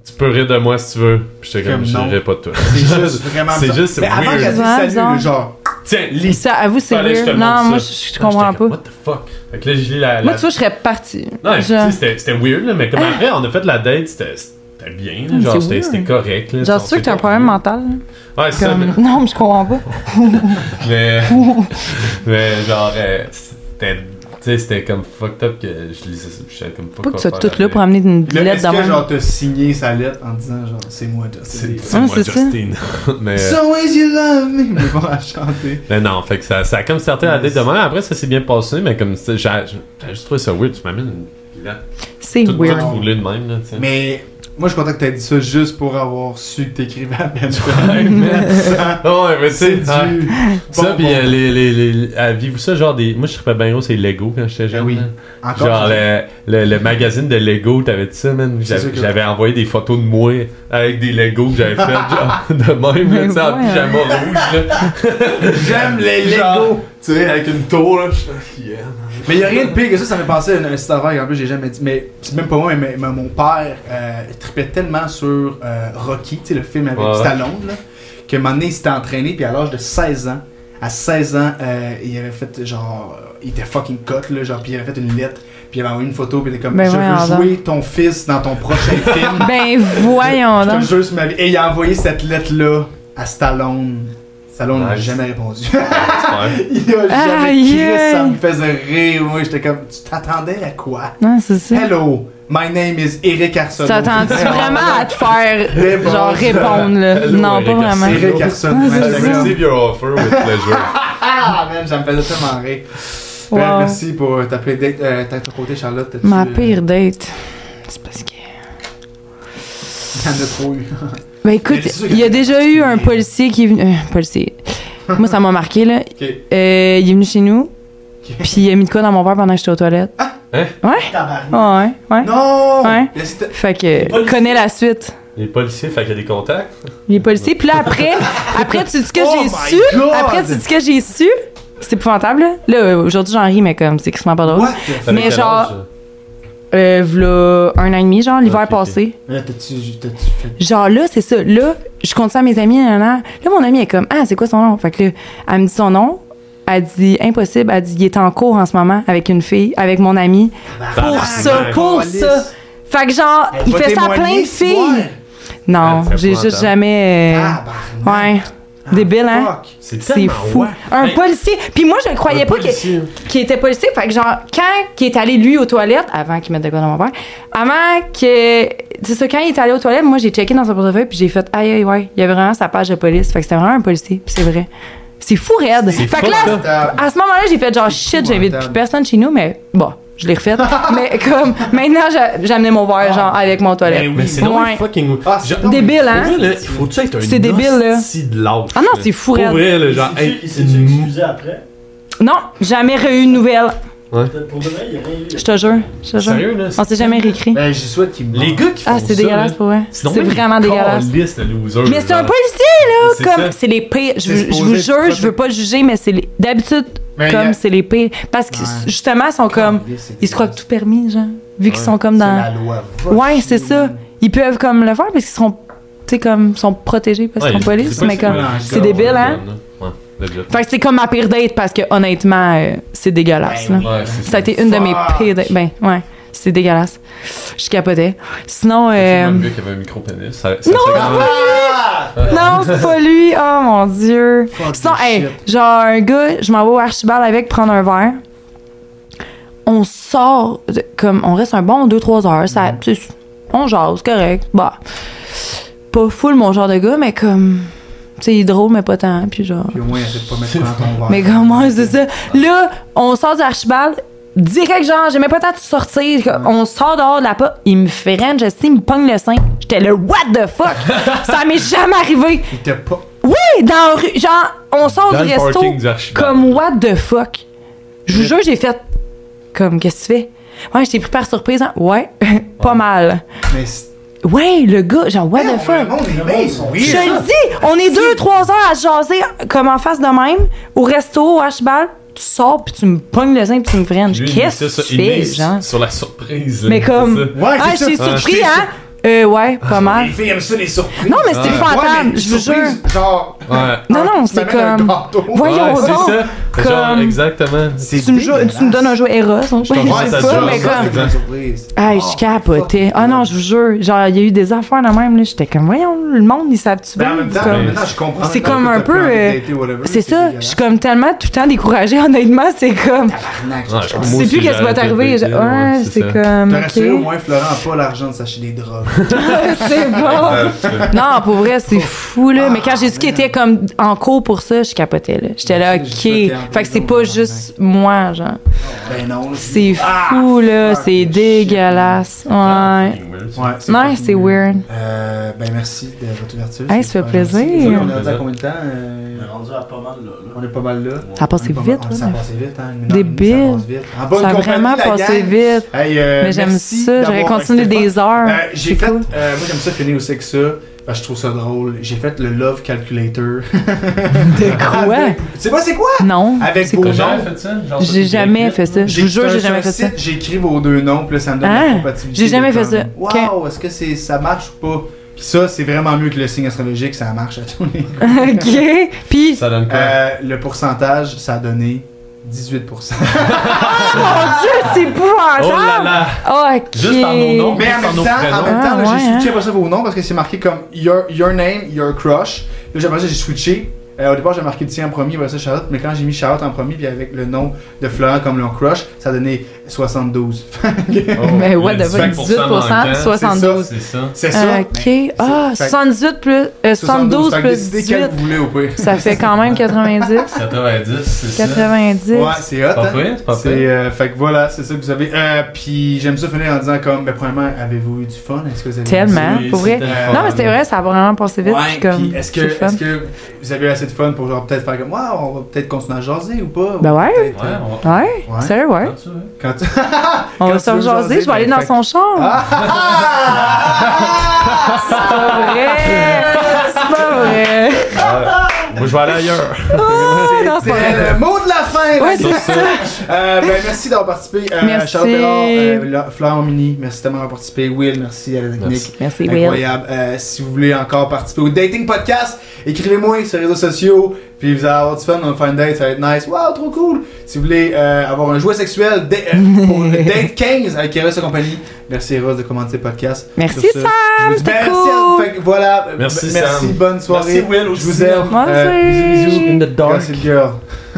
[SPEAKER 3] Tu peux rire de moi si tu veux. Puis j'étais comme,
[SPEAKER 1] Comme
[SPEAKER 3] je
[SPEAKER 1] non.
[SPEAKER 3] rirai pas de toi.
[SPEAKER 1] C'est juste vraiment.
[SPEAKER 3] C'est
[SPEAKER 1] bizarre.
[SPEAKER 3] juste, c'est
[SPEAKER 1] Mais avant
[SPEAKER 3] weird.
[SPEAKER 1] qu'elle dise
[SPEAKER 2] Ouais, bizarre.
[SPEAKER 1] salut, le genre.
[SPEAKER 3] Tiens,
[SPEAKER 2] Puis Ça, avoue, c'est
[SPEAKER 3] Fallait que je te
[SPEAKER 2] weird.
[SPEAKER 3] montre
[SPEAKER 2] Non, moi,
[SPEAKER 3] ça.
[SPEAKER 2] je, je
[SPEAKER 3] Là, j'étais
[SPEAKER 2] comprends
[SPEAKER 3] comme,
[SPEAKER 2] pas.
[SPEAKER 3] What the fuck? Fait que là, je lis la.
[SPEAKER 2] Moi,
[SPEAKER 3] la-
[SPEAKER 2] tu vois, je serais partie.
[SPEAKER 3] Non, mais
[SPEAKER 2] Je-
[SPEAKER 3] tu sais, c'était- c'était weird, là, mais comme après, on a fait la date, c'était c'était bien. là,
[SPEAKER 2] Ah,
[SPEAKER 3] genre,
[SPEAKER 2] c'est
[SPEAKER 3] c'était
[SPEAKER 2] weird.
[SPEAKER 3] c'était correct. Là,
[SPEAKER 2] Genre,
[SPEAKER 3] on
[SPEAKER 2] c'est sûr que t'as un
[SPEAKER 3] s'est
[SPEAKER 2] problème
[SPEAKER 3] pas
[SPEAKER 2] mental. là.
[SPEAKER 3] vu. Ouais, c'est ça, mais.
[SPEAKER 2] Comme- Non, mais je comprends pas.
[SPEAKER 3] Mais, mais genre, euh, c'était. Tu sais, c'était comme fucked up que je lisais ça. puis J'étais comme fuck
[SPEAKER 2] Pas que tu sois
[SPEAKER 3] faire
[SPEAKER 2] toute
[SPEAKER 3] la
[SPEAKER 2] là pour
[SPEAKER 3] date.
[SPEAKER 2] amener une
[SPEAKER 1] Là,
[SPEAKER 2] lettre
[SPEAKER 1] est-ce
[SPEAKER 2] dans
[SPEAKER 1] que
[SPEAKER 2] même.
[SPEAKER 1] genre t'as signé sa lettre en disant genre c'est moi Justin
[SPEAKER 3] C'est
[SPEAKER 1] Bieber?
[SPEAKER 3] c'est
[SPEAKER 2] Ah,
[SPEAKER 3] moi,
[SPEAKER 2] c'est ça.
[SPEAKER 3] Justine. Mais. euh,
[SPEAKER 1] So is you love me. Mais bon, à chanter.
[SPEAKER 3] Mais non, fait que ça, ça a comme starté la date de même. Après, ça s'est bien passé, mais comme c'est- j'ai j'ai juste trouvé ça weird. Tu m'amènes une lettre
[SPEAKER 2] C'est
[SPEAKER 3] toute toute
[SPEAKER 2] weird.
[SPEAKER 3] roulée de même, là, tu sais.
[SPEAKER 1] Mais moi, je suis content que t'aies dit ça juste pour avoir su que t'écrivais à Benjamin.
[SPEAKER 3] Non, ouais, mais c'est.
[SPEAKER 1] C'est du.
[SPEAKER 3] ah,
[SPEAKER 1] bon,
[SPEAKER 3] ça,
[SPEAKER 1] bon.
[SPEAKER 3] pis euh, les. les, les, les- ah, vivez-vous ça, genre des. Moi, je trippais bien gros, c'est Lego quand j'étais jeune.
[SPEAKER 1] Ben oui.
[SPEAKER 3] là.
[SPEAKER 1] Encore.
[SPEAKER 3] Genre
[SPEAKER 1] tu-
[SPEAKER 3] le, le, le magazine de Lego, t'avais dit ça, man?
[SPEAKER 1] C'est sûr
[SPEAKER 3] J'avais
[SPEAKER 1] que-
[SPEAKER 3] j'avais envoyé des photos de moi avec des Lego que j'avais fait, genre, de même, là,
[SPEAKER 2] Mais
[SPEAKER 3] tu sais, en
[SPEAKER 2] voyons.
[SPEAKER 3] pyjama rouge, là.
[SPEAKER 1] J'aime les
[SPEAKER 3] Genre-
[SPEAKER 1] Lego. Tu sais, avec une tour là. je-
[SPEAKER 3] Yeah.
[SPEAKER 1] Mais y a rien de pire que ça, ça me pensé à une petite affaire qu'en plus j'ai jamais dit. Mais c'est même pas moi, mais, mais mon père euh, il tripait tellement sur euh, Rocky, tu sais, le film avec
[SPEAKER 3] Ouais, ouais.
[SPEAKER 1] Stallone, là, que un moment donné, il s'était entraîné, puis à l'âge de 16 ans, à 16 ans, euh, il avait fait genre. euh, Il était fucking cut, là, genre, puis il avait fait une lettre, puis il avait envoyé une photo, puis il était comme
[SPEAKER 2] Ben
[SPEAKER 1] Je
[SPEAKER 2] voyons
[SPEAKER 1] veux
[SPEAKER 2] donc.
[SPEAKER 1] jouer ton fils dans ton prochain film.
[SPEAKER 2] Ben, voyons
[SPEAKER 1] Je
[SPEAKER 2] donc.
[SPEAKER 1] te jure sur ma vie. Et il a envoyé cette lettre-là à Stallone. Stallone n'a
[SPEAKER 3] Nice.
[SPEAKER 1] jamais répondu.
[SPEAKER 3] Ouais.
[SPEAKER 1] Il a jamais
[SPEAKER 2] Aïe,
[SPEAKER 1] crié, ça
[SPEAKER 2] aïe.
[SPEAKER 1] me faisait rire. Moi, j'étais comme, tu t'attendais à quoi?
[SPEAKER 2] Non, c'est ça.
[SPEAKER 1] Hello, my name is Eric
[SPEAKER 2] Tu
[SPEAKER 1] Arsenault.
[SPEAKER 2] t'attends-tu vraiment à te faire,
[SPEAKER 1] Réponse.
[SPEAKER 2] genre, répondre, là?
[SPEAKER 3] Hello,
[SPEAKER 2] Non,
[SPEAKER 3] Eric
[SPEAKER 2] pas vraiment.
[SPEAKER 3] Arsenault.
[SPEAKER 1] Eric Arsenault.
[SPEAKER 2] Ah,
[SPEAKER 1] man,
[SPEAKER 2] c'est
[SPEAKER 1] j'étais
[SPEAKER 2] ça.
[SPEAKER 1] comme,
[SPEAKER 3] Receive your offer with pleasure.
[SPEAKER 1] Ah, man, ça me faisait tellement rire.
[SPEAKER 2] Wow.
[SPEAKER 1] Ben, merci pour ta plaidate. Euh, t'as ton côté, Charlotte. t'as-tu,
[SPEAKER 2] Ma
[SPEAKER 1] euh,
[SPEAKER 2] pire date. C'est parce que.
[SPEAKER 1] T'en as trop eu.
[SPEAKER 2] Ben
[SPEAKER 1] Mais
[SPEAKER 2] écoute,
[SPEAKER 1] c'est sûr que
[SPEAKER 2] il y a
[SPEAKER 1] t'as
[SPEAKER 2] déjà
[SPEAKER 1] marqué.
[SPEAKER 2] eu un policier qui est venu. euh, policier. Moi, ça m'a marqué, là.
[SPEAKER 1] Ok.
[SPEAKER 2] Euh, il est venu chez nous, puis il a mis de quoi dans mon verre pendant que j'étais aux toilettes.
[SPEAKER 3] Hein?
[SPEAKER 2] Ouais?
[SPEAKER 1] Tabarnak.
[SPEAKER 2] Ouais, ouais.
[SPEAKER 1] Ah! Non!
[SPEAKER 2] Ouais.
[SPEAKER 1] Mais c'était-
[SPEAKER 2] Fait que,
[SPEAKER 4] policier.
[SPEAKER 2] connais la suite.
[SPEAKER 3] Les policiers, fait qu'il y a des contacts.
[SPEAKER 2] Il est policier, puis là, après, après, tu dis ce que
[SPEAKER 1] Oh
[SPEAKER 2] j'ai
[SPEAKER 1] my
[SPEAKER 2] su.
[SPEAKER 1] God!
[SPEAKER 2] Après, tu dis ce que j'ai su. C'est épouvantable, là. Là, euh, aujourd'hui, j'en ris, mais comme, c'est extrêmement pas drôle.
[SPEAKER 1] What the f-
[SPEAKER 3] T'avais
[SPEAKER 2] Mais
[SPEAKER 3] quel
[SPEAKER 2] genre-
[SPEAKER 3] âge?
[SPEAKER 2] Euh, v'là un an et demi, genre, l'hiver
[SPEAKER 3] Ok, ok.
[SPEAKER 2] passé.
[SPEAKER 1] Là, t'as-tu t'as-tu fait.
[SPEAKER 2] Genre là, c'est ça. Là, je compte ça à mes amis. Là, là. Là, mon ami est comme Ah, c'est quoi son nom? Fait que là, elle me dit son nom. Elle dit Impossible. Elle dit Il est en cours en ce moment avec une fille, avec mon ami.
[SPEAKER 3] euh,
[SPEAKER 2] Pour ça,
[SPEAKER 3] Tabarnak.
[SPEAKER 2] pour ça. Fait que genre,
[SPEAKER 1] On
[SPEAKER 2] il
[SPEAKER 1] va
[SPEAKER 2] fait ça à
[SPEAKER 1] témoigner
[SPEAKER 2] plein de
[SPEAKER 1] ce soir.
[SPEAKER 2] filles. Non,
[SPEAKER 3] Ah, c'est
[SPEAKER 2] j'ai juste
[SPEAKER 3] épouvantable.
[SPEAKER 2] jamais. euh,
[SPEAKER 1] Tabarnak.
[SPEAKER 2] ouais. Débile, hein?
[SPEAKER 1] ah, Fuck.
[SPEAKER 2] C'est
[SPEAKER 3] tellement
[SPEAKER 2] fou.
[SPEAKER 3] wack.
[SPEAKER 2] Un
[SPEAKER 3] Hey,
[SPEAKER 2] policier. Puis moi, je ne croyais
[SPEAKER 3] un
[SPEAKER 2] pas qu'il
[SPEAKER 3] policier.
[SPEAKER 2] qu'il était policier. Fait que, genre, quand il est allé, lui, aux toilettes, avant qu'il mette de quoi dans mon verre, avant que. C'est ça, quand il est allé aux toilettes, moi, j'ai checké dans son portefeuille, puis j'ai fait, aïe, aïe, ouais, il y avait vraiment sa page de police. Fait que c'était vraiment un policier, puis c'est vrai. C'est fou, raide.
[SPEAKER 3] C'est
[SPEAKER 2] Fait
[SPEAKER 3] fou,
[SPEAKER 2] que là,
[SPEAKER 1] ça.
[SPEAKER 2] à ce moment-là, j'ai fait genre shit, j'invite plus
[SPEAKER 1] épouvantable.
[SPEAKER 2] personne chez nous, mais bon, je l'ai refait. mais comme, maintenant, j'a- j'amenais mon verre, genre, avec mon toilette.
[SPEAKER 3] Ben Mais c'est donc
[SPEAKER 2] Ben Ouais.
[SPEAKER 3] fucking.
[SPEAKER 1] Ah, c'est
[SPEAKER 3] Genre-
[SPEAKER 1] donc-
[SPEAKER 2] Débile, hein?
[SPEAKER 3] Pour vrai, là, il faut-tu être un
[SPEAKER 2] C'est débile, là.
[SPEAKER 3] hostie de lâche,
[SPEAKER 2] Ah non,
[SPEAKER 3] là?
[SPEAKER 2] c'est fou,
[SPEAKER 3] Pour
[SPEAKER 2] raide.
[SPEAKER 3] vrai, là, genre, hey,
[SPEAKER 4] Il s'est-tu excusé après?
[SPEAKER 2] Non, jamais re-eu de nouvelles.
[SPEAKER 4] Pour de vrai, il n'y a rien eu.
[SPEAKER 2] Je te jure, je te jure.
[SPEAKER 3] Sérieux, là?
[SPEAKER 2] On s'est jamais réécrit.
[SPEAKER 1] Ben, j'y souhaite qu'il me
[SPEAKER 3] Les gars qui font
[SPEAKER 2] Ah, c'est
[SPEAKER 3] ça,
[SPEAKER 2] dégueulasse
[SPEAKER 3] là,
[SPEAKER 2] pour vrai. C'est
[SPEAKER 3] sinon, ils
[SPEAKER 2] vraiment dégueulasse.
[SPEAKER 3] calissent le loser,
[SPEAKER 2] Mais c'est
[SPEAKER 3] genre.
[SPEAKER 2] un policier,
[SPEAKER 3] C'est
[SPEAKER 2] là!
[SPEAKER 3] ça.
[SPEAKER 2] Comme, c'est les pires. Je,
[SPEAKER 1] C'est
[SPEAKER 2] vous- je
[SPEAKER 1] supposé
[SPEAKER 2] vous
[SPEAKER 1] être
[SPEAKER 2] jure, je
[SPEAKER 1] protect-
[SPEAKER 2] veux pas juger, mais c'est les... d'habitude,
[SPEAKER 1] Mais
[SPEAKER 2] comme,
[SPEAKER 1] y a-
[SPEAKER 2] c'est les pires. Parce que,
[SPEAKER 1] Ouais.
[SPEAKER 2] justement, ils sont comme. Ils se croient que tout permis, genre. Vu qu'ils sont comme
[SPEAKER 1] C'est la
[SPEAKER 2] dans.
[SPEAKER 1] loi. va
[SPEAKER 2] Ouais,
[SPEAKER 1] chier,
[SPEAKER 2] c'est ça.
[SPEAKER 1] man.
[SPEAKER 2] Ils peuvent, comme, le faire parce qu'ils sont. Tu sais, comme, sont protégés parce qu'ils
[SPEAKER 3] Ouais,
[SPEAKER 2] sont police,
[SPEAKER 3] c'est pas
[SPEAKER 2] mais
[SPEAKER 3] si
[SPEAKER 2] comme.
[SPEAKER 3] mal,
[SPEAKER 1] c'est
[SPEAKER 3] genre,
[SPEAKER 2] débile,
[SPEAKER 3] ouais,
[SPEAKER 2] hein?
[SPEAKER 3] Ouais, legit.
[SPEAKER 2] Fait que c'est comme ma pire date parce que, honnêtement, euh, c'est dégueulasse, là.
[SPEAKER 1] Ben oui.
[SPEAKER 3] Ouais, c'est
[SPEAKER 2] Ça a été une de mes
[SPEAKER 1] Fuck.
[SPEAKER 2] pires dates. Ben, ouais. C'est dégueulasse. Je capotais. Sinon,
[SPEAKER 3] C'est
[SPEAKER 2] euh,
[SPEAKER 3] le gars qui avait un micro-pénis. Ça, ça
[SPEAKER 2] Non,
[SPEAKER 3] serait
[SPEAKER 2] c'est
[SPEAKER 3] vraiment-
[SPEAKER 2] non, c'est pas lui. Oh mon dieu.
[SPEAKER 1] Fuck
[SPEAKER 2] Sinon,
[SPEAKER 1] this
[SPEAKER 2] hey,
[SPEAKER 1] shit.
[SPEAKER 2] genre un gars, je m'en vais au Archibald avec prendre un verre. On sort, de- comme on reste un bon 2-3 heures.
[SPEAKER 1] Mhm.
[SPEAKER 2] Ça, tu sais, on jase, correct. Bah, pas full mon genre de gars, mais comme, tu sais, il est drôle, mais pas tant. Puis genre.
[SPEAKER 1] Puis au moins, essaie de pas mettre dans ton verre.
[SPEAKER 2] Mais comment c'est ça? Là, on sort du Archibald. Direct, genre, j'ai même pas le temps de sortir. On sort dehors de la porte. Il me fait rendre, je sais, il me pogne le sein. J'étais le what the fuck? ça m'est jamais arrivé.
[SPEAKER 1] Il était pas.
[SPEAKER 2] Oui, dans la rue. Genre, on sort
[SPEAKER 3] Dans
[SPEAKER 2] du
[SPEAKER 3] le
[SPEAKER 2] resto
[SPEAKER 3] parking du Archibald.
[SPEAKER 2] comme what the fuck. Je vous jure, j'ai fait comme, qu'est-ce que tu fais? Ouais, j'étais pris par surprise. hein? Ouais, pas mal.
[SPEAKER 1] Mais c'est-
[SPEAKER 2] Ouais, le gars, genre, what the fuck?
[SPEAKER 1] Le monde est bien weird.
[SPEAKER 2] Je le dis, on est deux, trois heures à se jaser comme en face de même, au resto, au hashball, tu sors puis tu me pognes le sein puis tu me freines.
[SPEAKER 3] Lui, il mettait
[SPEAKER 2] Qu'est-ce
[SPEAKER 3] ça-
[SPEAKER 2] que tu
[SPEAKER 3] il
[SPEAKER 2] fais,
[SPEAKER 3] mise
[SPEAKER 2] genre?
[SPEAKER 3] Sur la surprise. là,
[SPEAKER 2] Mais
[SPEAKER 3] c'est
[SPEAKER 2] comme,
[SPEAKER 3] ça.
[SPEAKER 1] Ouais,
[SPEAKER 2] ah,
[SPEAKER 1] c'est
[SPEAKER 2] je t'ai
[SPEAKER 1] ça.
[SPEAKER 2] surpris,
[SPEAKER 1] Ah,
[SPEAKER 2] hein? Euh, ouais, pas
[SPEAKER 3] Ah,
[SPEAKER 2] mal.
[SPEAKER 1] Les filles aiment ça, les surprises.
[SPEAKER 2] Non, mais c'était
[SPEAKER 3] Ouais.
[SPEAKER 2] fantôme,
[SPEAKER 1] Ouais, mais
[SPEAKER 2] je vous jure.
[SPEAKER 1] surprise, Genre.
[SPEAKER 3] Ouais.
[SPEAKER 2] Non, non,
[SPEAKER 1] tu
[SPEAKER 2] c'est
[SPEAKER 1] m'amènes un
[SPEAKER 2] comme-
[SPEAKER 1] gâteau.
[SPEAKER 2] Voyons
[SPEAKER 3] ouais,
[SPEAKER 2] donc.
[SPEAKER 3] C'est ça. C'est Genre,
[SPEAKER 2] Comme-
[SPEAKER 3] exactement.
[SPEAKER 1] C'est
[SPEAKER 2] Tu me, joues- tu me donnes un jeu Eros, on
[SPEAKER 3] te jure,
[SPEAKER 2] je sais
[SPEAKER 3] ça
[SPEAKER 2] pas,
[SPEAKER 3] dure,
[SPEAKER 2] mais
[SPEAKER 3] ça.
[SPEAKER 2] comme.
[SPEAKER 1] C'est une surprise.
[SPEAKER 2] Ah, je capotais. Ah non, je vous jure, genre, il y a eu des affaires de même, là. J'étais comme, voyons, le monde, ils savent-tu
[SPEAKER 1] Mais Ben, en
[SPEAKER 2] bien?
[SPEAKER 1] même temps,
[SPEAKER 2] Comme-
[SPEAKER 1] en même temps, je comprends.
[SPEAKER 2] C'est
[SPEAKER 1] Quand
[SPEAKER 2] comme
[SPEAKER 1] t'as
[SPEAKER 2] un
[SPEAKER 1] plus
[SPEAKER 2] peu,
[SPEAKER 1] envie
[SPEAKER 2] euh,
[SPEAKER 1] d'être, whatever,
[SPEAKER 2] C'est ça, je
[SPEAKER 1] dégueulasse.
[SPEAKER 2] suis comme tellement tout le temps découragée, honnêtement, c'est
[SPEAKER 1] Arnaque,
[SPEAKER 2] comme.
[SPEAKER 3] Ouais,
[SPEAKER 1] je
[SPEAKER 3] je
[SPEAKER 1] comprends.
[SPEAKER 2] Tu
[SPEAKER 3] Moi
[SPEAKER 2] sais
[SPEAKER 3] aussi,
[SPEAKER 2] plus qu'est-ce qui va
[SPEAKER 3] j'aurais
[SPEAKER 2] t'arriver.
[SPEAKER 3] été
[SPEAKER 2] je-
[SPEAKER 3] débile,
[SPEAKER 2] Ouais,
[SPEAKER 3] ouais, c'est
[SPEAKER 2] c'est
[SPEAKER 3] ça.
[SPEAKER 2] comme.
[SPEAKER 1] T'aurais essayé au
[SPEAKER 2] ok.
[SPEAKER 1] moins, Florent, pas l'argent de s'acheter des drogues.
[SPEAKER 2] c'est bon. Non, pour vrai, c'est fou, là.
[SPEAKER 1] Ah,
[SPEAKER 2] Mais quand j'ai su qu'il
[SPEAKER 1] man.
[SPEAKER 2] était comme en cours pour ça, je capotais, là. J'étais là,
[SPEAKER 1] Ouais, c'est juste
[SPEAKER 2] OK. Fait que c'est
[SPEAKER 1] un
[SPEAKER 2] pas
[SPEAKER 1] peu
[SPEAKER 2] juste moi, genre.
[SPEAKER 1] Ben non.
[SPEAKER 2] C'est
[SPEAKER 1] Ah,
[SPEAKER 2] fou, là.
[SPEAKER 1] fuck,
[SPEAKER 2] C'est
[SPEAKER 1] shit.
[SPEAKER 2] dégueulasse. Ouais.
[SPEAKER 1] Ouais, c'est
[SPEAKER 2] Non,
[SPEAKER 1] fou.
[SPEAKER 2] c'est weird.
[SPEAKER 1] Euh, ben merci de votre ouverture.
[SPEAKER 2] Hey,
[SPEAKER 1] c'est
[SPEAKER 2] ça fait
[SPEAKER 1] super gentil.
[SPEAKER 2] plaisir.
[SPEAKER 1] Désolé, On est rendu à combien de temps Euh,
[SPEAKER 4] On est rendu à pas mal là. là.
[SPEAKER 1] On est pas mal là.
[SPEAKER 2] Ça a
[SPEAKER 1] On est
[SPEAKER 2] passé
[SPEAKER 1] pas
[SPEAKER 2] vite,
[SPEAKER 1] mal-
[SPEAKER 2] là.
[SPEAKER 1] Ça a passé vite, hein. une heure et demie,
[SPEAKER 2] Débile.
[SPEAKER 1] Ça passe vite. En bonne
[SPEAKER 2] Ça a
[SPEAKER 1] compagnie,
[SPEAKER 2] vraiment
[SPEAKER 1] la
[SPEAKER 2] passé
[SPEAKER 1] gang.
[SPEAKER 2] vite.
[SPEAKER 1] Hey, euh,
[SPEAKER 2] Mais j'aime
[SPEAKER 1] merci
[SPEAKER 2] ça. J'aurais
[SPEAKER 1] d'avoir
[SPEAKER 2] continué
[SPEAKER 1] resté
[SPEAKER 2] des heures.
[SPEAKER 1] Euh, j'ai
[SPEAKER 2] C'est
[SPEAKER 1] fait,
[SPEAKER 2] cool.
[SPEAKER 1] euh, moi j'aime ça finir aussi avec ça, parce que je trouve ça drôle. J'ai fait le Love Calculator.
[SPEAKER 2] De quoi?
[SPEAKER 1] Avec- Tu sais pas c'est quoi?
[SPEAKER 2] Non.
[SPEAKER 1] Avec
[SPEAKER 2] c'est
[SPEAKER 1] vos
[SPEAKER 2] quoi?
[SPEAKER 3] T'as jamais
[SPEAKER 1] noms.
[SPEAKER 3] fait ça? Genre,
[SPEAKER 2] J'ai
[SPEAKER 3] ça,
[SPEAKER 2] jamais
[SPEAKER 3] bien
[SPEAKER 2] fait ça. Je vous jure, j'ai jamais fait ça.
[SPEAKER 1] J'écris vos deux noms, puis là, ça me donne
[SPEAKER 2] Hein?
[SPEAKER 1] la compatibilité.
[SPEAKER 2] J'ai jamais
[SPEAKER 1] de
[SPEAKER 2] fait
[SPEAKER 1] comme,
[SPEAKER 2] ça.
[SPEAKER 1] Wow, est-ce que c'est, ça marche ou pas? Puis ça, c'est vraiment mieux que le signe astrologique, ça marche à tous les coups.
[SPEAKER 2] OK. Puis,
[SPEAKER 3] Ça donne quoi?
[SPEAKER 1] Euh, le pourcentage, ça a donné 18%.
[SPEAKER 2] mon Dieu, c'est
[SPEAKER 3] oh là
[SPEAKER 2] épouvantable. Ah,
[SPEAKER 3] là!
[SPEAKER 2] OK.
[SPEAKER 3] Juste par nos noms.
[SPEAKER 1] Mais en même
[SPEAKER 3] Par
[SPEAKER 1] temps,
[SPEAKER 3] nos
[SPEAKER 1] en
[SPEAKER 3] prénoms.
[SPEAKER 1] même temps, là,
[SPEAKER 2] Ah, ouais,
[SPEAKER 1] j'ai switché
[SPEAKER 2] hein.
[SPEAKER 1] après ça vos noms parce que c'est marqué comme your, your name, your crush. Là, j'ai après ça, j'ai switché. Euh, au départ, j'ai marqué le tien en premier, après ça, Charlotte. Mais quand j'ai mis Charlotte en premier, puis avec le nom de Florent comme leur crush, ça donnait 72.
[SPEAKER 3] Oh,
[SPEAKER 2] Mais Ben,
[SPEAKER 3] le
[SPEAKER 2] what the fuck,
[SPEAKER 3] 18%
[SPEAKER 2] 18%,
[SPEAKER 3] manquant.
[SPEAKER 2] 72.
[SPEAKER 3] C'est ça.
[SPEAKER 1] c'est
[SPEAKER 2] Euh,
[SPEAKER 1] ça. Mais
[SPEAKER 2] OK. Ah,
[SPEAKER 1] c'est- fait-
[SPEAKER 2] 78 plus. euh, 72
[SPEAKER 1] fait que
[SPEAKER 2] plus
[SPEAKER 1] décidez quel
[SPEAKER 2] 18.
[SPEAKER 1] vous voulez au pire.
[SPEAKER 2] Ça fait quand même 90.
[SPEAKER 3] 90, c'est ça.
[SPEAKER 2] 90.
[SPEAKER 1] Ouais, c'est hot.
[SPEAKER 3] Pas
[SPEAKER 1] hein?
[SPEAKER 3] pire, c'est pas
[SPEAKER 1] C'est,
[SPEAKER 3] pire.
[SPEAKER 1] euh, fait que voilà, c'est ça que vous avez. Euh, puis j'aime ça finir en disant comme, ben, premièrement, avez-vous eu du fun? Est-ce que vous avez
[SPEAKER 2] Tellement,
[SPEAKER 3] C'est-
[SPEAKER 2] pour vrai.
[SPEAKER 3] c'est
[SPEAKER 1] Euh,
[SPEAKER 3] tellement
[SPEAKER 2] Non, mais c'était vrai, ça a vraiment passé vite.
[SPEAKER 1] Ouais,
[SPEAKER 2] puis comme,
[SPEAKER 1] puis est-ce que,
[SPEAKER 2] c'est le fun.
[SPEAKER 1] est-ce que vous avez eu assez de fun pour genre peut-être faire comme Wow, on va peut-être continuer à jaser ou pas?
[SPEAKER 2] Ben
[SPEAKER 1] Ou
[SPEAKER 2] ouais.
[SPEAKER 1] peut-être,
[SPEAKER 3] Ouais,
[SPEAKER 1] euh,
[SPEAKER 3] on va.
[SPEAKER 2] Ouais,
[SPEAKER 1] ouais.
[SPEAKER 2] sérieux, ouais.
[SPEAKER 3] Quand tu veux.
[SPEAKER 1] Quand tu-
[SPEAKER 2] On
[SPEAKER 1] Quand
[SPEAKER 2] va
[SPEAKER 1] tu
[SPEAKER 2] se
[SPEAKER 1] veux
[SPEAKER 2] rejaser,
[SPEAKER 1] jaser,
[SPEAKER 2] je vais aller
[SPEAKER 1] ben,
[SPEAKER 2] dans
[SPEAKER 1] fait-
[SPEAKER 2] son champ. C'est pas vrai! C'est pas vrai!
[SPEAKER 3] Ouais. Moi, je vais aller ailleurs.
[SPEAKER 2] Ah, non, c'est pas vrai.
[SPEAKER 1] C'est le mot de la fin!
[SPEAKER 2] Ouais,
[SPEAKER 1] là-dessus.
[SPEAKER 2] c'est ça.
[SPEAKER 1] Euh, ben, merci d'avoir participé. Euh,
[SPEAKER 2] Merci.
[SPEAKER 1] Charles Bellard, euh, La- Florent Mini, merci tellement d'avoir participé. Will, merci à la technique.
[SPEAKER 3] Merci.
[SPEAKER 2] Merci, Will.
[SPEAKER 1] Incroyable. Euh, si vous voulez encore participer au Dating Podcast, écrivez-moi sur les réseaux sociaux. Puis vous allez avoir du fun, on va faire une date, ça va être nice. Wow, trop cool! Si vous voulez euh, avoir un jouet sexuel dé- euh, pour le Date 15 avec Eros et compagnie, merci Eros de commenter le podcast.
[SPEAKER 2] Merci,
[SPEAKER 1] Sur ce, je vous dis
[SPEAKER 2] c'était
[SPEAKER 1] merci,
[SPEAKER 2] cool.
[SPEAKER 1] fait que voilà,
[SPEAKER 3] Merci,
[SPEAKER 1] merci
[SPEAKER 3] Sam.
[SPEAKER 1] bonne soirée.
[SPEAKER 3] Merci, Will,
[SPEAKER 1] je
[SPEAKER 3] aussi.
[SPEAKER 1] vous aime. Euh,
[SPEAKER 2] Merci.
[SPEAKER 1] bisous, bisous.
[SPEAKER 3] In the dark.
[SPEAKER 1] Gossip Girl.